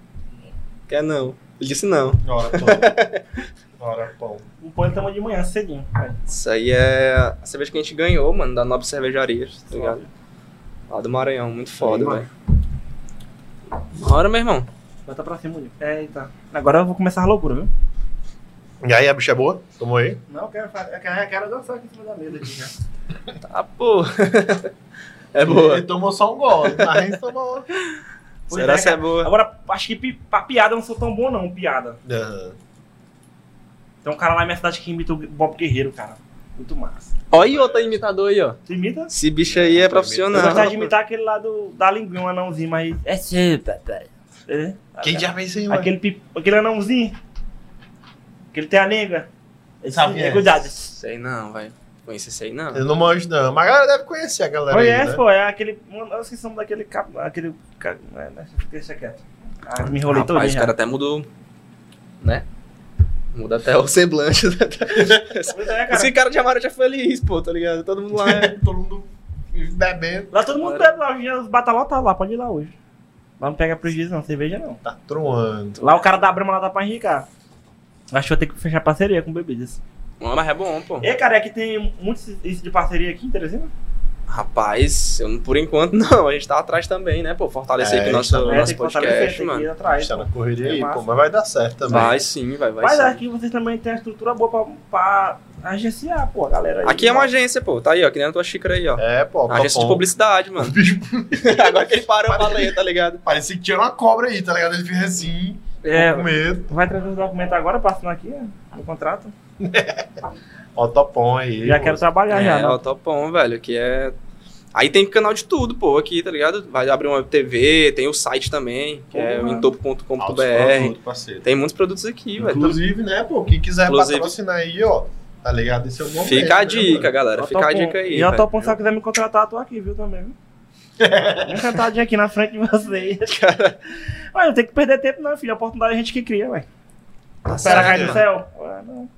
[SPEAKER 2] Quer não. Ele disse não.
[SPEAKER 1] Ora, pão. Ora, pão.
[SPEAKER 3] O Um pão ele toma de manhã, cedinho. Vai.
[SPEAKER 2] Isso aí é a cerveja que a gente ganhou, mano, da Nobre Cervejaria, tá ligado? Lá do Maranhão, muito foda,
[SPEAKER 1] Aí,
[SPEAKER 2] velho. Bora, meu irmão.
[SPEAKER 3] Bota pra cima, Mudim. Eita. Agora eu vou começar a loucura, viu?
[SPEAKER 1] E aí, a bicha é boa? Tomou aí?
[SPEAKER 3] Não, eu quero, fazer- eu quero, eu quero dançar aqui em cima da mesa. Aqui, já.
[SPEAKER 2] Tá, pô. é boa.
[SPEAKER 1] Ele tomou só um gole, mas tomou.
[SPEAKER 3] Pois
[SPEAKER 2] Será
[SPEAKER 3] é,
[SPEAKER 2] se é
[SPEAKER 3] cara.
[SPEAKER 2] boa?
[SPEAKER 3] Agora, acho que pi- pra piada eu não sou tão bom, não, piada.
[SPEAKER 1] Aham.
[SPEAKER 3] Tem um cara lá na minha cidade que imita o Bob Guerreiro, cara. Muito massa.
[SPEAKER 2] Olha aí outro imitador aí, ó.
[SPEAKER 3] Tu imita?
[SPEAKER 2] Esse bicho aí é profissional.
[SPEAKER 3] Eu gostava de imitar aquele lá do, da linguinha, um anãozinho, mas. É seu, papai. É?
[SPEAKER 1] Quem já fez isso aí, mano?
[SPEAKER 3] Aquele, pip- aquele anãozinho. Que ele tem a língua. Esse-
[SPEAKER 1] Sabe, é.
[SPEAKER 3] Cuidado.
[SPEAKER 2] Sei não, velho. Conhece esse aí não.
[SPEAKER 1] Eu não manjo, não. Mas a galera deve conhecer a galera aí,
[SPEAKER 3] Conhece,
[SPEAKER 1] né?
[SPEAKER 3] pô. É aquele. Eu esqueci o nome daquele. cap- Aquele. ca- é, né, Deixa quieto. Ah, me enrolei todo.
[SPEAKER 2] Rapaz, o cara até mudou. Né? Muda até o semblante. né?
[SPEAKER 3] É, cara.
[SPEAKER 2] Esse cara de amarelo já foi feliz, pô, tá ligado? Todo mundo lá é.
[SPEAKER 1] Todo mundo bebendo.
[SPEAKER 3] Lá todo mundo bebe lá. hoje Os batalhão tá lá. Pode ir lá hoje. Lá não pega prejuízo, não. Cerveja não.
[SPEAKER 1] Tá troando.
[SPEAKER 3] Lá o cara da Brahma lá dá pra enricar. Acho que vou ter que fechar parceria com bebidas.
[SPEAKER 2] Não, mas é bom, pô.
[SPEAKER 3] E cara, é que tem muitos isso de parceria aqui em Teresina?
[SPEAKER 2] Rapaz, eu, não- por enquanto não. A gente tá atrás também, né, pô? Fortalecer
[SPEAKER 1] É,
[SPEAKER 2] aqui o
[SPEAKER 1] isso
[SPEAKER 2] nosso,
[SPEAKER 1] também.
[SPEAKER 2] nosso
[SPEAKER 3] tá tem que fortalecer,
[SPEAKER 2] podcast,
[SPEAKER 3] tem que ir
[SPEAKER 2] mano.
[SPEAKER 1] A
[SPEAKER 3] atrás.
[SPEAKER 1] gente tá
[SPEAKER 3] pô.
[SPEAKER 1] na correria
[SPEAKER 3] É
[SPEAKER 1] aí,
[SPEAKER 3] massa.
[SPEAKER 1] pô. Mas vai dar certo também.
[SPEAKER 2] Vai sim, vai, vai
[SPEAKER 3] Mas
[SPEAKER 2] sim.
[SPEAKER 3] aqui vocês também têm a estrutura boa pra, pra agenciar, pô, a galera. aí.
[SPEAKER 2] Aqui é uma agência, pô. Tá aí, ó. Que nem a tua xícara aí, ó.
[SPEAKER 1] É, pô.
[SPEAKER 2] agência de
[SPEAKER 1] Copom.
[SPEAKER 2] publicidade, mano.
[SPEAKER 1] Bicho,
[SPEAKER 2] Agora que ele parou, eu falei, tá ligado?
[SPEAKER 1] parecia que tinha uma cobra aí, tá ligado? Ele fica assim,
[SPEAKER 3] É,
[SPEAKER 1] com medo.
[SPEAKER 3] vai trazer os documentos agora pra assinar aqui, ó, no contrato.
[SPEAKER 1] Ó, topom aí.
[SPEAKER 3] já
[SPEAKER 1] pô.
[SPEAKER 3] quero trabalhar,
[SPEAKER 2] é,
[SPEAKER 3] já.
[SPEAKER 2] ó,
[SPEAKER 3] Né?
[SPEAKER 2] topão, velho. Que é. Aí tem canal de tudo, pô, aqui, tá ligado? Vai abrir uma TV, tem o site também, que é o
[SPEAKER 3] Porra.
[SPEAKER 2] entopo.com.br.
[SPEAKER 1] parceiro.
[SPEAKER 2] Tem muitos produtos aqui, velho. tá-
[SPEAKER 1] Inclusive, né, pô, quem quiser
[SPEAKER 2] Inclusive.
[SPEAKER 1] patrocinar aí, ó, tá ligado? Esse é o momento.
[SPEAKER 2] Então, Fica a
[SPEAKER 1] né,
[SPEAKER 2] dica,
[SPEAKER 1] mano?
[SPEAKER 2] galera. Fica a dica aí.
[SPEAKER 3] E eu
[SPEAKER 2] velho.
[SPEAKER 3] tô se ela quiser me contratar, eu tô aqui, viu, também, viu? Vem sentadinho aqui na frente de vocês. Mas não tem que perder tempo, não, filho. A oportunidade é a gente que cria, ué.
[SPEAKER 2] Tá
[SPEAKER 3] Espera
[SPEAKER 2] certo.
[SPEAKER 3] cair do
[SPEAKER 1] mano.
[SPEAKER 3] céu. Ué, não.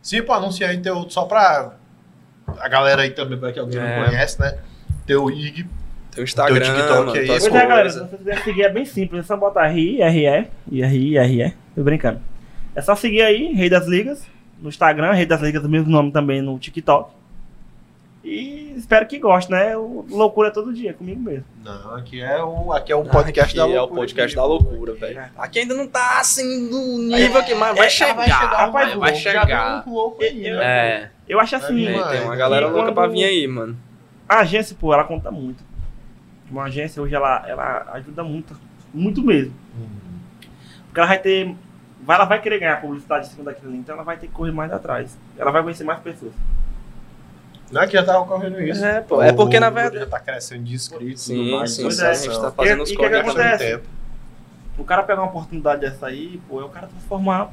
[SPEAKER 1] Sim, pô, anunciar aí teu, só pra a galera aí também, pra que alguém
[SPEAKER 2] É.
[SPEAKER 1] não conhece, né? Teu IG,
[SPEAKER 2] Tem o Instagram,
[SPEAKER 1] Teu TikTok
[SPEAKER 2] mano,
[SPEAKER 1] aí,
[SPEAKER 2] tuas
[SPEAKER 1] As
[SPEAKER 3] Pois é, galera, se
[SPEAKER 2] coisas.
[SPEAKER 3] você quiser seguir é bem simples, é só botar RI, RE, e RI, RE, tô brincando. É só seguir aí, Rei das Ligas, no Instagram, Rei das Ligas, o mesmo nome também no TikTok. E espero que goste, né? O- Loucura todo dia, comigo mesmo.
[SPEAKER 1] Não, aqui é o, aqui é o podcast
[SPEAKER 2] Aqui
[SPEAKER 1] da loucura.
[SPEAKER 2] É o podcast
[SPEAKER 1] aqui.
[SPEAKER 2] da loucura, velho. Aqui ainda não tá assim no nível que mais
[SPEAKER 1] É,
[SPEAKER 2] Ah,
[SPEAKER 1] já
[SPEAKER 2] vai chegar. Vai chegar. Vai, chegar.
[SPEAKER 1] Já vem um louco aí,
[SPEAKER 3] Eu-
[SPEAKER 1] né?
[SPEAKER 2] É,
[SPEAKER 3] Eu acho assim,
[SPEAKER 1] Vai vir,
[SPEAKER 2] é, tem uma
[SPEAKER 1] mano.
[SPEAKER 2] galera
[SPEAKER 3] E
[SPEAKER 2] louca
[SPEAKER 3] quando-
[SPEAKER 2] pra vir aí, mano.
[SPEAKER 3] a agência, pô, ela conta muito. Uma agência hoje, ela, ela ajuda muito, muito mesmo.
[SPEAKER 1] Hum.
[SPEAKER 3] Porque ela vai ter, vai- ela vai querer ganhar publicidade em cima daquilo ali, então ela vai ter que correr mais atrás. Ela vai conhecer mais pessoas.
[SPEAKER 1] Não é que já tava correndo isso.
[SPEAKER 2] É, pô. É porque,
[SPEAKER 1] O
[SPEAKER 2] na
[SPEAKER 1] número
[SPEAKER 2] verdade.
[SPEAKER 1] Já tá crescendo de inscritos e tudo
[SPEAKER 2] Sim,
[SPEAKER 1] mais. né? Então,
[SPEAKER 2] sim,
[SPEAKER 3] pois
[SPEAKER 2] sim.
[SPEAKER 1] Pois
[SPEAKER 2] A
[SPEAKER 3] é.
[SPEAKER 2] gente tá fazendo
[SPEAKER 3] E-
[SPEAKER 2] os
[SPEAKER 3] e o que que
[SPEAKER 2] cortes.
[SPEAKER 3] acontece?
[SPEAKER 1] um tempo.
[SPEAKER 3] O cara pegar uma oportunidade dessa aí, pô, é o cara transformar.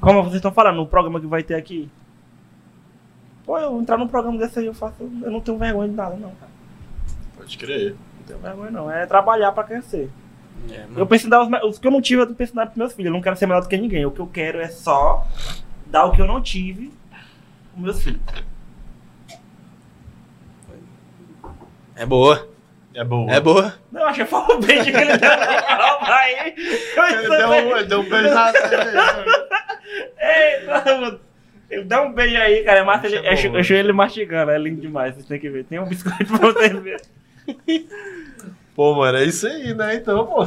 [SPEAKER 3] Como vocês estão falando, no programa que vai ter aqui. Pô, eu entrar num programa desse aí, eu faço. Eu não tenho vergonha de nada, não, cara.
[SPEAKER 1] Pode crer.
[SPEAKER 3] Não tenho vergonha, não. É trabalhar pra crescer.
[SPEAKER 2] É,
[SPEAKER 3] Eu
[SPEAKER 2] mano.
[SPEAKER 3] penso em dar os, me- os que eu não tive, eu tô pensando em dar pros meus filhos. Eu não quero ser melhor do que ninguém. O que eu quero é só dar o que eu não tive pros meus filhos.
[SPEAKER 2] É boa.
[SPEAKER 1] É boa.
[SPEAKER 2] É boa.
[SPEAKER 3] Não, achei que foi o beijo que ele deu na calma aí. Eu
[SPEAKER 1] Ele deu, um- ele deu um beijo na cerveja.
[SPEAKER 3] Eita, mano. Ele Dá um beijo aí, cara. Mas ele,
[SPEAKER 1] Isso é
[SPEAKER 3] eu, acho-
[SPEAKER 1] bom.
[SPEAKER 3] eu achei ele mastigando, é lindo demais, vocês têm que ver. Tem um biscoito pra vocês verem.
[SPEAKER 1] Pô, mano, é isso aí, né? Então, pô.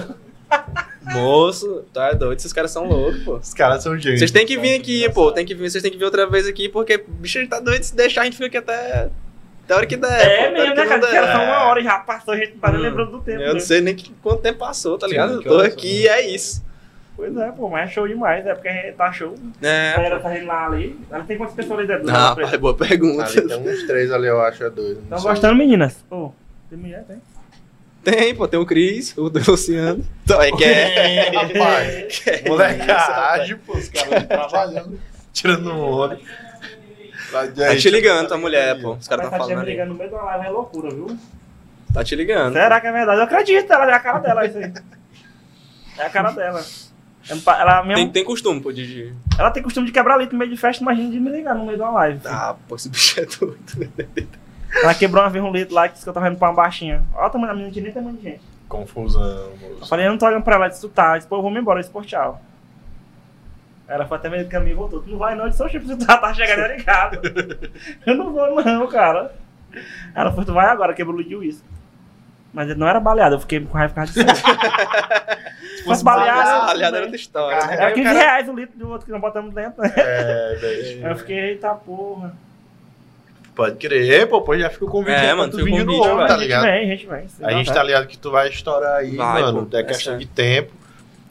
[SPEAKER 2] Moço, tá doido. Esses caras são loucos, pô.
[SPEAKER 1] Os caras são né? gente.
[SPEAKER 2] Vocês têm que vir aqui, pô. Tem que vir, vocês têm que vir outra vez aqui, porque bicho ele tá doido. Se deixar, a gente fica aqui até. Até a hora que der.
[SPEAKER 3] É,
[SPEAKER 2] pô, até a
[SPEAKER 3] mesmo,
[SPEAKER 2] hora que
[SPEAKER 3] né,
[SPEAKER 2] não
[SPEAKER 3] cara? Os
[SPEAKER 2] der.
[SPEAKER 3] caras são uma hora e já passou, a gente não tá nem
[SPEAKER 2] É. Hum,
[SPEAKER 3] lembrando do tempo.
[SPEAKER 2] Eu não
[SPEAKER 3] né?
[SPEAKER 2] sei nem que- quanto tempo passou, tá
[SPEAKER 1] Sim,
[SPEAKER 2] ligado? Eu
[SPEAKER 1] que
[SPEAKER 2] tô
[SPEAKER 1] horas
[SPEAKER 2] aqui e é isso.
[SPEAKER 3] Pois é, pô, mas é show demais, é porque a gente tá show. A
[SPEAKER 2] É.
[SPEAKER 3] galera tá indo lá ali. Ela tem quantas pessoas ali dentro?
[SPEAKER 2] Ah,
[SPEAKER 3] Não,
[SPEAKER 2] rapaz, boa pergunta.
[SPEAKER 1] Ali tem uns três ali, eu acho, é dois. não
[SPEAKER 3] Estão
[SPEAKER 1] sei.
[SPEAKER 3] gostando, meninas? Ô, tem mulher, tem?
[SPEAKER 2] Tem, pô, tem o Cris, o do Luciano. Então, é que é.
[SPEAKER 1] É, rapaz. Molecagem, pô, os caras ali trabalhando. Tirando um onda.
[SPEAKER 2] Tá te ligando, tua mulher, pô. Os caras
[SPEAKER 3] Rapaz,
[SPEAKER 2] tá
[SPEAKER 3] tia
[SPEAKER 2] falando
[SPEAKER 3] me
[SPEAKER 2] aí.
[SPEAKER 3] ligando no meio da live, é loucura, viu?
[SPEAKER 2] Tá te ligando.
[SPEAKER 3] Será que é verdade? Eu acredito, ela é a cara dela, isso aí. É a cara dela. É um Ela, ela mesmo-
[SPEAKER 2] Tem, tem costume, pô, de- de.
[SPEAKER 3] Ela tem costume de quebrar leito no meio de festa, imagina de me ligar no meio de uma live.
[SPEAKER 2] Ah, pô, esse bicho é doido.
[SPEAKER 3] Ela quebrou uma vez um leito lá que disse que eu tava indo pra uma baixinha. Olha o tamanho da menina, tinha nem tamanho de gente.
[SPEAKER 1] Confusão,
[SPEAKER 3] Eu
[SPEAKER 1] moço.
[SPEAKER 3] falei, eu não tô olhando pra ela, ela disse, tu tá, eu disse, pô, eu vou me embora, eu disse, pô, tchau. Ela foi até meio do caminho e voltou. Tu não vai não, eu disse, oxe, tu tá, tá chegando era em casa. eu não vou não, cara. Ela falou, tu vai agora, quebrou o leito de uísque. Mas ele não era baleado, eu fiquei com raiva por causa disso.
[SPEAKER 1] Se
[SPEAKER 3] fosse baleado,
[SPEAKER 2] Essa
[SPEAKER 3] tudo
[SPEAKER 2] palhada
[SPEAKER 3] bem.
[SPEAKER 2] era outra história. né?
[SPEAKER 3] Era 15 reais o litro do outro que nós botamos dentro. Aí
[SPEAKER 1] É, velho.
[SPEAKER 3] eu fiquei, eita porra.
[SPEAKER 1] Pode crer, pô, pô, já fica o convite.
[SPEAKER 2] É,
[SPEAKER 1] aí pra
[SPEAKER 2] mano,
[SPEAKER 1] tu
[SPEAKER 2] fica o
[SPEAKER 1] vir de
[SPEAKER 2] convite,
[SPEAKER 1] novo,
[SPEAKER 2] velho.
[SPEAKER 1] tá
[SPEAKER 3] a gente
[SPEAKER 1] ligado?
[SPEAKER 3] vem, a gente vem. sem
[SPEAKER 1] A gente
[SPEAKER 3] vontade.
[SPEAKER 1] tá ligado que tu vai estourar aí,
[SPEAKER 2] Vai,
[SPEAKER 1] mano.
[SPEAKER 2] pô,
[SPEAKER 1] é
[SPEAKER 2] é
[SPEAKER 1] questão
[SPEAKER 2] certo.
[SPEAKER 1] de tempo.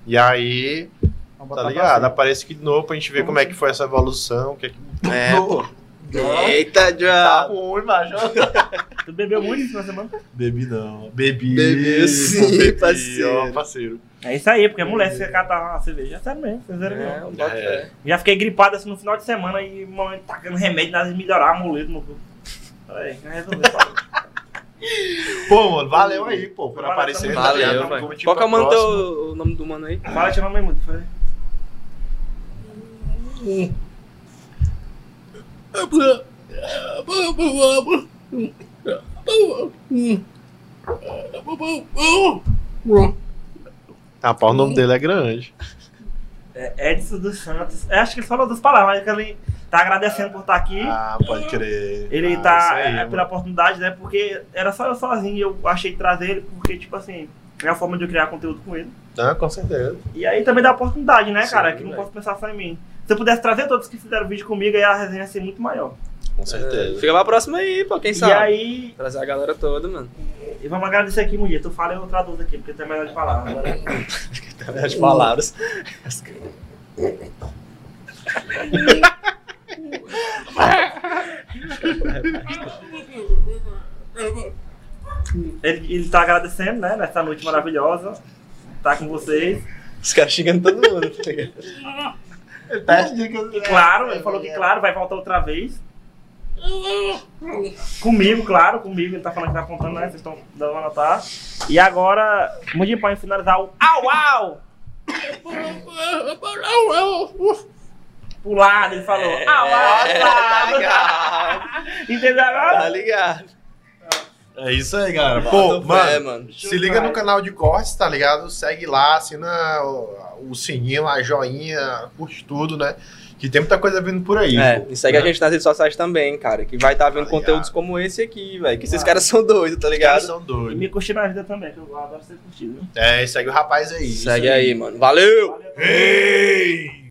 [SPEAKER 1] E aí,
[SPEAKER 3] Vamos
[SPEAKER 1] tá
[SPEAKER 3] botar pra
[SPEAKER 1] ligado?
[SPEAKER 3] cima.
[SPEAKER 1] Aparece aqui de novo pra gente ver como é que foi essa evolução. O que é que
[SPEAKER 2] É, pô. Eita,
[SPEAKER 1] tá
[SPEAKER 2] diabo.
[SPEAKER 1] ruim, Major.
[SPEAKER 3] Tu bebeu muito isso na semana?
[SPEAKER 1] Bebi não. Bebi.
[SPEAKER 2] Bebeu sim,
[SPEAKER 1] pô, bebi,
[SPEAKER 2] parceiro.
[SPEAKER 1] ó, parceiro.
[SPEAKER 3] É isso aí, porque mulher, se você catar uma cerveja, é sério mesmo, vocês eram
[SPEAKER 2] É,
[SPEAKER 3] mesmo.
[SPEAKER 2] um bota
[SPEAKER 1] É.
[SPEAKER 2] fé.
[SPEAKER 3] Já fiquei gripado assim no final de semana e mãe tacando remédio, nada de melhorar, amuleto no cu. Aí, resolveu.
[SPEAKER 1] Pô, mano, valeu aí, pô, por
[SPEAKER 3] Valeu,
[SPEAKER 1] aparecer. tá ligado?
[SPEAKER 2] Valeu,
[SPEAKER 1] Vamos
[SPEAKER 2] velho.
[SPEAKER 1] curtir
[SPEAKER 2] Qual que é
[SPEAKER 1] pra
[SPEAKER 2] o mano
[SPEAKER 1] próxima.
[SPEAKER 2] teu- o nome do mano aí?
[SPEAKER 3] Fala teu nome, muito. Foi.
[SPEAKER 1] Rapaz, o nome dele é grande.
[SPEAKER 3] É, Edson dos Santos. Eu acho que ele falou duas palavras, mas que ele tá agradecendo por estar aqui.
[SPEAKER 1] Ah, pode crer.
[SPEAKER 3] Ele
[SPEAKER 1] ah,
[SPEAKER 3] tá
[SPEAKER 1] isso aí,
[SPEAKER 3] é,
[SPEAKER 1] mano.
[SPEAKER 3] pela oportunidade, né? Porque era só eu sozinho e eu achei trazer ele, porque, tipo assim, é a forma de eu criar conteúdo com ele.
[SPEAKER 1] Ah, com certeza.
[SPEAKER 3] E aí também dá oportunidade, né,
[SPEAKER 2] Sim,
[SPEAKER 3] cara?
[SPEAKER 1] é
[SPEAKER 3] Que não
[SPEAKER 2] velho.
[SPEAKER 3] posso pensar só em mim. Se eu pudesse trazer todos que fizeram vídeo comigo, aí a resenha ia ser muito maior.
[SPEAKER 1] Com
[SPEAKER 2] É,
[SPEAKER 1] certeza.
[SPEAKER 2] Fica pra próxima aí, pô, quem
[SPEAKER 3] E
[SPEAKER 2] sabe.
[SPEAKER 3] aí,
[SPEAKER 2] Trazer a galera toda, mano.
[SPEAKER 3] e vamos agradecer aqui, Munir. Tu fala e eu traduzo aqui, porque tu é melhor de falar. Agora,
[SPEAKER 1] É.
[SPEAKER 2] As palavras.
[SPEAKER 3] Ele, ele tá agradecendo, né? Nessa noite maravilhosa. Tá com vocês.
[SPEAKER 2] Os caras xingando todo mundo, tá ligado?
[SPEAKER 1] tá
[SPEAKER 3] E claro, ele falou que claro, vai voltar outra vez. Comigo, claro, comigo. Ele tá falando que tá apontando, né? Vocês estão dando a notar. E agora, Mundinho pode finalizar o au au! Pulado, ele falou. Au au!
[SPEAKER 1] É,
[SPEAKER 2] tá
[SPEAKER 3] pulado."
[SPEAKER 2] ligado.
[SPEAKER 3] Entendeu
[SPEAKER 2] Tá
[SPEAKER 3] agora?
[SPEAKER 2] ligado.
[SPEAKER 1] É isso aí, galera. Pô,
[SPEAKER 2] Bota
[SPEAKER 1] mano,
[SPEAKER 2] fé, mano.
[SPEAKER 1] se liga no canal de cortes, tá ligado? Segue lá, assina o, o sininho, a joinha, curte tudo, né? Que tem muita coisa vindo por aí.
[SPEAKER 2] É,
[SPEAKER 1] pô,
[SPEAKER 2] e segue a
[SPEAKER 1] né?
[SPEAKER 2] gente nas redes sociais também, cara. Que vai estar tá vendo
[SPEAKER 1] Tá ligado.
[SPEAKER 2] conteúdos como esse aqui, velho. Que esses
[SPEAKER 3] Claro.
[SPEAKER 2] caras são doidos, tá
[SPEAKER 1] Os caras
[SPEAKER 2] ligado?
[SPEAKER 1] são
[SPEAKER 3] E
[SPEAKER 1] doidos.
[SPEAKER 3] me curtir na vida também, que eu adoro ser curtido.
[SPEAKER 1] É, segue o rapaz aí.
[SPEAKER 2] Segue
[SPEAKER 1] isso
[SPEAKER 2] aí, mano. Valeu!
[SPEAKER 3] Valeu.
[SPEAKER 1] Ei!